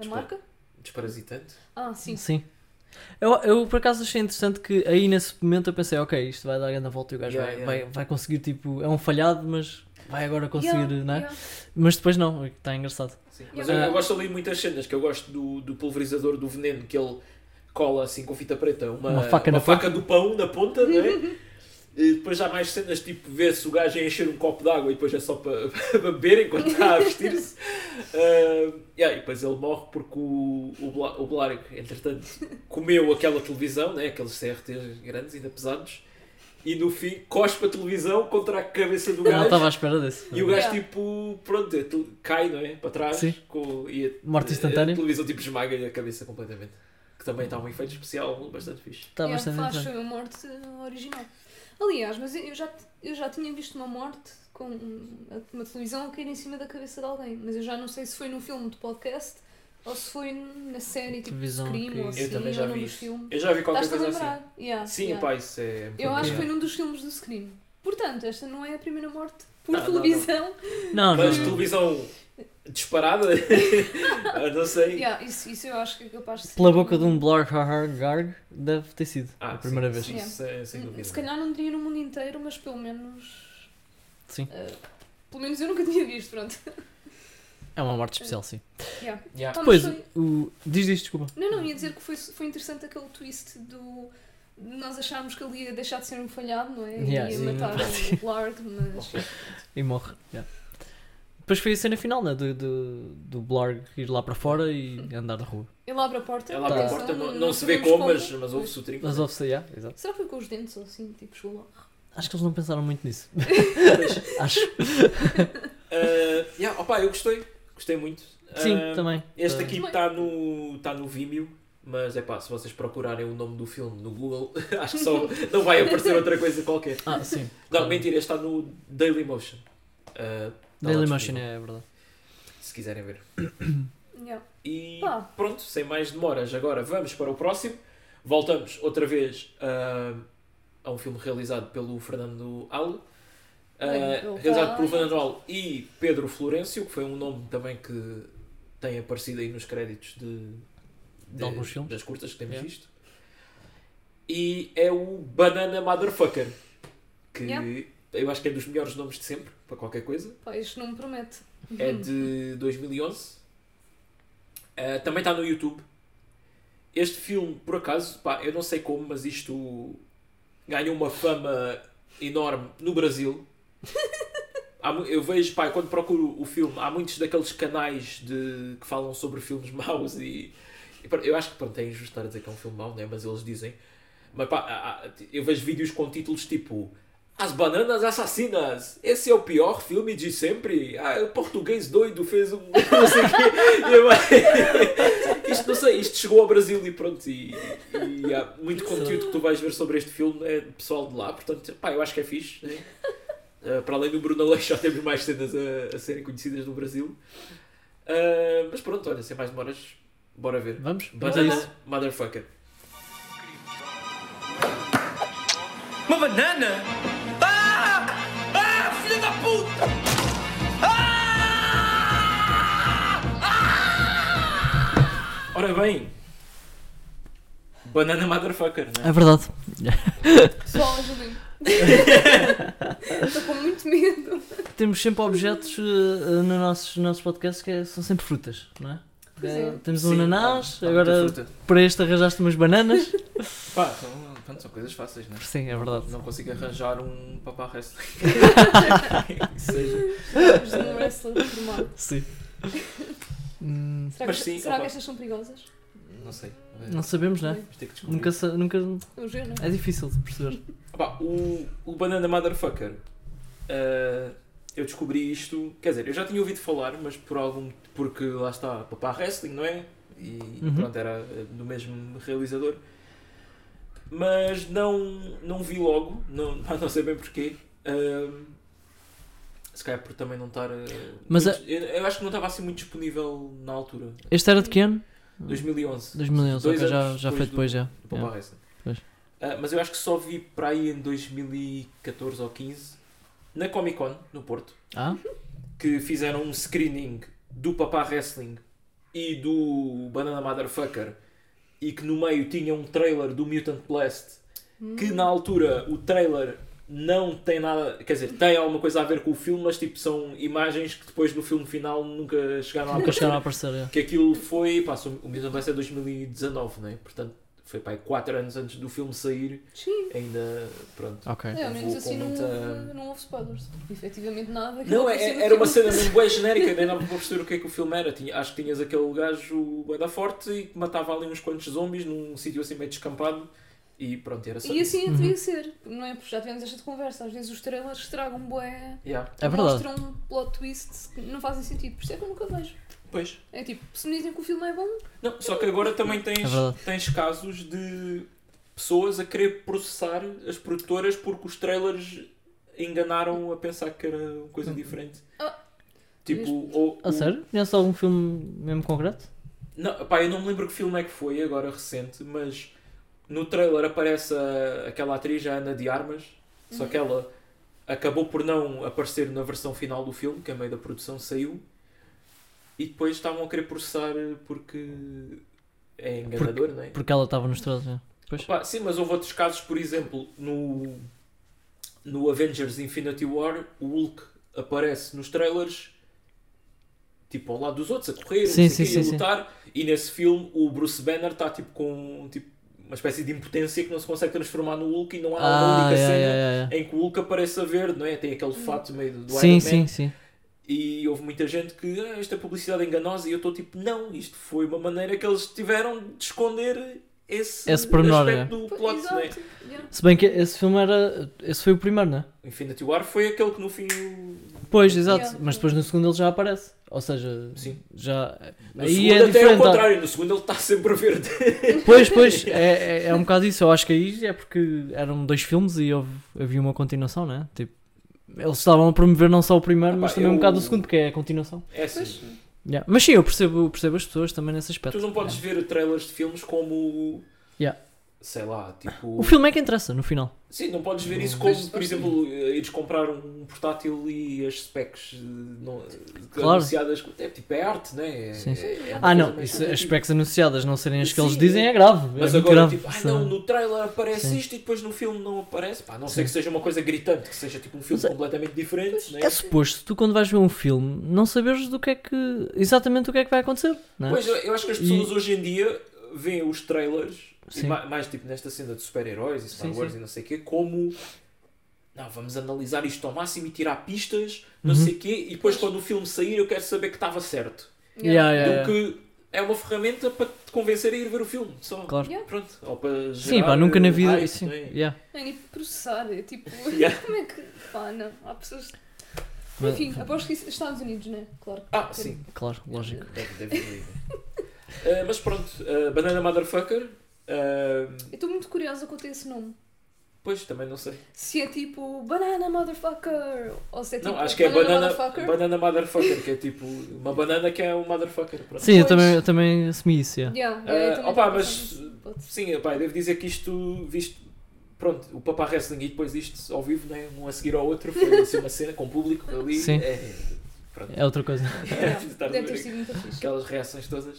Speaker 2: A marca?
Speaker 1: Desparasitante.
Speaker 2: Ah, sim.
Speaker 3: Sim. Eu, eu por acaso achei interessante que aí nesse momento eu pensei, ok, isto vai dar grande volta e o gajo
Speaker 1: Yeah,
Speaker 3: vai,
Speaker 1: yeah.
Speaker 3: Vai, vai conseguir tipo. É um falhado, mas vai agora conseguir,
Speaker 2: Yeah,
Speaker 3: não é?
Speaker 2: yeah.
Speaker 3: Mas depois não, está engraçado.
Speaker 1: Mas
Speaker 2: Yeah.
Speaker 1: eu, eu gosto ali de muitas cenas, que eu gosto do, do pulverizador do veneno que ele cola assim com fita preta, uma,
Speaker 3: Uma faca na
Speaker 1: faca do pão na ponta, não é? E depois há mais cenas tipo vê-se o gajo a encher um copo de água e depois é só para para beber enquanto está a vestir-se. Ah, yeah, e depois ele morre porque o, o, Bla- o Blarg, entretanto, comeu aquela televisão, né? aqueles CRTs grandes, ainda pesados, e no fim cospe a televisão contra a cabeça do
Speaker 3: Eu não
Speaker 1: gajo.
Speaker 3: estava à espera desse.
Speaker 1: E o gajo,
Speaker 2: Yeah.
Speaker 1: tipo, pronto, é tu- cai, não é? Para trás.
Speaker 3: Sim.
Speaker 1: Com, e a,
Speaker 3: Morte
Speaker 1: A
Speaker 3: instantânea.
Speaker 1: televisão, tipo, esmaga-lhe a cabeça completamente. Que também está um efeito especial bastante fixe.
Speaker 3: Está
Speaker 2: Yeah,
Speaker 3: bastante
Speaker 2: É, faz
Speaker 3: interessante.
Speaker 2: a morte original. Aliás, mas eu já, eu já tinha visto uma morte com uma- uma televisão a cair em cima da cabeça de alguém, mas eu já não sei se foi num filme de podcast ou se foi na série tipo
Speaker 3: Televisão a
Speaker 2: Scream
Speaker 3: cair.
Speaker 2: ou
Speaker 3: Eu
Speaker 2: assim,
Speaker 1: também já
Speaker 2: ou num
Speaker 1: vi
Speaker 2: dos
Speaker 1: isso.
Speaker 2: filmes.
Speaker 1: Eu já vi qualquer
Speaker 2: Estás-te a
Speaker 1: coisa
Speaker 2: lembrar?
Speaker 1: assim.
Speaker 2: Yeah,
Speaker 1: Sim,
Speaker 2: yeah.
Speaker 1: pá, isso é.
Speaker 2: Eu acho que foi
Speaker 3: Yeah.
Speaker 2: num dos filmes do Scream. Portanto, esta não é a primeira morte por
Speaker 1: Não, não,
Speaker 2: televisão.
Speaker 3: Não, não,
Speaker 1: Mas
Speaker 3: não.
Speaker 1: televisão disparada, Ah, não sei.
Speaker 2: Yeah, isso, isso eu acho que é capaz de ser.
Speaker 3: Pela boca de um Blargarg deve ter sido
Speaker 1: Ah,
Speaker 3: a primeira
Speaker 1: sim,
Speaker 3: vez.
Speaker 1: sim, sem, sem dúvida.
Speaker 2: Hum, Se calhar não diria no mundo inteiro, mas pelo menos.
Speaker 3: Sim.
Speaker 2: eh, pelo menos eu nunca tinha visto, pronto.
Speaker 3: É uma morte especial, sim.
Speaker 2: Yeah.
Speaker 1: Yeah.
Speaker 2: Pá, Tá, mas
Speaker 3: Depois,
Speaker 2: foi-
Speaker 3: o... diz isto, desculpa.
Speaker 2: Não, não, ia dizer que foi, foi interessante aquele twist do. de Nós achámos que ele ia deixar de ser um falhado, não é?
Speaker 3: Yeah,
Speaker 2: ia
Speaker 3: sim,
Speaker 2: matar
Speaker 3: não
Speaker 2: o Lard, mas.
Speaker 3: E morre. yeah. Depois foi a cena final, né? Do, do, do Blarg ir lá para fora e andar na rua.
Speaker 2: Ele abre a porta.
Speaker 1: Ela abre a
Speaker 3: Tá.
Speaker 2: atenção,
Speaker 1: porta, não, não se vê
Speaker 2: sabemos
Speaker 1: como, mas, mas ouve-se o trinco.
Speaker 3: Mas ouve-se, yeah, exato.
Speaker 2: Será que foi com os dentes ou assim? Tipo, chegou lá.
Speaker 3: Acho que eles não pensaram muito nisso. Acho.
Speaker 1: Ah, yeah, opa, eu gostei. Gostei muito.
Speaker 3: Sim,
Speaker 1: Ah,
Speaker 3: também.
Speaker 1: Este
Speaker 3: Tá.
Speaker 1: aqui está no, tá no Vimeo, mas é pá, se vocês procurarem o nome do filme no Google, acho que só não vai aparecer outra coisa qualquer.
Speaker 3: Ah, sim.
Speaker 1: Não, mentira, este está no Dailymotion. Ah, tá lá
Speaker 3: Dailymotion,
Speaker 1: disponível,
Speaker 3: é verdade.
Speaker 1: Se quiserem ver.
Speaker 2: Yeah.
Speaker 1: E
Speaker 2: Pá.
Speaker 1: pronto, sem mais demoras, agora vamos para o próximo. Voltamos outra vez ah, a um filme realizado pelo Fernando Al. ah,
Speaker 2: Bem, eu-
Speaker 1: realizado pelo
Speaker 2: Ai.
Speaker 1: Fernando Al e Pedro Florencio, que foi um nome também que tem aparecido aí nos créditos de,
Speaker 3: De alguns filmes.
Speaker 1: das curtas que temos
Speaker 3: Yeah.
Speaker 1: visto. E é o Banana Motherfucker, que
Speaker 2: Yeah.
Speaker 1: eu acho que é dos melhores nomes de sempre, para qualquer coisa.
Speaker 2: Pá, isto não me promete.
Speaker 1: É de 2011. Ah, também está no YouTube. Este filme, por acaso, pá, eu não sei como, mas isto ganhou uma fama enorme no Brasil. Há mu- eu vejo, pá, quando procuro o filme, há muitos daqueles canais de, que falam sobre filmes maus e. e pá, Eu acho que pronto, é injusto estar a dizer que é um filme mau, né? mas eles dizem. Mas pá, há- há- eu vejo vídeos com títulos tipo As Bananas Assassinas, esse é o pior filme de sempre. Ah, o português doido fez um. Não sei o quê. E eu- isto não sei, isto chegou ao Brasil e pronto. E, e há muito conteúdo que tu vais ver sobre este filme é de pessoal de lá, portanto, pá, eu acho que é fixe. né? Ah, para além do Bruno Leix, já temos mais cenas a, a serem conhecidas no Brasil. Ah, mas pronto, olha, sem mais demoras, bora ver.
Speaker 3: Vamos? Vamos a
Speaker 1: Banana
Speaker 3: isso.
Speaker 1: Motherfucker.
Speaker 6: Uma banana? Ah! Ah, filha da puta! Ah!
Speaker 1: Ora bem, Banana Motherfucker, né?
Speaker 3: É verdade.
Speaker 2: Pessoal, ajudem-me. Estou com muito medo.
Speaker 3: Temos sempre objetos eh, eh, no nossos, nossos podcasts que é- são sempre frutas, não é?
Speaker 2: Pois é.
Speaker 3: Eh, Temos um
Speaker 1: Sim,
Speaker 3: ananás,
Speaker 1: há- há
Speaker 3: agora
Speaker 1: muita fruta.
Speaker 3: para este arranjaste umas bananas.
Speaker 1: Pá, são, pronto, são coisas fáceis, né?
Speaker 3: Sim, é verdade.
Speaker 1: Não consigo arranjar um papá wrestling. Que seja.
Speaker 2: Precisamos de um wrestler formado.
Speaker 3: Sim. Hum,
Speaker 2: Será,
Speaker 1: Mas
Speaker 2: que,
Speaker 1: sim,
Speaker 2: será
Speaker 1: opa.
Speaker 2: que estas são perigosas?
Speaker 1: Não sei.
Speaker 3: não sabemos, não é?
Speaker 1: Vamos ter que descobrir.
Speaker 3: Nunca, sa- nunca.
Speaker 2: Eu juro, não é?
Speaker 3: É difícil de perceber.
Speaker 1: Pá, o, o Banana Motherfucker. eh, eu descobri isto. Quer dizer, eu já tinha ouvido falar, mas por algum. Porque lá está Papá Wrestling, não é? E
Speaker 3: Uhum.
Speaker 1: pronto, era eh, do mesmo realizador. Mas não, não vi logo, não, pá, não sei bem porquê. Ahm, se calhar por também não estar. eh,
Speaker 3: Mas
Speaker 1: muito- eu, eu acho que não estava assim muito disponível na altura.
Speaker 3: Este era de que ano?
Speaker 1: 2011.
Speaker 3: 2011,
Speaker 1: Dois
Speaker 3: ok, já,
Speaker 1: anos
Speaker 3: já foi
Speaker 1: depois do-
Speaker 3: depois, já.
Speaker 1: do Papa
Speaker 3: Yeah.
Speaker 1: Wrestling.
Speaker 3: Pois.
Speaker 1: Tipo, Ah, mas eu acho que só vi para aí em 2014 ou 15 na Comic Con, no Porto,
Speaker 3: Ah?
Speaker 1: que fizeram um screening do Papá Wrestling e do Banana Motherfucker e que no meio tinha um trailer do Mutant Blast
Speaker 2: Hum.
Speaker 1: que na altura o trailer não tem nada, quer dizer, tem alguma coisa a ver com o filme, mas tipo são imagens que depois no filme final nunca chegaram a
Speaker 3: Nunca
Speaker 1: aparecer
Speaker 3: chegaram a aparecer, yeah.
Speaker 1: que aquilo foi, pá, o Mutant Blast é 2019, né? Portanto, foi pá, 4 anos antes do filme sair,
Speaker 2: Sim.
Speaker 1: ainda, pronto.
Speaker 3: Ok.
Speaker 2: É, ao menos
Speaker 1: Vou
Speaker 2: assim não
Speaker 1: comentar.
Speaker 2: houve, não houve spoilers. Porque efetivamente nada. que
Speaker 1: Não, é-
Speaker 2: apareceu no
Speaker 1: é- era uma
Speaker 2: filme.
Speaker 1: cena bem genérica, nem dava para perceber o que é que o filme era. Tinha- acho que tinhas aquele gajo bem da forte e que matava ali uns quantos zombies num sítio assim meio descampado e pronto, era só
Speaker 2: E
Speaker 1: isso.
Speaker 2: assim
Speaker 3: Uhum.
Speaker 2: devia ser, não é? Porque já tivemos esta conversa. Às vezes os trailers estragam bué.
Speaker 1: Yeah.
Speaker 3: É verdade.
Speaker 2: Mostram um plot twists que não fazem sentido. Por isso é que eu nunca vejo.
Speaker 1: Pois.
Speaker 2: É tipo, se me dizem que o filme é bom,
Speaker 1: Não, só que agora também tens,
Speaker 3: É verdade.
Speaker 1: tens casos de pessoas a querer processar as produtoras porque os trailers enganaram a pensar que era uma coisa diferente.
Speaker 2: Ah.
Speaker 1: Tipo, ou,
Speaker 3: A Ah, sério? Conhece algum filme mesmo concreto?
Speaker 1: Não, pá, eu não me lembro que filme é que foi agora recente, mas no trailer aparece a- aquela atriz, a Ana de Armas, só que ela acabou por não aparecer na versão final do filme, que a meio da produção saiu, e depois estavam a querer processar porque é enganador, não é?
Speaker 3: Porque ela estava nos trailers, yeah. Pois.
Speaker 1: Pá, sim, mas houve outros casos, por exemplo, no, no Avengers Infinity War, o Hulk aparece nos trailers, tipo, ao lado dos outros, a correr, não
Speaker 3: Sim,
Speaker 1: sei
Speaker 3: sim,
Speaker 1: quê, a
Speaker 3: sim, sim.
Speaker 1: lutar, e nesse filme o Bruce Banner está tipo com tipo, uma espécie de impotência que não se consegue transformar no Hulk e não há uma
Speaker 3: Ah,
Speaker 1: única
Speaker 3: yeah,
Speaker 1: cena
Speaker 3: yeah, yeah, yeah.
Speaker 1: em que o Hulk apareça verde, não é? Tem aquele fato meio do Iron
Speaker 3: Sim,
Speaker 1: Man.
Speaker 3: sim, sim.
Speaker 1: E houve muita gente que ah, esta publicidade é enganosa e eu estou tipo, não, isto foi uma maneira que eles tiveram de esconder esse,
Speaker 3: Esse pormenor,
Speaker 1: aspecto
Speaker 3: é.
Speaker 1: do
Speaker 2: Pois,
Speaker 1: plot, não é?
Speaker 2: exato. Yeah.
Speaker 3: Se bem que esse filme era. Esse foi o primeiro, não é?
Speaker 1: Infinity War foi aquele que no fim.
Speaker 3: Pois, exato.
Speaker 2: Yeah.
Speaker 3: Mas depois no segundo ele já aparece. Ou seja,
Speaker 1: Sim.
Speaker 3: já.
Speaker 1: No
Speaker 3: Aí
Speaker 1: segundo
Speaker 3: é
Speaker 1: até é o
Speaker 3: diferente. tá?
Speaker 1: contrário, no segundo ele está sempre a verde.
Speaker 3: Pois, pois, é, é, é um bocado isso. Eu acho que aí é porque eram dois filmes e houve, havia uma continuação, né? Tipo, eles estavam a promover não só o primeiro,
Speaker 1: Ah pá,
Speaker 3: mas também um
Speaker 1: eu-
Speaker 3: bocado o segundo, porque é a continuação.
Speaker 1: É
Speaker 2: Pois,
Speaker 1: assim.
Speaker 3: Yeah. Mas sim, eu percebo, percebo as pessoas também nesse aspecto. É.
Speaker 1: Tu não podes ver trailers de filmes como.
Speaker 3: Yeah.
Speaker 1: Sei lá, tipo.
Speaker 3: O filme é que interessa, no final.
Speaker 1: Sim, não podes ver isso como,
Speaker 2: Pois,
Speaker 1: por
Speaker 2: pois,
Speaker 1: exemplo, eh, ires comprar um portátil e as specs eh, não,
Speaker 3: Claro.
Speaker 1: anunciadas. É tipo, é arte, né? É,
Speaker 3: Sim, sim.
Speaker 1: é uma
Speaker 3: Ah,
Speaker 1: coisa
Speaker 3: não,
Speaker 1: mais
Speaker 3: isso,
Speaker 1: subjetiva.
Speaker 3: as specs anunciadas não serem as que eles
Speaker 1: Sim,
Speaker 3: dizem
Speaker 1: é.
Speaker 3: é grave.
Speaker 1: Mas
Speaker 3: é muito
Speaker 1: agora,
Speaker 3: grave.
Speaker 1: tipo, ai
Speaker 3: Sim.
Speaker 1: não, no trailer aparece
Speaker 3: Sim.
Speaker 1: isto e depois no filme não aparece. Pá, não
Speaker 3: Sim.
Speaker 1: sei que seja uma coisa gritante, que seja tipo um filme
Speaker 3: Mas é-
Speaker 1: completamente diferente, né?
Speaker 3: É suposto, tu quando vais ver um filme, não saberes do que é que. exatamente o que é que vai acontecer, não é?
Speaker 1: Pois, eu- eu acho que as
Speaker 3: E-
Speaker 1: pessoas hoje em dia veem os trailers, e
Speaker 3: Sim.
Speaker 1: ma- mais tipo nesta cena de super-heróis e Star
Speaker 3: Sim,
Speaker 1: Wars
Speaker 3: sim.
Speaker 1: e não sei o quê, como não, vamos analisar isto ao máximo e tirar pistas, não
Speaker 3: Uhum.
Speaker 1: sei o quê, e depois quando o filme sair eu quero saber que estava certo.
Speaker 3: Yeah, yeah, yeah.
Speaker 1: Do que é uma ferramenta para te convencer a ir ver o filme, só.
Speaker 3: Claro.
Speaker 2: Yeah.
Speaker 1: Pronto, ou para
Speaker 3: Sim,
Speaker 1: gerar,
Speaker 3: pá, nunca na
Speaker 1: eh,
Speaker 3: vida.
Speaker 1: hype,
Speaker 3: sim,
Speaker 1: não é?
Speaker 3: yeah.
Speaker 2: Não é nem processar, é tipo,
Speaker 1: Yeah.
Speaker 2: como é que. Pá, não. Há pessoas.
Speaker 3: Mas-
Speaker 2: Enfim, aposto que isso. Estados Unidos, não é? Claro.
Speaker 1: Ah, sim,
Speaker 3: Claro, lógico.
Speaker 1: deve, deve ir. Eh, mas pronto, eh, Banana Motherfucker, eh,
Speaker 2: Eu estou muito curiosa quanto a esse nome.
Speaker 1: pois também não sei.
Speaker 2: Se é tipo Banana Motherfucker ou se é tipo
Speaker 1: Não, acho que é
Speaker 2: Banana
Speaker 1: banana
Speaker 2: Motherfucker.
Speaker 1: motherfucker. que é tipo uma banana que é um motherfucker. Pronto.
Speaker 3: Sim, eu
Speaker 2: Pois.
Speaker 3: também, eu também assumi isso. Yeah.
Speaker 2: Yeah,
Speaker 1: Ah,
Speaker 2: yeah, eu também assim, tipo,
Speaker 1: opa,
Speaker 2: estou
Speaker 1: mas-
Speaker 2: pensando nisso. Pode ser.
Speaker 1: Sim, pá, devo dizer que isto, visto, pronto, o Papá Wrestling e depois isto ao vivo, né, um a seguir ao outro, foi assim, uma cena com o público ali.
Speaker 3: Sim.
Speaker 1: É, pronto.
Speaker 3: É outra coisa.
Speaker 1: É, preciso estar a
Speaker 2: Deve ter
Speaker 1: ver
Speaker 2: sido muito fixe.
Speaker 1: Aquelas reações todas.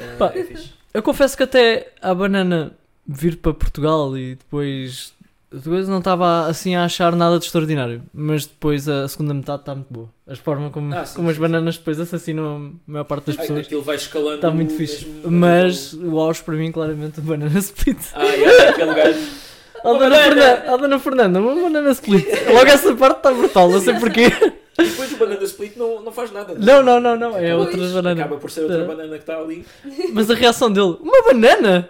Speaker 1: É,
Speaker 3: Pá.
Speaker 1: é fixe.
Speaker 3: Eu confesso que até a banana vir para Portugal e depois. Depois não estava assim a achar nada de extraordinário, mas depois a segunda metade está muito boa. A forma como,
Speaker 1: Ah, sim,
Speaker 3: como as
Speaker 1: sim,
Speaker 3: bananas depois assassinam a maior parte das
Speaker 1: Ai,
Speaker 3: pessoas
Speaker 1: Aquilo vai escalando.
Speaker 3: está muito fixe.
Speaker 1: mesmo-
Speaker 3: Mas o auge para mim, claramente, o banana split.
Speaker 1: Ah, é, aquele gajo.
Speaker 3: A dona, Fernanda, a dona Fernanda, uma banana split. Logo essa parte está brutal, não sei porquê.
Speaker 1: E depois o Banana Split não, não faz nada.
Speaker 3: Não, não, não, não, é
Speaker 1: Acaba-
Speaker 3: outra
Speaker 2: Pois,
Speaker 3: banana.
Speaker 1: Acaba por ser outra
Speaker 3: É.
Speaker 1: banana que está ali.
Speaker 3: Mas a reação dele, uma banana?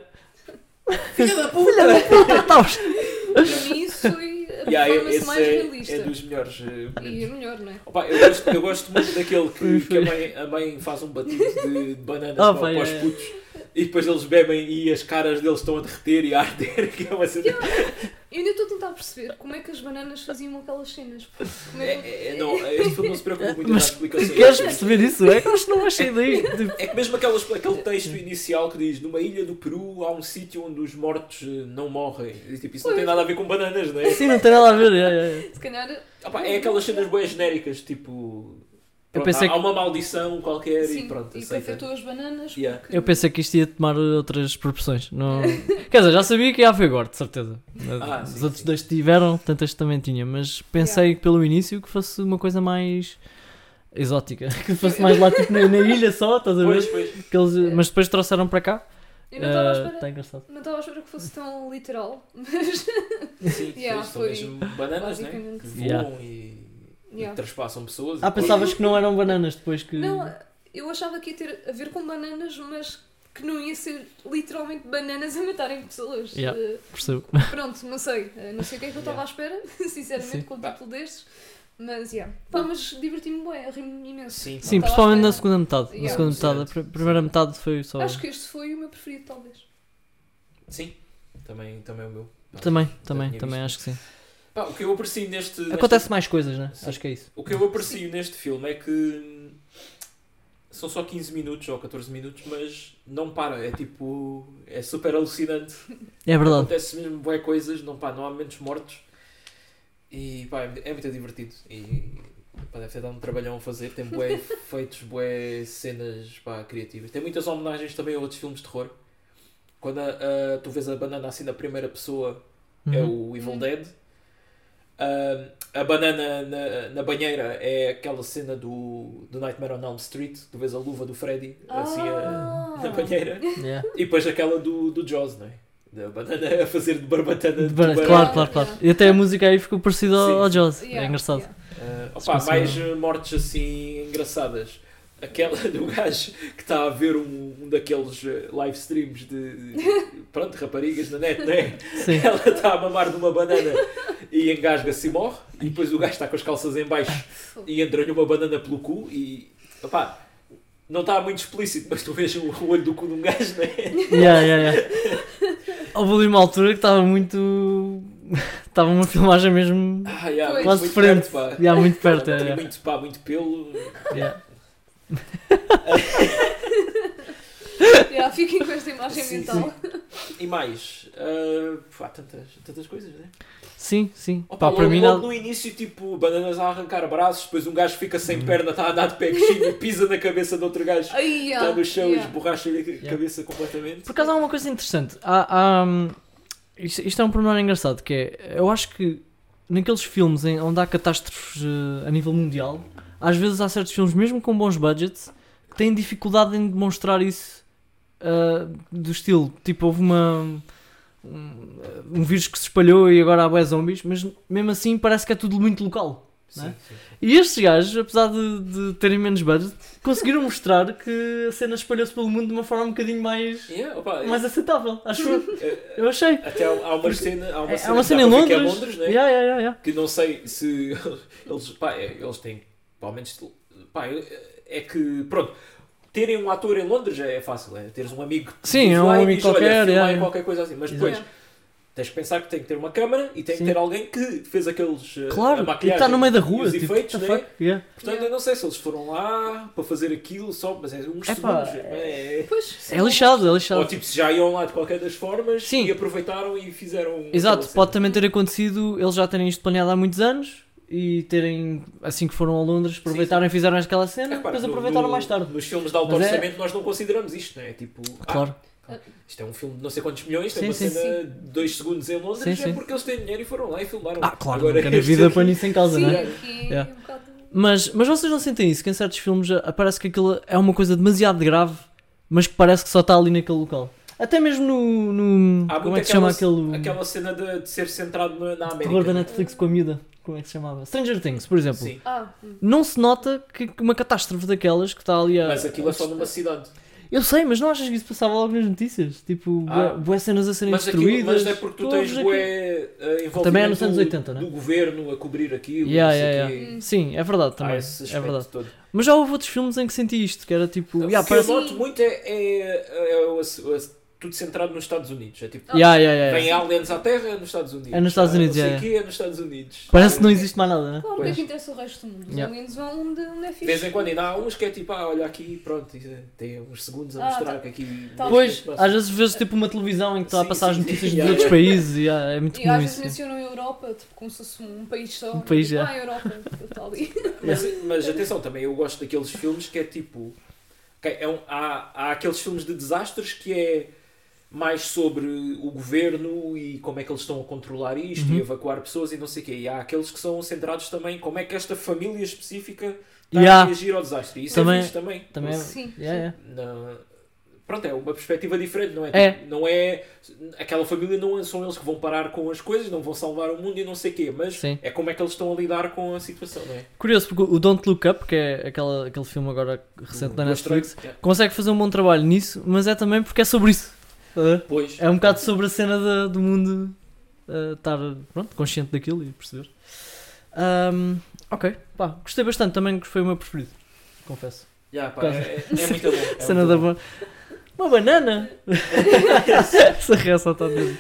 Speaker 1: Filha da puta!
Speaker 3: Tá, tá,
Speaker 2: Para mim isso foi
Speaker 1: Yeah,
Speaker 2: Forma-se
Speaker 1: esse
Speaker 2: mais
Speaker 1: é,
Speaker 2: realista.
Speaker 1: é dos melhores. eh,
Speaker 2: E é
Speaker 1: momentos.
Speaker 2: melhor, não é?
Speaker 1: Opa, eu, gosto, eu gosto muito daquele
Speaker 3: Foi,
Speaker 1: que, que
Speaker 3: foi.
Speaker 1: a, mãe, a mãe faz um batido de, de bananas para,
Speaker 3: Ah, pá,
Speaker 1: para os
Speaker 3: é.
Speaker 1: putos e depois eles bebem e as caras deles estão a derreter e a arder, que é uma cena.
Speaker 2: Eu ainda estou a tentar perceber como é que as bananas faziam aquelas cenas. Como é que...
Speaker 1: É, é, não, este filme não se preocupa muito nas
Speaker 3: Mas
Speaker 1: explicações.
Speaker 3: Queres perceber isso? É que eles não achei daí. Tipo,
Speaker 1: É que mesmo aquelas, aquele texto inicial que diz numa ilha do Peru há um sítio onde os mortos eh, não morrem. E, tipo, isso não tem nada a ver com bananas, não é?
Speaker 3: Sim, não tem nada a ver. é, é.
Speaker 2: Se calhar.
Speaker 1: Ah pá, é aquelas cenas boas genéricas, tipo.
Speaker 3: Eu
Speaker 1: pronto,
Speaker 3: pensei
Speaker 1: há,
Speaker 3: que-
Speaker 1: há uma maldição qualquer
Speaker 2: sim,
Speaker 1: e pronto,
Speaker 2: e que
Speaker 1: aceita.
Speaker 2: afetou as bananas.
Speaker 1: Yeah.
Speaker 2: porque-
Speaker 3: Eu pensei que isto ia tomar outras proporções. Não... Quer dizer, já sabia que ia haver agora, de certeza.
Speaker 1: Ah,
Speaker 3: Os
Speaker 1: sim,
Speaker 3: outros
Speaker 1: sim.
Speaker 3: dois tiveram, portanto este também tinha. Mas pensei pelo início que fosse uma coisa mais exótica. Que fosse mais lá tipo na, na ilha só, estás a
Speaker 1: Pois,
Speaker 3: ver?
Speaker 1: pois.
Speaker 3: Que eles- Mas depois trouxeram para cá.
Speaker 2: Eu não estava à
Speaker 3: Eh,
Speaker 2: espera.
Speaker 3: Tá engraçado.
Speaker 2: Não estava à espera que fosse tão literal, mas.
Speaker 1: Sim,
Speaker 2: Yeah,
Speaker 1: pois, são
Speaker 2: foi
Speaker 1: mesmo bananas, né? Que
Speaker 2: basicamente.
Speaker 1: voam
Speaker 3: Yeah.
Speaker 1: e, e
Speaker 2: Yeah.
Speaker 1: traspassam pessoas.
Speaker 3: Ah,
Speaker 1: e
Speaker 3: pensavas que não eram bananas depois que.
Speaker 2: Não, eu achava que ia ter a ver com bananas, mas que não ia ser literalmente bananas a matarem pessoas.
Speaker 3: Yeah.
Speaker 2: Eh,
Speaker 3: Percebo.
Speaker 2: pronto, não sei. Eh, não sei o que é que eu estava à espera, sinceramente,
Speaker 3: Sim.
Speaker 2: com um
Speaker 1: Pá.
Speaker 2: título destes. Mas, yeah. Pá, mas diverti-me bem, ri-me imenso.
Speaker 1: Sim,
Speaker 2: Não
Speaker 3: Sim,
Speaker 2: estava à
Speaker 3: principalmente na
Speaker 2: espera.
Speaker 3: segunda metade. Na
Speaker 2: Yeah.
Speaker 3: segunda metade, a pr- primeira metade foi só.
Speaker 2: Acho que este foi o meu preferido, talvez.
Speaker 1: sim. Também, também é o meu.
Speaker 3: Também,
Speaker 1: tinha
Speaker 3: também,
Speaker 1: visto.
Speaker 3: também acho que sim.
Speaker 1: Pá, o que eu aprecio neste. neste-
Speaker 3: Acontece mais coisas, né?
Speaker 1: Sim.
Speaker 3: Acho que é isso.
Speaker 1: O que eu aprecio neste filme é que hum, são só 15 minutos ou 14 minutos, mas não para. É tipo. É super alucinante.
Speaker 3: É verdade.
Speaker 1: Acontece mesmo boas coisas, não, pá, não há momentos mortos. E pá, é muito- é muito divertido. E pá, deve ter dado um trabalhão a fazer. Tem bué efeitos, bué cenas pá, criativas. Tem muitas homenagens também a outros filmes de terror. Quando a- a- tu vês a banana assim na primeira pessoa, é
Speaker 3: Uhum.
Speaker 1: o Evil
Speaker 2: Uhum.
Speaker 1: Dead. Ah, a banana na, na banheira é aquela cena do, do Nightmare on Elm Street. Tu vês a luva do Freddy assim a-
Speaker 2: Ah!
Speaker 1: na banheira.
Speaker 3: Yeah.
Speaker 1: E depois aquela do, do Jaws, não é? Da banana a fazer de barbatana de
Speaker 3: De bar-
Speaker 1: tubarão.
Speaker 3: Claro, claro, claro. E até a música aí ficou parecida ao,
Speaker 1: Sim.
Speaker 3: ao Jaws.
Speaker 2: Yeah,
Speaker 3: É engraçado.
Speaker 2: yeah.
Speaker 1: Ah,
Speaker 3: Se
Speaker 1: opa,
Speaker 3: fosse
Speaker 1: mais eh, mortes assim engraçadas. Aquela do gajo que está a ver um, um daqueles eh, live streams de, de- pronto, raparigas na net, não é?
Speaker 3: Sim.
Speaker 1: Ela está a mamar de uma banana e engasga-se e morre. E depois o gajo está com as calças em baixo e entra-lhe uma banana pelo cu e. Opá, não está muito explícito, mas tu vês o o olho do cu de um gajo, não é?
Speaker 3: Yeah, yeah, yeah. Houve ali uma altura que estava muito. Estava uma filmagem mesmo.
Speaker 1: Ah, yeah,
Speaker 2: Pois.
Speaker 1: muito-
Speaker 3: Quase de
Speaker 1: muito
Speaker 3: frente.
Speaker 1: perto, pá.
Speaker 3: Yeah, muito perto.
Speaker 1: Tem
Speaker 3: é, é.
Speaker 1: muito pá, muito pelo.
Speaker 3: Yeah.
Speaker 2: Yeah, fiquem com esta imagem
Speaker 1: Sim,
Speaker 2: é mental.
Speaker 1: E mais, ah, pá, tantas, tantas coisas, né?
Speaker 3: Sim, sim.
Speaker 1: Opa,
Speaker 3: Pá,
Speaker 1: logo,
Speaker 3: para mim
Speaker 1: logo
Speaker 3: nada.
Speaker 1: no início, tipo, bananas a arrancar braços, depois um gajo fica
Speaker 3: Uhum.
Speaker 1: sem perna, está a andar de pé coxinho e pisa na cabeça de outro gajo.
Speaker 2: Ai, yeah,
Speaker 1: Está no chão e
Speaker 2: Ah, yeah.
Speaker 1: esborracha-lhe a ca-
Speaker 3: Yeah.
Speaker 1: cabeça completamente.
Speaker 3: Por acaso há uma coisa interessante. Há, há, hum, isto, isto é um pormenor engraçado, que é, eu acho que naqueles filmes em- onde há catástrofes eh, a nível mundial, às vezes há certos filmes, mesmo com bons budgets, que têm dificuldade em demonstrar isso ah, do estilo. Tipo, houve uma... Um, um vírus que se espalhou e agora há bué zombies, mas mesmo assim parece que é tudo muito local. Né?
Speaker 1: sim.
Speaker 3: E estes gajos, apesar de, de terem menos budget, conseguiram mostrar que a cena espalhou-se pelo mundo de uma forma um bocadinho mais
Speaker 1: Yeah, opa,
Speaker 3: mais aceitável, acho eu.
Speaker 1: eh,
Speaker 3: Eu achei.
Speaker 1: até há, há uma cena, há uma
Speaker 3: É
Speaker 1: cena,
Speaker 3: uma
Speaker 1: que
Speaker 3: cena
Speaker 1: dá
Speaker 3: em
Speaker 1: para ver que
Speaker 3: Londres.
Speaker 1: é Londres, né?
Speaker 3: yeah, yeah, yeah, yeah.
Speaker 1: que não sei se eles, pá, é, eles têm, pelo menos, pá, é- é que, pronto, terem um ator em Londres é fácil, é teres um amigo que
Speaker 3: Sim,
Speaker 1: diz
Speaker 3: é um
Speaker 1: lá e
Speaker 3: amigo
Speaker 1: diz, olha,
Speaker 3: qualquer,
Speaker 1: filma aí
Speaker 3: é, é.
Speaker 1: qualquer coisa assim, mas depois
Speaker 2: Yeah.
Speaker 1: tens que pensar que tem que ter uma câmara e tem
Speaker 3: Sim.
Speaker 1: que ter alguém que fez aqueles, eh, a
Speaker 3: Claro, e
Speaker 1: maquilhagem,
Speaker 3: está no meio da
Speaker 1: e
Speaker 3: rua,
Speaker 1: os
Speaker 3: tipo,
Speaker 1: efeitos,
Speaker 3: what the
Speaker 1: né?
Speaker 3: fuck? Yeah.
Speaker 1: portanto
Speaker 2: Yeah.
Speaker 1: eu não sei se eles foram lá para fazer aquilo só, mas é uns
Speaker 3: Epá,
Speaker 1: segundos,
Speaker 3: é-
Speaker 1: é...
Speaker 2: Pois,
Speaker 3: É lixado, é
Speaker 1: Ou
Speaker 3: lixado.
Speaker 1: tipo, se já iam lá de qualquer das formas
Speaker 3: Sim.
Speaker 1: e aproveitaram e fizeram. um aquela
Speaker 3: Exato,
Speaker 1: cena.
Speaker 3: pode também ter acontecido eles já terem isto planeado há muitos anos e terem, assim que foram a Londres, aproveitaram e fizeram aquela cena,
Speaker 1: É, repara,
Speaker 3: depois
Speaker 1: no-
Speaker 3: aproveitaram
Speaker 1: no-
Speaker 3: mais tarde.
Speaker 1: Nos filmes de alto
Speaker 3: Mas é-
Speaker 1: orçamento nós não consideramos isto, não é? Tipo, ah,
Speaker 3: Claro,
Speaker 1: Isto é um filme de não sei quantos milhões, tem
Speaker 3: Sim,
Speaker 1: uma
Speaker 3: sim.
Speaker 1: cena de 2 segundos em Londres,
Speaker 3: Sim,
Speaker 1: é
Speaker 3: sim.
Speaker 1: porque eles têm dinheiro e foram lá e filmaram.
Speaker 3: ah, claro,
Speaker 1: Agora,
Speaker 3: nunca na
Speaker 1: este
Speaker 3: vida
Speaker 1: aqui-
Speaker 3: põe isso em causa,
Speaker 2: sim,
Speaker 3: não é?
Speaker 2: aqui
Speaker 3: Yeah.
Speaker 2: é um bocado.
Speaker 3: Mas, mas vocês não sentem isso, que em certos filmes ah, parece que aquilo é uma coisa demasiado grave, mas que parece que só está ali naquele local. Até mesmo no. no-
Speaker 1: Há
Speaker 3: como
Speaker 1: muito
Speaker 3: é que se chama
Speaker 1: aquela,
Speaker 3: aquele.
Speaker 1: aquela cena de, de ser centrado na, na América.
Speaker 3: terror da Netflix com a miúda? Como é que se chamava? Stranger Things, por exemplo.
Speaker 1: Sim,
Speaker 2: Ah, hum.
Speaker 3: não se nota que que uma catástrofe daquelas que está ali a.
Speaker 1: mas aquilo é só numa cidade.
Speaker 3: Eu sei, mas não achas que isso passava logo nas notícias? Tipo,
Speaker 1: Ah.
Speaker 3: bué- bué cenas a serem
Speaker 1: Mas, aquilo,
Speaker 3: destruídas.
Speaker 1: mas é porque tu tens
Speaker 3: Todos aquilo.
Speaker 1: bué eh, envolvimento
Speaker 3: Também é nos anos
Speaker 1: do-
Speaker 3: 80, né?
Speaker 1: do governo a cobrir aquilo.
Speaker 3: Yeah,
Speaker 1: não sei
Speaker 3: yeah,
Speaker 1: quê.
Speaker 3: yeah. Sim, é verdade também.
Speaker 1: Há esse
Speaker 3: é
Speaker 1: aspecto
Speaker 3: verdade.
Speaker 1: todo.
Speaker 3: Mas já houve outros filmes em que senti isto, que era tipo.
Speaker 1: o
Speaker 3: Yeah,
Speaker 1: que
Speaker 3: parece...
Speaker 1: eu noto muito é, é- é o- o- tudo centrado nos Estados Unidos. É tipo,
Speaker 3: yeah, yeah, yeah.
Speaker 1: vem aliens à Terra nos Estados Unidos.
Speaker 3: É nos Estados
Speaker 1: Ah,
Speaker 3: Unidos,
Speaker 1: não sei
Speaker 3: é.
Speaker 1: quê, é nos Estados Unidos.
Speaker 3: Parece que não existe mais nada, né?
Speaker 2: Claro, o que é
Speaker 1: Pois.
Speaker 2: que interessa o resto do mundo? Os
Speaker 3: Yeah.
Speaker 2: aliens vão onde, onde é
Speaker 1: De vez em
Speaker 2: fixe.
Speaker 1: quando ainda há uns que é tipo, ah, olha aqui, pronto, isso é- tem uns segundos a
Speaker 2: Ah,
Speaker 1: mostrar
Speaker 2: tá-
Speaker 1: que aqui.
Speaker 2: tá.
Speaker 3: Pois,
Speaker 1: passa.
Speaker 3: às vezes vês tipo uma televisão em que está a
Speaker 1: Sim,
Speaker 3: passar as
Speaker 1: sim, sim.
Speaker 3: notícias de
Speaker 1: Yeah,
Speaker 3: outros
Speaker 1: yeah.
Speaker 3: países e yeah, é muito
Speaker 2: E
Speaker 3: comum
Speaker 2: às vezes
Speaker 3: isso. sim.
Speaker 2: mencionam a Europa, tipo, como se fosse um país só.
Speaker 3: Um país,
Speaker 2: tipo,
Speaker 3: é.
Speaker 2: ah, a Europa, está ali.
Speaker 1: Mas, mas atenção, também eu gosto daqueles filmes que é tipo. ok, é um- há, há aqueles filmes de desastres que é mais sobre o governo e como é que eles estão a controlar isto
Speaker 3: Uhum.
Speaker 1: e evacuar pessoas e não sei o quê. E há aqueles que são centrados também como é que esta família específica está a
Speaker 3: Yeah.
Speaker 1: reagir ao desastre. E isso
Speaker 3: Também-
Speaker 1: é fixe também.
Speaker 3: Também
Speaker 1: Não
Speaker 3: é-
Speaker 1: se-
Speaker 2: Sim,
Speaker 3: Yeah, yeah.
Speaker 1: na- Pronto, é uma perspectiva diferente, não é?
Speaker 3: É.
Speaker 1: Tipo, Não é. Aquela família não é, são eles que vão parar com as coisas, não vão salvar o mundo e não sei o quê, mas
Speaker 3: Sim.
Speaker 1: é como é que eles estão a lidar com a situação, não é?
Speaker 3: Curioso, porque o Don't Look Up, que é aquela, aquele filme agora recente da
Speaker 1: Hum, Do
Speaker 3: Netflix,
Speaker 1: Australia.
Speaker 3: consegue fazer um bom trabalho nisso, mas é também porque é sobre isso. Tá a ver?
Speaker 1: Pois.
Speaker 3: É um bocado sobre a cena da- do mundo eh, estar pronto, consciente daquilo e perceber. Ahm, ok, pá, gostei bastante, também foi o meu preferido, confesso.
Speaker 1: Já, pá,
Speaker 3: Quase.
Speaker 1: é, é muito bom. É
Speaker 3: cena
Speaker 1: muito
Speaker 3: da
Speaker 1: bom.
Speaker 3: ba- Uma banana! Essa reação está mesmo.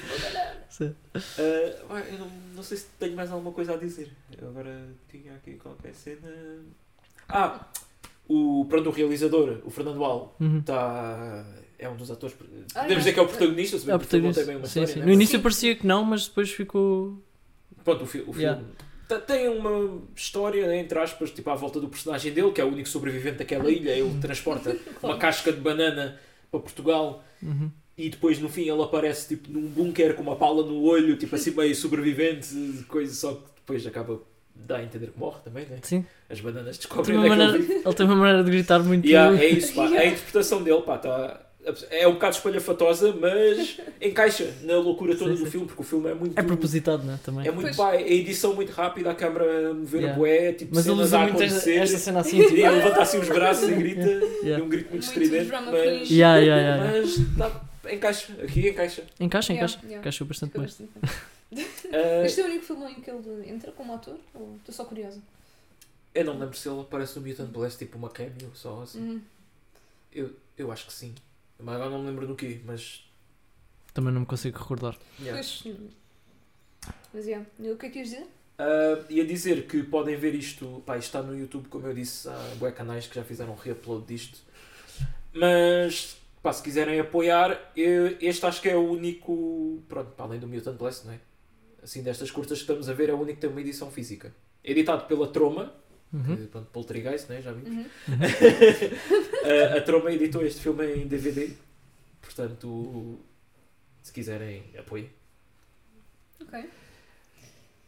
Speaker 1: Ah, vai, eu não, não sei se tenho mais alguma coisa a dizer. Eu agora tinha aqui qualquer cena. Ah! O, pronto, o realizador, o Fernando Al,
Speaker 3: Uhum.
Speaker 1: está. É um dos atores.
Speaker 2: Ah,
Speaker 1: Podemos dizer que é o protagonista, se
Speaker 3: É
Speaker 1: bem
Speaker 3: o
Speaker 1: que o filme não
Speaker 3: protagonista.
Speaker 1: tem bem uma
Speaker 3: Sim,
Speaker 1: história.
Speaker 3: sim.
Speaker 1: né?
Speaker 3: No
Speaker 1: Mas-
Speaker 3: início parecia que não, mas depois ficou.
Speaker 1: Pronto, o, fi- o filme
Speaker 3: Yeah.
Speaker 1: te- tem uma história, né, entre aspas, tipo à volta do personagem dele, que é o único sobrevivente daquela ilha. Ele transporta uma casca de banana para Portugal
Speaker 3: Uhum.
Speaker 1: e depois no fim ele aparece tipo num bunker com uma pala no olho, tipo assim meio sobrevivente, coisa só que depois acaba dá a entender que morre também, né?
Speaker 3: Sim.
Speaker 1: As bananas
Speaker 3: Ele tem,
Speaker 1: descobrem
Speaker 3: uma
Speaker 1: onde é que
Speaker 3: maneira,
Speaker 1: ele vive.
Speaker 3: ele tem uma maneira de gritar muito.
Speaker 1: Yeah, é isso, pá.
Speaker 2: Yeah.
Speaker 1: A interpretação dele, pá, tá... É um bocado espalhafatosa, mas encaixa na loucura toda
Speaker 3: Sim,
Speaker 1: do
Speaker 3: sim.
Speaker 1: filme, porque o filme é muito.
Speaker 3: É propositado, né? Também.
Speaker 1: É muito
Speaker 2: Pois.
Speaker 1: pá, a edição muito rápida, a câmera a mover
Speaker 3: Yeah.
Speaker 1: a bué, tipo
Speaker 3: mas ele
Speaker 1: cenas
Speaker 3: usa
Speaker 1: a
Speaker 3: muito esta,
Speaker 1: acontecer.
Speaker 3: esta cena assim.
Speaker 1: E
Speaker 3: Tipo...
Speaker 1: ele levanta assim os braços e grita, e
Speaker 3: Yeah.
Speaker 1: um grito muito
Speaker 2: Muito
Speaker 1: estridente,
Speaker 2: drama
Speaker 1: mas,
Speaker 2: queen.
Speaker 3: Yeah, yeah, yeah, yeah.
Speaker 1: mas dá- encaixa, aqui encaixa.
Speaker 3: Encaixa, encaixa.
Speaker 2: Yeah, yeah.
Speaker 3: Encaixou bastante
Speaker 2: Fica
Speaker 3: bem.
Speaker 2: bastante bem.
Speaker 1: Ah,
Speaker 2: Este é o único filme em que ele entra como ator? Ou estou só curiosa?
Speaker 1: eu não me lembro se ele aparece no Mutant Blast, tipo uma cameo, só assim.
Speaker 2: Uhum.
Speaker 1: Eu, eu acho que sim. Mas agora não me lembro do quê, mas...
Speaker 3: Também não me consigo recordar.
Speaker 1: yeah.
Speaker 2: Pois. hum. Mas yeah. E o que é que ias dizer?
Speaker 1: Ah, ia dizer que podem ver isto, pá, isto está no YouTube, como eu disse, há bué canais que já fizeram um reupload disto. Mas, pá, se quiserem apoiar, eu- este acho que é o único, pronto, para além do Mutant Blast, não é? Assim, destas curtas que estamos a ver, é o único que tem uma edição física. Editado pela Troma,
Speaker 3: Uhum.
Speaker 1: que, pronto, Poltergeist, não é? Já vimos.
Speaker 2: Uhum.
Speaker 1: a, a Troma editou este filme em DVD, portanto, se quiserem, apoiem.
Speaker 2: Ok.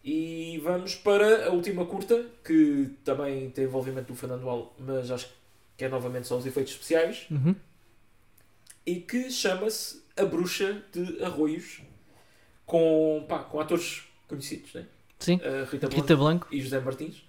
Speaker 1: E vamos para a última curta, que também tem envolvimento do Fernando Al, mas acho que é novamente só os efeitos especiais,
Speaker 3: Uhum.
Speaker 1: e que chama-se A Bruxa de Arroios, com, pá, com atores conhecidos, né?
Speaker 3: Sim.
Speaker 1: A Rita Blanco
Speaker 3: Rita Blanco.
Speaker 1: e José Martins,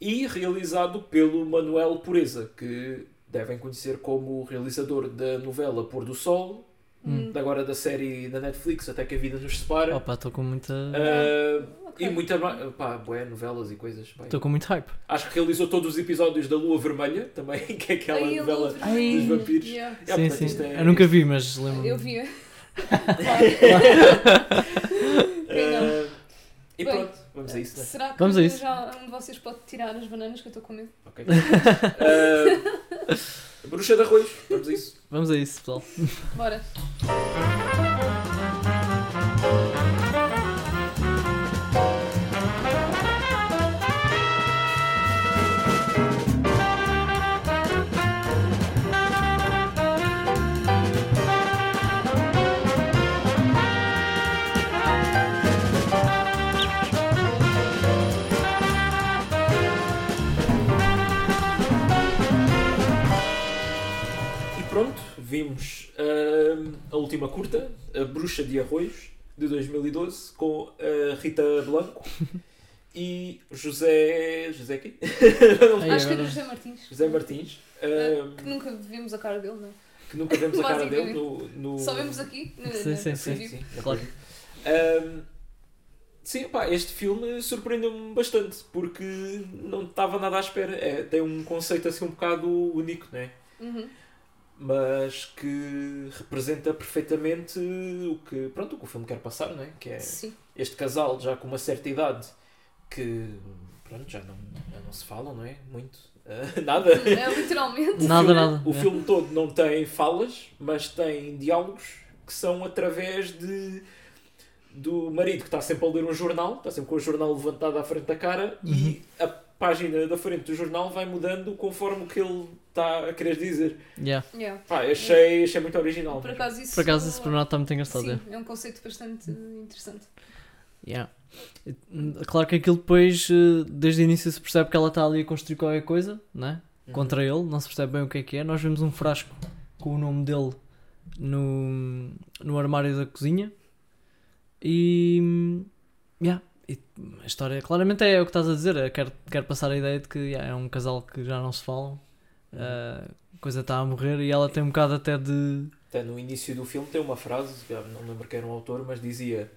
Speaker 1: e realizado pelo Manuel Pureza, que devem conhecer como o realizador da novela Pôr do Sol,
Speaker 3: Hum.
Speaker 2: Hum.
Speaker 1: agora da série da Netflix Até que a Vida Nos Separa.
Speaker 3: Opa, estou com muita.
Speaker 1: Ah,
Speaker 2: Ok.
Speaker 1: E muita. ma- Pá, bué, novelas e coisas. pá.
Speaker 3: Estou com muito hype.
Speaker 1: Acho que realizou todos os episódios da Lua Vermelha também, que é aquela
Speaker 2: Ai, ele
Speaker 1: novela.
Speaker 2: outro-
Speaker 3: Ai.
Speaker 1: dos vampiros. É,
Speaker 2: Yeah.
Speaker 3: sim,
Speaker 1: portanto,
Speaker 3: sim.
Speaker 1: isto é-
Speaker 3: Eu nunca vi, mas lembro-me.
Speaker 2: Eu via. Quem não?
Speaker 1: Ah, e
Speaker 2: Bem,
Speaker 1: pronto, vamos
Speaker 2: É.
Speaker 1: a isso, né?
Speaker 2: Será que
Speaker 3: Vamos a isso.
Speaker 2: já um de vocês pode tirar as bananas que eu estou com medo?
Speaker 1: Ok. Ah, Bruxa de Arroios, vamos a isso.
Speaker 3: Vamos a isso, pessoal.
Speaker 2: Bora.
Speaker 1: E pronto, vimos ah, a última curta, A Bruxa de Arroios, de 2012, com a Rita Blanco e José. José quê?
Speaker 3: Ai,
Speaker 2: Acho que é
Speaker 3: agora-
Speaker 2: do José Martins.
Speaker 1: José Martins.
Speaker 2: Ah, que
Speaker 1: Ah,
Speaker 2: nunca vimos a cara dele, não é?
Speaker 1: que nunca vemos a cara dele no. no...
Speaker 2: Só vemos aqui? na-
Speaker 3: Sim,
Speaker 2: na-
Speaker 3: sim,
Speaker 2: no
Speaker 3: sim, é
Speaker 2: preview.
Speaker 1: Sim, na
Speaker 3: Claro.
Speaker 1: Ahm, Ah, sim, pá, este filme surpreendeu-me bastante porque não estava nada à espera. É, tem um conceito assim um bocado único, né?
Speaker 2: Uhum.
Speaker 1: mas que representa perfeitamente o que, pronto, o, que o filme quer passar, não é? que é
Speaker 2: Sim.
Speaker 1: este casal já com uma certa idade que pronto, já, não, já não se falam, não é? Muito. Ah, nada.
Speaker 2: É, literalmente.
Speaker 3: Nada,
Speaker 1: filme-
Speaker 3: nada.
Speaker 1: O
Speaker 3: É.
Speaker 1: filme todo não tem falas, mas tem diálogos que são através de do marido que está sempre a ler um jornal, está sempre com o jornal levantado à frente da cara e
Speaker 3: Uhum.
Speaker 1: a página da frente do jornal vai mudando conforme o que ele está a querer dizer.
Speaker 3: Yeah.
Speaker 2: Yeah.
Speaker 1: Pá, Ah, eu achei, achei muito original.
Speaker 2: Por acaso isso.
Speaker 3: Por acaso esse pormenor está muito engraçado. é.
Speaker 2: Sim, é um conceito bastante interessante.
Speaker 3: Yeah. Claro que aquilo depois, eh, desde o início, se percebe que ela está ali a construir qualquer coisa, né?
Speaker 1: Uhum.
Speaker 3: Contra ele, não se percebe bem o que é que é. Nós vemos um frasco com o nome dele no, no armário da cozinha e. Yeah. E a história claramente é o que estás a dizer. Eu quero, quero passar a ideia de que yeah, é um casal que já não se falam, eh, a coisa está a morrer e ela tem um bocado até de.
Speaker 1: Até no início do filme tem uma frase, já não me lembro quem era o autor, mas dizia.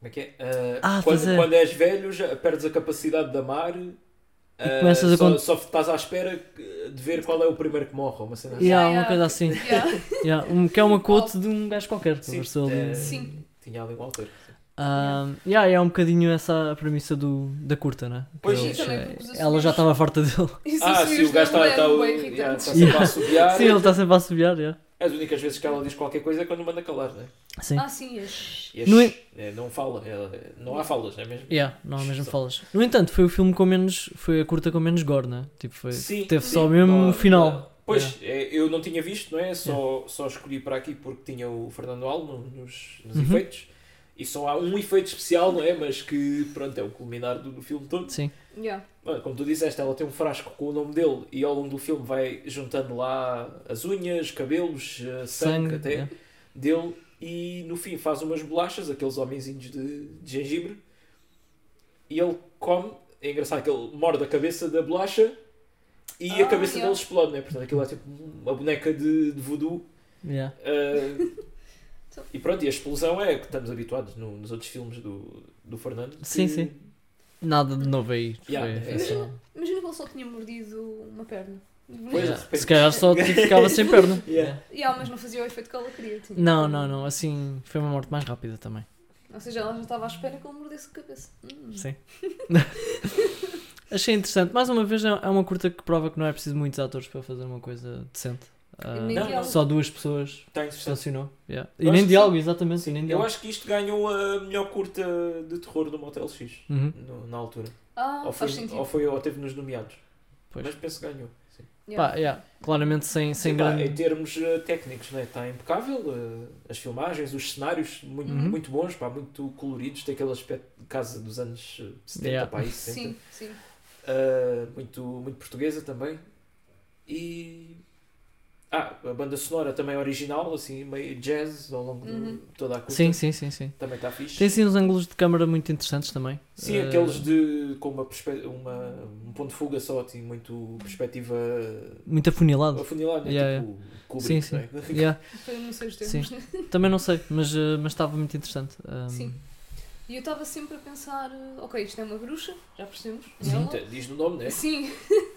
Speaker 1: Como é que é? Ah,
Speaker 3: Ah, pois
Speaker 1: quando,
Speaker 3: é.
Speaker 1: quando és velho, já perdes a capacidade de amar. ah,
Speaker 3: começas a
Speaker 1: só,
Speaker 3: con-
Speaker 1: só estás à espera que- de ver qual é o primeiro que morre. ou Uma cena assim.
Speaker 3: Yeah,
Speaker 2: Yeah,
Speaker 3: uma coisa assim.
Speaker 2: Yeah.
Speaker 3: Yeah, um, que é uma quote de um gajo qualquer. que
Speaker 1: Sim,
Speaker 3: apareceu ali.
Speaker 1: é,
Speaker 2: Sim.
Speaker 1: Tinha ali um autor. sim.
Speaker 3: Um, yeah, é um bocadinho essa a premissa do, da curta, né? Que
Speaker 1: Pois,
Speaker 3: eles,
Speaker 2: sim, também,
Speaker 3: eh,
Speaker 2: porque os
Speaker 3: ela
Speaker 2: assumidos-
Speaker 3: já estava farta dele.
Speaker 2: Isso
Speaker 1: Ah,
Speaker 2: isso
Speaker 1: sim, o gajo
Speaker 2: não
Speaker 1: está
Speaker 2: é
Speaker 1: tá,
Speaker 2: um
Speaker 1: o-
Speaker 2: bem
Speaker 1: yeah, tá
Speaker 2: irritante.
Speaker 1: sempre tá a assobiar. é
Speaker 3: Sim, ele está sempre a assobiar, yeah.
Speaker 1: As únicas vezes que ela diz qualquer coisa é quando manda calar, né?
Speaker 3: Sim.
Speaker 2: Ah, sim, é.
Speaker 1: E
Speaker 3: Não
Speaker 1: as- é, não fala, é, não há falas, é mesmo?
Speaker 3: Yeah, não há mesmo
Speaker 1: Só-
Speaker 3: falas. No entanto, foi o filme com menos. Foi a curta com menos gore, né? Tipo, foi.
Speaker 1: Sim,
Speaker 3: teve
Speaker 1: sim.
Speaker 3: só mesmo
Speaker 1: Não,
Speaker 3: o final.
Speaker 1: Pois, é, eu não tinha visto, não é? Só, só escolhi para aqui porque tinha o Fernando Alvo nos, nos
Speaker 3: Uhum.
Speaker 1: efeitos. E só há um efeito especial, não é? Mas que, pronto, é o culminar do, do filme todo.
Speaker 3: Sim.
Speaker 2: Yeah.
Speaker 1: Bom, Como tu disseste, ela tem um frasco com o nome dele e ao longo do filme vai juntando lá as unhas, cabelos, eh, sangue,
Speaker 3: Sangue,
Speaker 1: até
Speaker 3: yeah.
Speaker 1: dele e no fim faz umas bolachas, aqueles homenzinhos de, de gengibre, e ele come. É engraçado que ele morde a cabeça da bolacha e a
Speaker 2: Ah,
Speaker 1: cabeça
Speaker 2: yeah.
Speaker 1: dele explode, não é? Portanto, aquilo é tipo uma boneca de, de voodoo.
Speaker 3: Yeah.
Speaker 1: ah, e pronto, e a explosão é que estamos habituados no- nos outros filmes do, do Fernando. que-
Speaker 3: Sim, sim. Nada de novo aí. Foi,
Speaker 1: Yeah,
Speaker 3: foi
Speaker 1: é.
Speaker 3: só-
Speaker 2: Imagina que ele só tinha mordido uma perna.
Speaker 1: Pois, é.
Speaker 3: Yeah.
Speaker 1: de repente.
Speaker 3: Se calhar só tipo, ficava sem perna.
Speaker 1: Yeah.
Speaker 2: Yeah, mas não fazia o efeito que ela queria. tinha. um-
Speaker 3: Não, não, não. Assim foi uma morte mais rápida também.
Speaker 2: Ou seja, ela já estava à espera que ele mordesse a cabeça. Hum.
Speaker 3: Sim. Achei interessante. Mais uma vez, é é uma curta que prova que não é preciso muitos atores para fazer uma coisa decente. Ah,
Speaker 2: nem
Speaker 1: Não, diálogo.
Speaker 3: só duas pessoas
Speaker 1: Está interessante.
Speaker 3: funcionou. Yeah.
Speaker 1: Eu
Speaker 3: E
Speaker 1: acho
Speaker 3: nem
Speaker 1: que
Speaker 3: diálogo, exatamente. E nem
Speaker 1: Eu
Speaker 3: diálogo.
Speaker 1: acho que isto ganhou a melhor curta de terror do Motel X
Speaker 3: Uhum.
Speaker 1: no- na altura.
Speaker 2: Ah,
Speaker 1: ou, foi,
Speaker 2: faz sentido.
Speaker 1: ou, foi, ou teve nos nomeados.
Speaker 3: Pois.
Speaker 1: Mas penso que ganhou. Sim.
Speaker 2: Yeah.
Speaker 3: Pá, yeah. Claramente sem, sem
Speaker 1: Sim, pá,
Speaker 3: grande.
Speaker 1: Em termos eh, técnicos, né? está impecável. eh, as filmagens, os cenários, muito,
Speaker 3: Uhum.
Speaker 1: muito bons, pá, muito coloridos. Tem aquele aspecto de casa dos anos eh, 70,
Speaker 3: Yeah.
Speaker 1: pá, aí 70.
Speaker 2: Sim, sim.
Speaker 1: Eh, muito, muito portuguesa também. E. Ah, a banda sonora também original, assim, meio jazz ao longo
Speaker 2: Uhum.
Speaker 1: de toda a curta.
Speaker 3: Sim, sim, sim, sim.
Speaker 1: Também está fixe.
Speaker 3: Tem sim uns ângulos de câmara muito interessantes também.
Speaker 1: Sim,
Speaker 3: Ah,
Speaker 1: aqueles de. com uma, perspe- uma um ponto de fuga só, assim, muito perspectiva
Speaker 3: Muito afunilado.
Speaker 1: afunilada, né?
Speaker 3: Yeah,
Speaker 1: tipo
Speaker 3: Sim,
Speaker 1: Kubrick,
Speaker 3: sim.
Speaker 1: não é?
Speaker 3: Yeah.
Speaker 2: Foi, não sei os termos.
Speaker 3: Sim. Também não sei, mas ah, mas estava muito interessante. Ah,
Speaker 2: Sim. E eu estava sempre a pensar, eh, ok, isto é uma bruxa, já percebemos.
Speaker 1: Sim,
Speaker 2: ela.
Speaker 1: tá- diz no nome, né?
Speaker 2: Sim,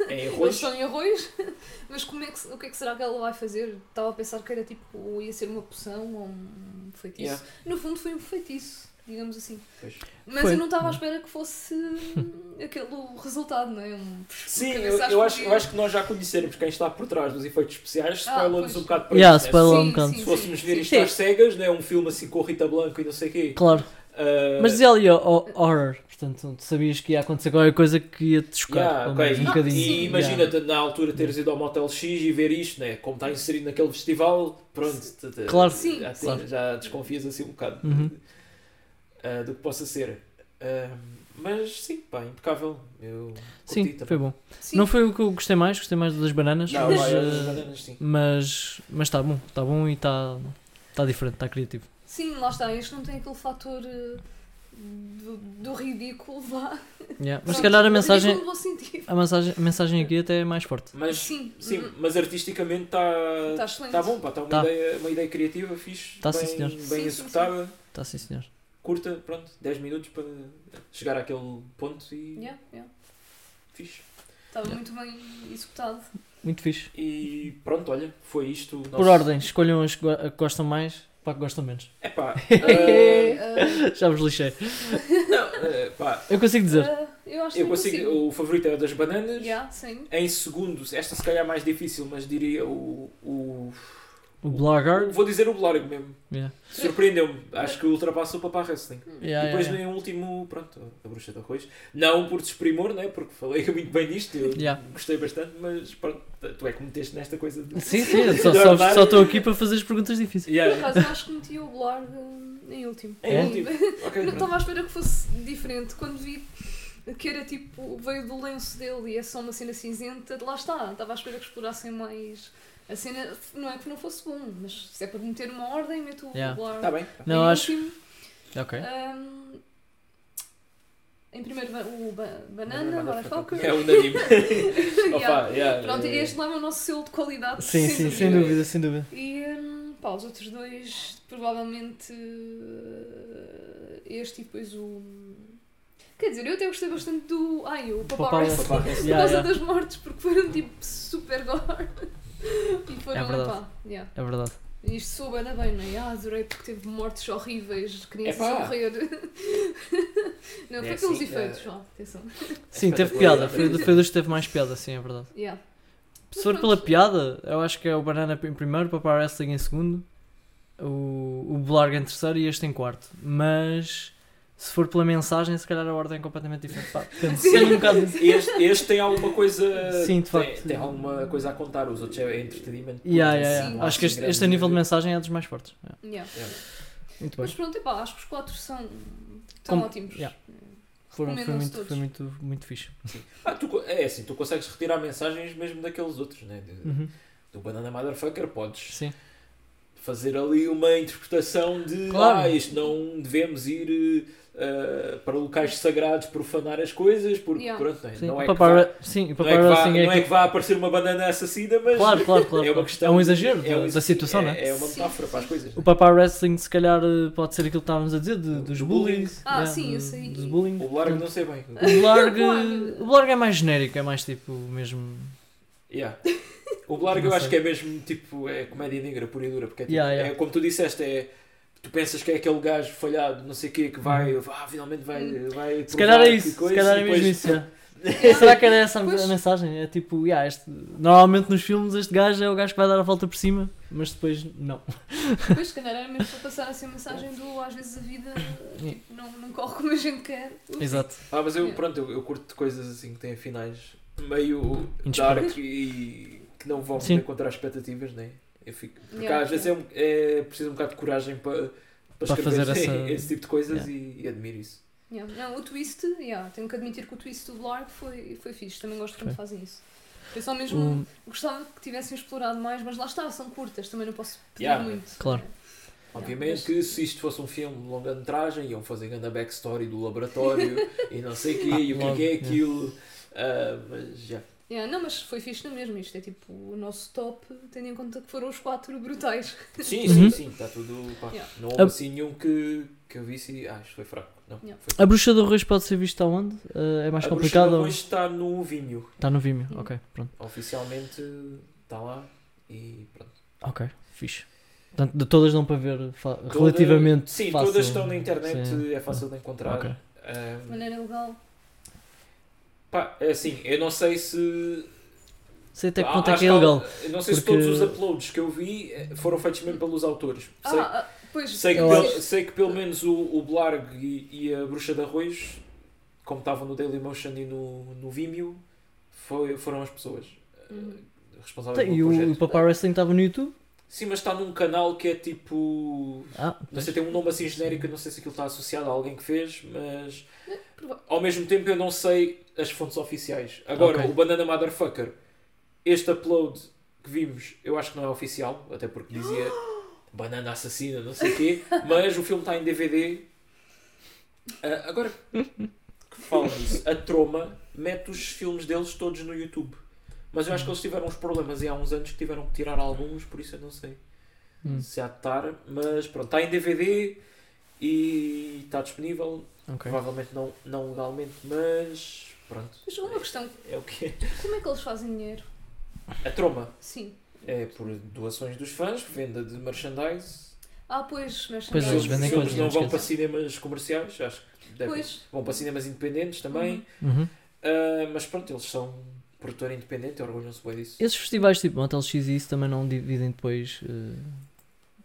Speaker 1: É em
Speaker 2: eles
Speaker 1: arroz.
Speaker 2: são em arroz, mas como é que, se- o que é que será que ela vai fazer? Estava a pensar que era tipo, ou ia ser uma poção ou um feitiço.
Speaker 1: Yeah.
Speaker 2: No fundo foi um feitiço, digamos assim.
Speaker 1: Pois.
Speaker 2: Mas
Speaker 3: Foi.
Speaker 2: eu não estava à espera que fosse hum, aquele resultado, não é? Um...
Speaker 1: Sim,
Speaker 2: Cabeça
Speaker 1: eu,
Speaker 2: às
Speaker 1: eu acho, eu
Speaker 2: escondidas.
Speaker 1: acho que nós já conhecermos quem está por trás dos efeitos especiais,
Speaker 2: Ah,
Speaker 1: spoilamos
Speaker 2: pois.
Speaker 1: um bocado para
Speaker 3: Yeah,
Speaker 1: isso, né?
Speaker 3: spoiler um
Speaker 2: Sim,
Speaker 3: bocado.
Speaker 2: sim.
Speaker 1: Se fôssemos ver
Speaker 2: Sim.
Speaker 1: isto às cegas, né? um filme assim com Rita Blanco e não sei o quê.
Speaker 3: Claro.
Speaker 1: Ah,
Speaker 3: Mas dizia ali, ó, ó, horror, portanto, tu sabias que ia acontecer qualquer coisa que ia te chocar.
Speaker 1: yeah,
Speaker 3: pelo
Speaker 1: ok.
Speaker 3: menos um
Speaker 1: E-
Speaker 3: bocadinho.
Speaker 1: E,
Speaker 3: Yeah.
Speaker 1: imagina te na altura teres ido ao Motel X e ver isto, né? como está inserido naquele festival, pronto, te- te-
Speaker 3: Claro.
Speaker 2: Sim,
Speaker 1: já, te-
Speaker 3: claro.
Speaker 1: já desconfias assim um bocado de-
Speaker 3: Uhum.
Speaker 1: ah, do que possa ser. Ah, mas sim, pá, impecável. Eu curti
Speaker 3: Sim,
Speaker 1: também.
Speaker 3: foi bom.
Speaker 2: Sim,
Speaker 3: Não foi o que eu gostei mais, gostei mais das bananas,
Speaker 1: Não,
Speaker 3: mas,
Speaker 1: vai,
Speaker 3: eh,
Speaker 1: as bananas, sim.
Speaker 3: mas mas está bom, está bom e está tá diferente, está criativo.
Speaker 2: sim, lá está, este não tem aquele fator eh, do, do ridículo, vá.
Speaker 3: Yeah. Mas
Speaker 2: Pronto,
Speaker 3: se calhar a
Speaker 2: ridículo
Speaker 3: mensagem,
Speaker 2: No bom sentido.
Speaker 3: a mensagem, a mensagem aqui até é mais forte.
Speaker 1: Mas, sim.
Speaker 2: Sim,
Speaker 1: mas artisticamente está
Speaker 2: está excelente.
Speaker 1: tá bom, pá, está uma,
Speaker 3: Tá.
Speaker 1: Ideia, uma ideia criativa, fixe,
Speaker 3: Tá, sim,
Speaker 1: bem,
Speaker 3: senhor.
Speaker 1: bem
Speaker 2: Sim, sim,
Speaker 1: executada,
Speaker 3: Está tá, sim, senhor.
Speaker 1: curta, pronto, 10 minutos para chegar àquele ponto e
Speaker 2: Yeah, yeah.
Speaker 1: fixe.
Speaker 2: Estava muito bem executado.
Speaker 3: Muito fixe.
Speaker 1: E pronto, olha, foi isto. o
Speaker 3: Por
Speaker 1: nosso- É
Speaker 3: ordem, escolham as que go- a que gostam mais para a que gostam menos.
Speaker 1: Epá,
Speaker 2: Eh,
Speaker 1: eh,
Speaker 2: eh,
Speaker 3: Já vos lixei.
Speaker 1: não, eh, pá,
Speaker 3: Eu consigo dizer.
Speaker 2: eh, eu acho que
Speaker 1: eu consigo, o favorito é o das bananas.
Speaker 2: Yeah, sim.
Speaker 1: Em segundo, esta se calhar é mais difícil, mas diria o. o-
Speaker 3: O Blogger.
Speaker 1: Vou dizer o Blorg mesmo.
Speaker 3: Yeah.
Speaker 1: Surpreendeu-me. Acho que ultrapassa o Papá Wrestling. e
Speaker 3: Yeah,
Speaker 1: depois
Speaker 3: yeah, yeah.
Speaker 1: vem o último, pronto, a Bruxa de Arroz. Não por desprimor, né? porque falei muito bem disto, eu
Speaker 3: Yeah.
Speaker 1: gostei bastante, mas pronto, tu é que me meteste nesta coisa de.
Speaker 3: Sim, sim, eu só- só só estou aqui para fazer as perguntas difíceis.
Speaker 2: Por
Speaker 1: Yeah.
Speaker 2: acaso, eu acho que meti o blog eh, em último.
Speaker 1: É,
Speaker 3: É?
Speaker 1: último. Ok,
Speaker 2: Não
Speaker 1: pronto.
Speaker 2: estava à espera que fosse diferente. Quando vi que era tipo, veio do lenço dele e é só uma cena cinzenta, lá está. Estava à espera que explorassem mais a cena. Não é que não fosse bom, mas se é para meter uma ordem, meto
Speaker 3: Yeah.
Speaker 2: o Blar.
Speaker 1: Está Tá bem.
Speaker 3: Não,
Speaker 2: em
Speaker 3: acho-
Speaker 2: último.
Speaker 3: Ok.
Speaker 2: Ahm, em primeiro, ba- o ba- Banana,
Speaker 1: Banana
Speaker 2: Motherfucker.
Speaker 1: É unânime.
Speaker 2: Yeah.
Speaker 1: Opa, yeah,
Speaker 2: Pronto,
Speaker 1: eh,
Speaker 2: este lá é o nosso selo de qualidade.
Speaker 3: Sim, sim, sem dúvida, sem dúvida.
Speaker 2: E hum, pá, os outros dois, provavelmente eh, este e depois o. Quer dizer, eu até gostei bastante do. Ai, o Papa,
Speaker 3: Papá-
Speaker 2: Wrestling,
Speaker 1: Papá
Speaker 2: por
Speaker 1: Wrestling.
Speaker 3: Yeah,
Speaker 2: causa
Speaker 3: yeah.
Speaker 2: das mortes, porque foram tipo super gore. e foram,
Speaker 3: É verdade.
Speaker 2: pá, yeah.
Speaker 3: É verdade.
Speaker 2: E Isto soube ainda bem, não é? Ah, adorei porque teve mortes horríveis, crianças
Speaker 1: Epá.
Speaker 2: a morrer. não,
Speaker 1: É
Speaker 2: foi pelos
Speaker 1: assim,
Speaker 2: efeitos,
Speaker 1: é.
Speaker 2: João, atenção.
Speaker 3: Sim, teve piada. Foi, do- foi dos que teve mais piada, sim, é verdade.
Speaker 2: Yeah.
Speaker 3: Se for pela piada, eu acho que é o Banana em primeiro, o Papa Wrestling em segundo, o, o Blarg em terceiro e este em quarto. Mas se for pela mensagem, se calhar a ordem é completamente diferente. Pá, depende.
Speaker 2: Sim.
Speaker 3: Tem um bocado.
Speaker 1: Este, este tem alguma coisa.
Speaker 3: Sim, de
Speaker 1: tem,
Speaker 3: facto.
Speaker 1: tem alguma coisa a contar, os outros é entretenimento. puro,
Speaker 3: Yeah,
Speaker 1: né?
Speaker 3: yeah,
Speaker 1: Não
Speaker 3: yeah.
Speaker 1: há
Speaker 3: Acho que
Speaker 1: assim
Speaker 3: este, este a
Speaker 1: grande-
Speaker 3: nível de mensagem é dos mais fortes. Yeah.
Speaker 2: Yeah.
Speaker 3: É. Muito bem.
Speaker 2: Mas pronto, epá, acho que os quatro são tão
Speaker 3: Como-
Speaker 2: ótimos.
Speaker 3: yeah. Foram, foi,
Speaker 2: recomendam-se
Speaker 3: muito,
Speaker 2: todos.
Speaker 3: foi muito, muito fixe.
Speaker 1: Ah, tu co- é assim, tu consegues retirar mensagens mesmo daqueles outros, né? De-
Speaker 3: Uhum.
Speaker 1: Do Banana Motherfucker podes
Speaker 3: Sim.
Speaker 1: fazer ali uma interpretação de
Speaker 3: Claro.
Speaker 1: ah, isto não devemos ir eh, ah, para locais sagrados profanar as coisas, porque
Speaker 2: Yeah.
Speaker 1: pronto, não é-
Speaker 3: Sim,
Speaker 1: não
Speaker 3: o
Speaker 1: é que
Speaker 3: Papa,
Speaker 1: vá-
Speaker 3: Ra- sim, o
Speaker 1: não
Speaker 3: Papa
Speaker 1: é que vá-
Speaker 3: Wrestling é,
Speaker 1: não é
Speaker 3: aquele-
Speaker 1: que vá aparecer uma banana assassina, mas
Speaker 3: Claro, claro, claro.
Speaker 1: é uma
Speaker 3: claro.
Speaker 1: questão.
Speaker 3: um exagero da,
Speaker 1: é um
Speaker 3: da situação,
Speaker 1: é,
Speaker 3: não é?
Speaker 1: É uma
Speaker 2: Sim,
Speaker 1: metáfora para as
Speaker 2: sim.
Speaker 1: coisas.
Speaker 3: O
Speaker 1: né?
Speaker 3: Papa Wrestling, se calhar, eh, pode ser aquilo que estávamos a dizer, de- dos
Speaker 1: Do
Speaker 3: bullying.
Speaker 1: bullying.
Speaker 2: Ah,
Speaker 3: né,
Speaker 2: sim,
Speaker 3: do-
Speaker 2: esse aí.
Speaker 3: Dos bullying.
Speaker 1: O Largo não é. sei bem.
Speaker 3: O Blarg,
Speaker 2: Claro.
Speaker 3: o Blarg é mais genérico, é mais tipo mesmo.
Speaker 1: Yeah. O Blarg
Speaker 3: Não
Speaker 1: eu
Speaker 3: sei.
Speaker 1: acho que é mesmo tipo é comédia negra pura e dura, porque é, tipo,
Speaker 3: Yeah, yeah.
Speaker 1: é como tu disseste, é tu pensas que é aquele gajo falhado, não sei o quê, que vai, ah, finalmente vai, vai
Speaker 3: Uhum. Se calhar é
Speaker 1: provar
Speaker 3: isso,
Speaker 1: que coisa,
Speaker 3: se calhar
Speaker 1: e
Speaker 3: é
Speaker 1: depois-
Speaker 3: mesmo isso. é. Será que era essa a
Speaker 2: Pois.
Speaker 3: mensagem? É tipo, yeah, este- normalmente nos filmes este gajo é o gajo que vai dar a volta por cima, mas depois não.
Speaker 2: Pois, se calhar era mesmo para passar assim a mensagem do às vezes a vida tipo, não, não corre como a gente quer.
Speaker 3: Exato.
Speaker 1: Ah, mas eu,
Speaker 2: Yeah.
Speaker 1: pronto, eu, eu curto coisas assim que têm finais meio
Speaker 3: Inesperados.
Speaker 1: dark e que não vão
Speaker 3: Sim.
Speaker 1: contra as expectativas, né? Eu fico, porque
Speaker 2: Yeah,
Speaker 1: às vezes é, um- é preciso um bocado de coragem para, para,
Speaker 3: Para
Speaker 1: escrever
Speaker 3: fazer essa-
Speaker 1: esse tipo de coisas e, e admiro isso.
Speaker 2: Yeah. Não, o twist, yeah, tenho que admitir que o twist do Blarg foi, foi fixe, também gosto quando
Speaker 3: Foi.
Speaker 2: fazem isso. Eu só mesmo
Speaker 3: O-
Speaker 2: gostava que tivessem explorado mais, mas lá está, são curtas, também não posso pedir
Speaker 1: Yeah,
Speaker 2: muito.
Speaker 3: claro.
Speaker 1: Obviamente que se isto fosse um filme de longa-metragem, iam fazer grande backstory do laboratório e não sei o quê,
Speaker 3: Ah,
Speaker 1: e o que é
Speaker 3: logo,
Speaker 1: que é
Speaker 3: yeah.
Speaker 1: aquilo. Ah, mas já.
Speaker 2: Yeah, não, mas foi fixe na mesma, isto é tipo o nosso top, tendo em conta que foram os quatro brutais.
Speaker 1: Sim,
Speaker 3: Uhum.
Speaker 1: sim, sim, está tudo. Pá,
Speaker 2: Yeah.
Speaker 1: Não houve
Speaker 3: A-
Speaker 1: assim nenhum que, que eu visse e. Ah, isto foi fraco. Não,
Speaker 2: Yeah.
Speaker 1: foi fraco.
Speaker 3: A bruxa do arroz pode ser vista aonde? Eh, é mais
Speaker 1: A
Speaker 3: complicado?
Speaker 1: Bruxa
Speaker 3: ou-
Speaker 1: Hoje está no vinho.
Speaker 3: Está no Vimeo,
Speaker 2: Hum.
Speaker 3: ok, pronto.
Speaker 1: Oficialmente está lá e pronto.
Speaker 3: Ok, fixe. Portanto, de todas dão para ver fa-
Speaker 1: Toda-
Speaker 3: relativamente
Speaker 1: Sim,
Speaker 3: fácil.
Speaker 1: todas estão na internet,
Speaker 3: Sim.
Speaker 1: é fácil de encontrar.
Speaker 3: Ok.
Speaker 1: Ah,
Speaker 2: De maneira legal.
Speaker 1: pá, é assim, eu não sei se
Speaker 3: Sei até que
Speaker 1: Ah,
Speaker 3: ponto é
Speaker 1: acho
Speaker 3: que é
Speaker 1: há-
Speaker 3: legal.
Speaker 1: eu Não sei se
Speaker 3: porque-
Speaker 1: todos os uploads que eu vi eh, foram feitos mesmo pelos autores. Sei,
Speaker 2: Ah, ah, pois.
Speaker 1: sei que,
Speaker 3: Eu
Speaker 1: pel-
Speaker 3: acho-
Speaker 1: sei que pelo menos o, o Blarg e, e a Bruxa de Arroz, como estavam no Dailymotion e no, no Vimeo, foi- foram as pessoas eh,
Speaker 2: Uhum.
Speaker 1: responsáveis
Speaker 3: E
Speaker 1: pelo
Speaker 3: o, o
Speaker 1: projeto.
Speaker 3: Papa Wrestling estava no YouTube?
Speaker 1: Sim, mas está num canal que é tipo.
Speaker 3: Ah,
Speaker 1: Não sei, tem um nome assim genérico, eu não sei se aquilo está associado a alguém que fez, mas.
Speaker 2: prova-
Speaker 1: Ao mesmo tempo eu não sei as fontes oficiais. Agora,
Speaker 3: Ok.
Speaker 1: o Banana Motherfucker, este upload que vimos, eu acho que não é oficial, até porque dizia Banana Assassina, não sei o quê, mas o filme está em DVD. Ah, agora, que falam disso. A Troma mete os filmes deles todos no YouTube. Mas eu acho que eles tiveram uns problemas e há uns anos que tiveram que tirar alguns, por isso eu não sei
Speaker 3: Hum.
Speaker 1: se há de estar. Mas pronto, está em DVD e está disponível.
Speaker 3: Ok.
Speaker 1: Provavelmente não, não legalmente, mas pronto,
Speaker 2: Mas uma questão,
Speaker 1: é o que é.
Speaker 2: como é que eles fazem dinheiro?
Speaker 1: A Troma
Speaker 2: Sim.
Speaker 1: é por doações dos fãs, venda de merchandise.
Speaker 2: Ah, pois, mas
Speaker 3: Pois, é,
Speaker 1: Os
Speaker 3: eles
Speaker 1: filmes,
Speaker 3: vendem
Speaker 1: filmes
Speaker 3: coisas,
Speaker 1: não
Speaker 3: não
Speaker 1: vão para
Speaker 3: esqueça.
Speaker 1: cinemas comerciais, acho que devem.
Speaker 2: Pois.
Speaker 1: Vão para cinemas independentes também.
Speaker 3: Uhum.
Speaker 1: Ah, mas pronto, eles são produtor independente, orgulham-se bem disso.
Speaker 3: Esses festivais tipo Motel X e isso também não dividem depois eh,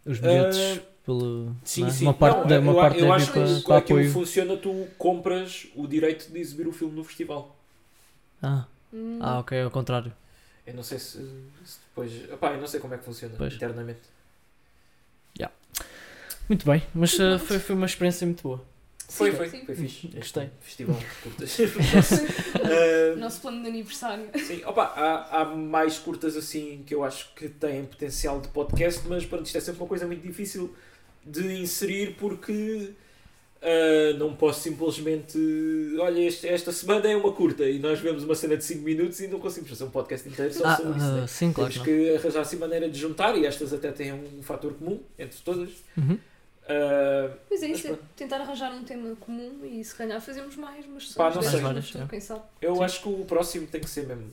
Speaker 3: os bilhetes pelo. não é? Uma parte,
Speaker 1: Ah, Não,
Speaker 3: da,
Speaker 1: eu,
Speaker 3: uma
Speaker 1: eu
Speaker 3: parte deve ir
Speaker 1: acho é que
Speaker 3: para,
Speaker 1: como
Speaker 3: para
Speaker 1: aquilo
Speaker 3: apoio.
Speaker 1: funciona, tu compras o direito de exibir o filme no festival.
Speaker 3: Ah.
Speaker 2: Hum,
Speaker 3: ah, ok, ao contrário.
Speaker 1: Eu não sei se, se depois. Opá, eu não sei como é que funciona
Speaker 3: Pois.
Speaker 1: internamente.
Speaker 3: Muito bem, mas eh, foi, foi uma experiência muito boa.
Speaker 1: Foi,
Speaker 2: sim,
Speaker 1: foi,
Speaker 2: sim.
Speaker 1: foi fixe. este
Speaker 3: Gostei.
Speaker 1: Festival de curtas. Ah,
Speaker 2: Nosso plano de aniversário.
Speaker 1: Sim, opa, há, há mais curtas assim que eu acho que têm potencial de podcast, mas pronto, isto é sempre uma coisa muito difícil de inserir porque ah, não posso simplesmente. Olha, este- esta semana é uma curta e nós vemos uma cena de 5 minutos e não conseguimos fazer um podcast inteiro só
Speaker 3: Ah,
Speaker 1: sobre isso.
Speaker 3: ah,
Speaker 1: né?
Speaker 3: sim, claro.
Speaker 1: Temos
Speaker 3: Que não.
Speaker 1: que arranjar assim maneira de juntar e estas até têm um fator comum entre todas.
Speaker 3: Uhum.
Speaker 1: Ah,
Speaker 2: Pois é,
Speaker 1: Mas
Speaker 2: isso é tentar arranjar um tema comum e se calhar fazemos mais, mas só
Speaker 1: Pá,
Speaker 2: uns
Speaker 1: não
Speaker 2: dez
Speaker 1: sei.
Speaker 2: no
Speaker 3: Várias,
Speaker 2: futuro,
Speaker 3: é.
Speaker 2: quem sabe.
Speaker 1: eu
Speaker 3: Sim.
Speaker 1: acho que o próximo tem que ser mesmo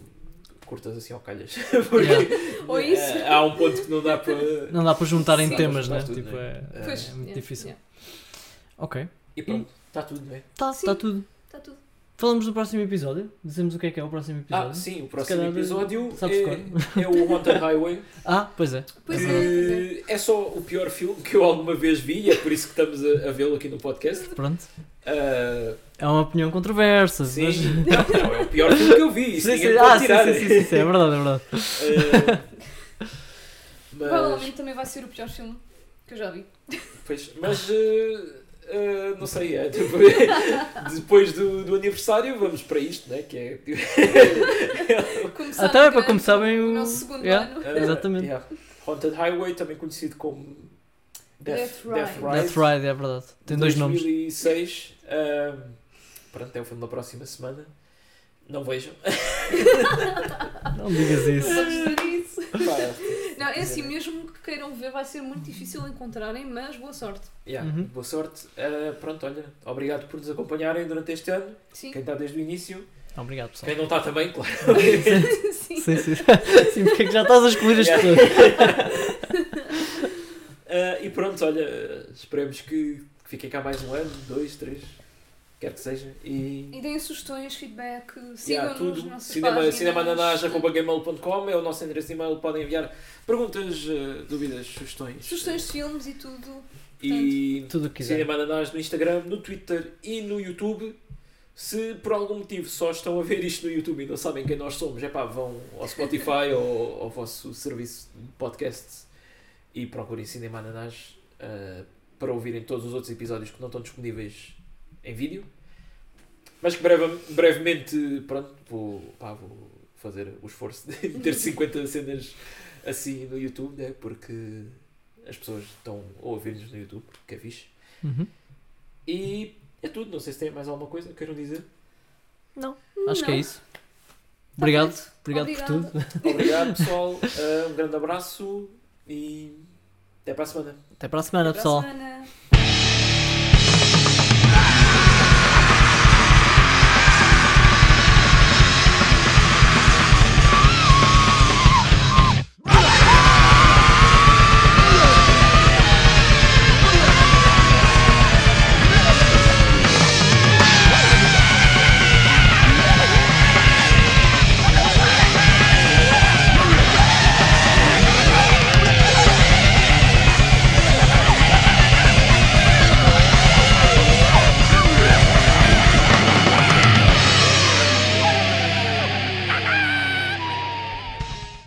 Speaker 1: curtas assim ao calhas. Porque
Speaker 2: Ou isso.
Speaker 1: ah, há um ponto que não dá para.
Speaker 3: Não dá para juntar em
Speaker 2: Sim.
Speaker 3: temas,
Speaker 1: Não
Speaker 3: né?
Speaker 1: dá para juntar
Speaker 3: Tipo,
Speaker 1: tudo,
Speaker 3: é,
Speaker 1: né?
Speaker 2: Pois,
Speaker 3: é muito
Speaker 2: yeah,
Speaker 3: difícil.
Speaker 2: yeah.
Speaker 3: Ok.
Speaker 2: Tá
Speaker 1: E pronto, está tudo, não é?
Speaker 3: Está
Speaker 2: Sim.
Speaker 3: tá tudo.
Speaker 2: Está tudo.
Speaker 3: Falamos do próximo episódio? Dizemos o que é que é o próximo episódio?
Speaker 1: Ah, sim, o próximo
Speaker 3: calhar,
Speaker 1: episódio
Speaker 3: sabes
Speaker 1: é, é o Haunted Highway,
Speaker 3: Ah, pois é.
Speaker 2: Pois é, pois é.
Speaker 1: que é. só o pior filme que eu alguma vez vi e é por isso que estamos a, a vê-lo aqui no podcast.
Speaker 3: Pronto.
Speaker 1: Ah,
Speaker 3: É uma opinião controversa.
Speaker 1: sim,
Speaker 3: Mas... Sim,
Speaker 1: não, não, é o pior filme que eu vi, isso ninguém
Speaker 3: sim.
Speaker 1: pode
Speaker 3: Ah, sim,
Speaker 1: tirar.
Speaker 3: sim, sim, sim, sim, é verdade, é verdade.
Speaker 1: Ah, mas,
Speaker 2: Provavelmente também vai ser o pior filme que eu já vi.
Speaker 1: pois, mas ah, ah, não sei, é, depois, depois do, do aniversário vamos para isto, né, que é
Speaker 2: Começar
Speaker 3: Até é
Speaker 2: no
Speaker 3: para
Speaker 2: grande,
Speaker 3: começar bem
Speaker 2: o
Speaker 3: o.
Speaker 2: nosso segundo
Speaker 3: Yeah.
Speaker 2: ano.
Speaker 1: ah,
Speaker 3: Exatamente.
Speaker 1: yeah. Haunted Highway, também conhecido como Death,
Speaker 2: Death Ride.
Speaker 3: That's right, é verdade. Tem dois nomes.
Speaker 1: 2006. ahm, pronto, é o filme da próxima semana. Não vejam.
Speaker 3: Não digas
Speaker 1: É
Speaker 2: Não
Speaker 3: isso.
Speaker 2: podes dizer isso.
Speaker 1: Pá,
Speaker 2: Não, é assim, mesmo que queiram ver, vai ser muito difícil encontrarem, mas boa sorte.
Speaker 1: yeah,
Speaker 3: Uhum.
Speaker 1: Boa sorte. Ah, pronto, olha, obrigado por nos acompanharem durante este ano.
Speaker 2: Sim.
Speaker 1: Quem está desde o início.
Speaker 3: Obrigado, pessoal.
Speaker 1: Quem não está também, claro.
Speaker 2: Sim.
Speaker 3: Sim, sim. Sim, porque é que já estás a excluir as
Speaker 1: Yeah.
Speaker 3: pessoas?
Speaker 1: Ah, e pronto, olha, esperemos que fiquem cá mais um ano, dois, três, quer que seja. E.
Speaker 2: E deem sugestões, feedback,
Speaker 1: Yeah,
Speaker 2: sigam-nos nas
Speaker 1: tudo.
Speaker 2: nossas
Speaker 1: Cinema,
Speaker 2: páginas.
Speaker 1: cinemananás.gmail.com é o nosso endereço de e-mail. Podem enviar perguntas, ah, dúvidas, sugestões.
Speaker 2: Sugestões de filmes e tudo.
Speaker 1: E
Speaker 3: Tudo o que quiser.
Speaker 1: Cinema Ananás no Instagram, no Twitter e no YouTube. Se por algum motivo só estão a ver isto no YouTube e não sabem quem nós somos, é pá, vão ao Spotify ou ao vosso serviço de podcast e procurem Cinema Ananás ah, para ouvirem todos os outros episódios que não estão disponíveis em vídeo. Mas que breve- brevemente, pronto, vou, pá, vou fazer o esforço de ter 50 cenas assim no YouTube, né? porque as pessoas estão a ouvir-nos no YouTube, que é fixe.
Speaker 3: Uhum.
Speaker 1: E é tudo. Não sei se tem mais alguma coisa que queiram dizer.
Speaker 3: Acho que é
Speaker 2: Não.
Speaker 3: isso. Obrigado.
Speaker 2: feito.
Speaker 3: Obrigado por
Speaker 2: Obrigada.
Speaker 3: tudo.
Speaker 1: Obrigado, pessoal. Ah, um grande abraço e até para a semana.
Speaker 3: Até para a
Speaker 2: Para
Speaker 3: semana,
Speaker 2: a
Speaker 3: pessoal.
Speaker 2: semana.